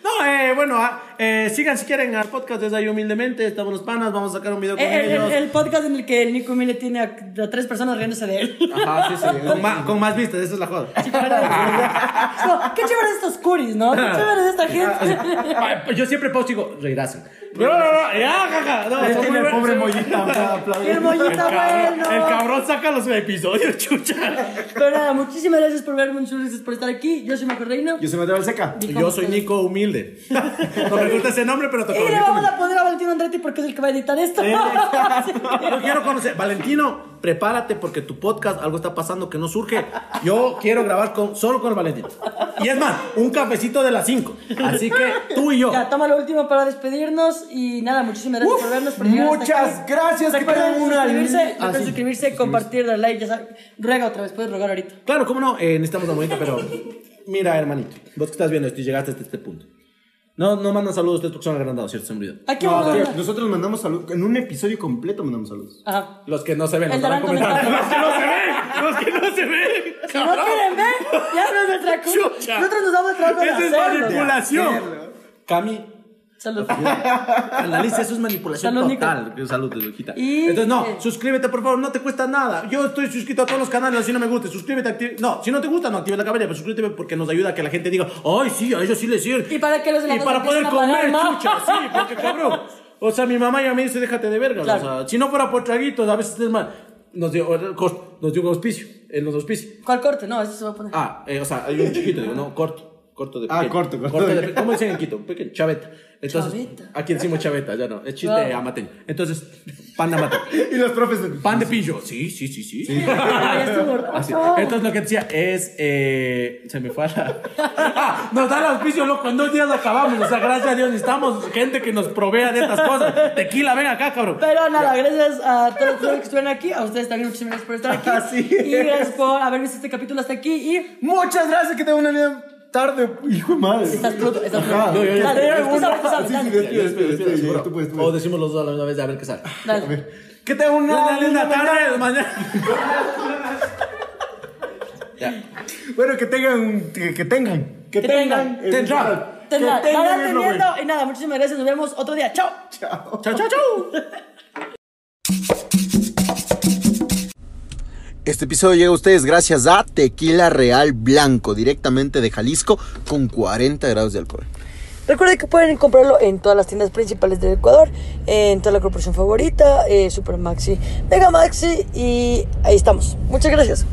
Speaker 2: No, eh, bueno, ah, eh, sigan si quieren al podcast desde ahí humildemente. Estamos los panas, vamos a sacar un video con
Speaker 1: El, Eh, el-
Speaker 2: ellos.
Speaker 1: el podcast en el que el Nico Mille tiene a, a tres personas riéndose de él.
Speaker 2: Ajá, sí, sí. Con, ma- con más vistas, esa es la joda.
Speaker 1: Sí, fuera de broma. No, qué chévere estos curis, ¿no? Qué chévere es esta gente.
Speaker 2: Ah, Yo siempre pausa y digo, reirás. No, no, no, ya, jaja. No, son muy
Speaker 3: Tiene el
Speaker 2: buenos,
Speaker 3: pobre
Speaker 2: son muy-
Speaker 3: Mollita. bla, bla,
Speaker 1: El
Speaker 3: bla.
Speaker 2: El
Speaker 1: mollita
Speaker 2: cabrón, el
Speaker 1: bueno.
Speaker 2: cabrón saca los episodios, chucha.
Speaker 1: Pero nada, muchísimas gracias por verme, muchas gracias por estar aquí. Yo soy Majo Reina.
Speaker 3: Yo soy Mateo Balseca.
Speaker 1: Y
Speaker 2: Yo
Speaker 1: como
Speaker 2: soy
Speaker 1: ustedes.
Speaker 2: Nico Humilde. No me me gusta ese nombre, pero tocó.
Speaker 1: Y le vamos a poner a Valentino Andretti porque es el que va a editar esto. Así que-
Speaker 2: Yo quiero conocer. Valentino, prepárate porque tu podcast, algo está pasando que no surge. Yo quiero grabar con, solo con el Valentino. Y es más, un cafecito de las 5. Así que tú y yo.
Speaker 1: Ya, toma lo último para despedirnos y nada, muchísimas gracias por vernos. Por llegar hasta
Speaker 3: Muchas
Speaker 1: aquí.
Speaker 3: gracias, que
Speaker 1: Recuerden
Speaker 3: tengan una
Speaker 1: suscribirse,
Speaker 3: li-
Speaker 1: recuerden
Speaker 3: Ah, sí.
Speaker 1: suscribirse, compartir, dar like, ya saben. Ruega otra vez, puedes rogar ahorita.
Speaker 2: Claro, cómo no, eh, necesitamos la bonita, pero mira, hermanito, vos que estás viendo esto y llegaste hasta este punto. No, no mandan saludos ustedes porque son agrandados, ¿cierto? Se me olvidó.
Speaker 1: Aquí
Speaker 3: No,
Speaker 1: vamos a
Speaker 3: tío,
Speaker 1: hablar.
Speaker 3: nosotros mandamos saludos. En un episodio completo mandamos saludos.
Speaker 1: Ajá.
Speaker 2: Los que no se ven,
Speaker 1: El
Speaker 2: los que
Speaker 1: Darán
Speaker 2: van comentando. Los que
Speaker 1: comentando.
Speaker 2: no se ven, los que no se ven.
Speaker 1: Si no quieren ver, ya no es nuestra culpa.
Speaker 2: Chucha.
Speaker 1: Nosotros nos damos el trabajo de
Speaker 2: Esa es
Speaker 1: hacerlo.
Speaker 2: manipulación. Cami,
Speaker 1: Salud.
Speaker 2: Analiza, eso es manipulación
Speaker 1: Salud, Nico.
Speaker 2: total. Salud, Lujita.
Speaker 1: Y-
Speaker 2: Entonces, no,
Speaker 1: eh.
Speaker 2: suscríbete, por favor, no te cuesta nada. Yo estoy suscrito a todos los canales, así no me gusta. Suscríbete, acti- No, si no te gusta, no actives la camarilla, pero suscríbete porque nos ayuda a que la gente diga, ay, sí, a ellos sí les sirve.
Speaker 1: Y para que los de la
Speaker 2: Y
Speaker 1: casa
Speaker 2: para poder
Speaker 1: empiecen a pagar
Speaker 2: comer,
Speaker 1: más.
Speaker 2: chucha, sí, porque cabrón. O sea, mi mamá ya me dice, déjate de verga.
Speaker 1: Claro.
Speaker 2: O sea, si no fuera por traguitos, a veces es mal. Nos dio, nos dio un auspicio, en los auspicios.
Speaker 1: ¿Cuál corte? No, eso se va a poner.
Speaker 2: Ah, eh, o sea, hay un chiquito, digo, no, corto. Corto de
Speaker 3: Ah, corto, corto.
Speaker 2: de pe- ¿Cómo dicen en Quito? Pequeño, chaveta. Entonces,
Speaker 1: Chaveta.
Speaker 2: aquí decimos chaveta, ya no. Es chiste
Speaker 1: Wow.
Speaker 2: amateño. Entonces, pan de amateño.
Speaker 3: Y los profes.
Speaker 2: Pan de pillo. Sí, sí, sí, sí.
Speaker 1: Ya estuvo.
Speaker 3: Ah,
Speaker 2: Así.
Speaker 1: Oh.
Speaker 2: Entonces, lo que decía es. Eh, se me fue la- Ah, nos da el auspicio, loco. En dos días lo acabamos. O sea, gracias a Dios necesitamos gente que nos provea de estas cosas. Tequila, ven acá, cabrón.
Speaker 1: Pero nada, gracias a todos los que estuvieron aquí, a ustedes también muchísimas gracias por estar aquí.
Speaker 3: Así
Speaker 1: y gracias por haber visto este capítulo hasta aquí y
Speaker 3: Muchas gracias, que tengan una linda tarde. Hijo de madre.
Speaker 1: estás pronto, estás
Speaker 3: Ajá.
Speaker 1: pronto.
Speaker 2: yo- yo-
Speaker 1: Dale, dale,
Speaker 3: yo-
Speaker 1: tú sabes, tú
Speaker 3: Sí,
Speaker 1: sabes,
Speaker 3: sí,
Speaker 1: dale.
Speaker 3: despide, despide, despide,
Speaker 2: Seguro.
Speaker 3: Tú puedes, tú
Speaker 2: O
Speaker 3: puedes.
Speaker 2: decimos los dos a la misma vez, a ver qué sale.
Speaker 1: Dale.
Speaker 3: Que tengan una
Speaker 2: Una linda
Speaker 3: linda
Speaker 2: tarde, mañana.
Speaker 3: Bueno, que tengan. Que que tengan. Que
Speaker 1: tengan.
Speaker 3: eh,
Speaker 2: Tendrán.
Speaker 3: que
Speaker 1: Tenla,
Speaker 3: tengan
Speaker 1: vayan
Speaker 3: es lo bueno.
Speaker 1: teniendo. Y nada, muchísimas gracias. Nos vemos otro día. Chao.
Speaker 3: Chao.
Speaker 1: Chao, chao, chao.
Speaker 8: Este episodio llega a ustedes gracias a Tequila Real Blanco, directamente de Jalisco, con 40 grados de alcohol.
Speaker 1: Recuerden que pueden comprarlo en todas las tiendas principales del Ecuador, en toda la corporación favorita, eh, Super Maxi, Mega Maxi y ahí estamos. Muchas gracias.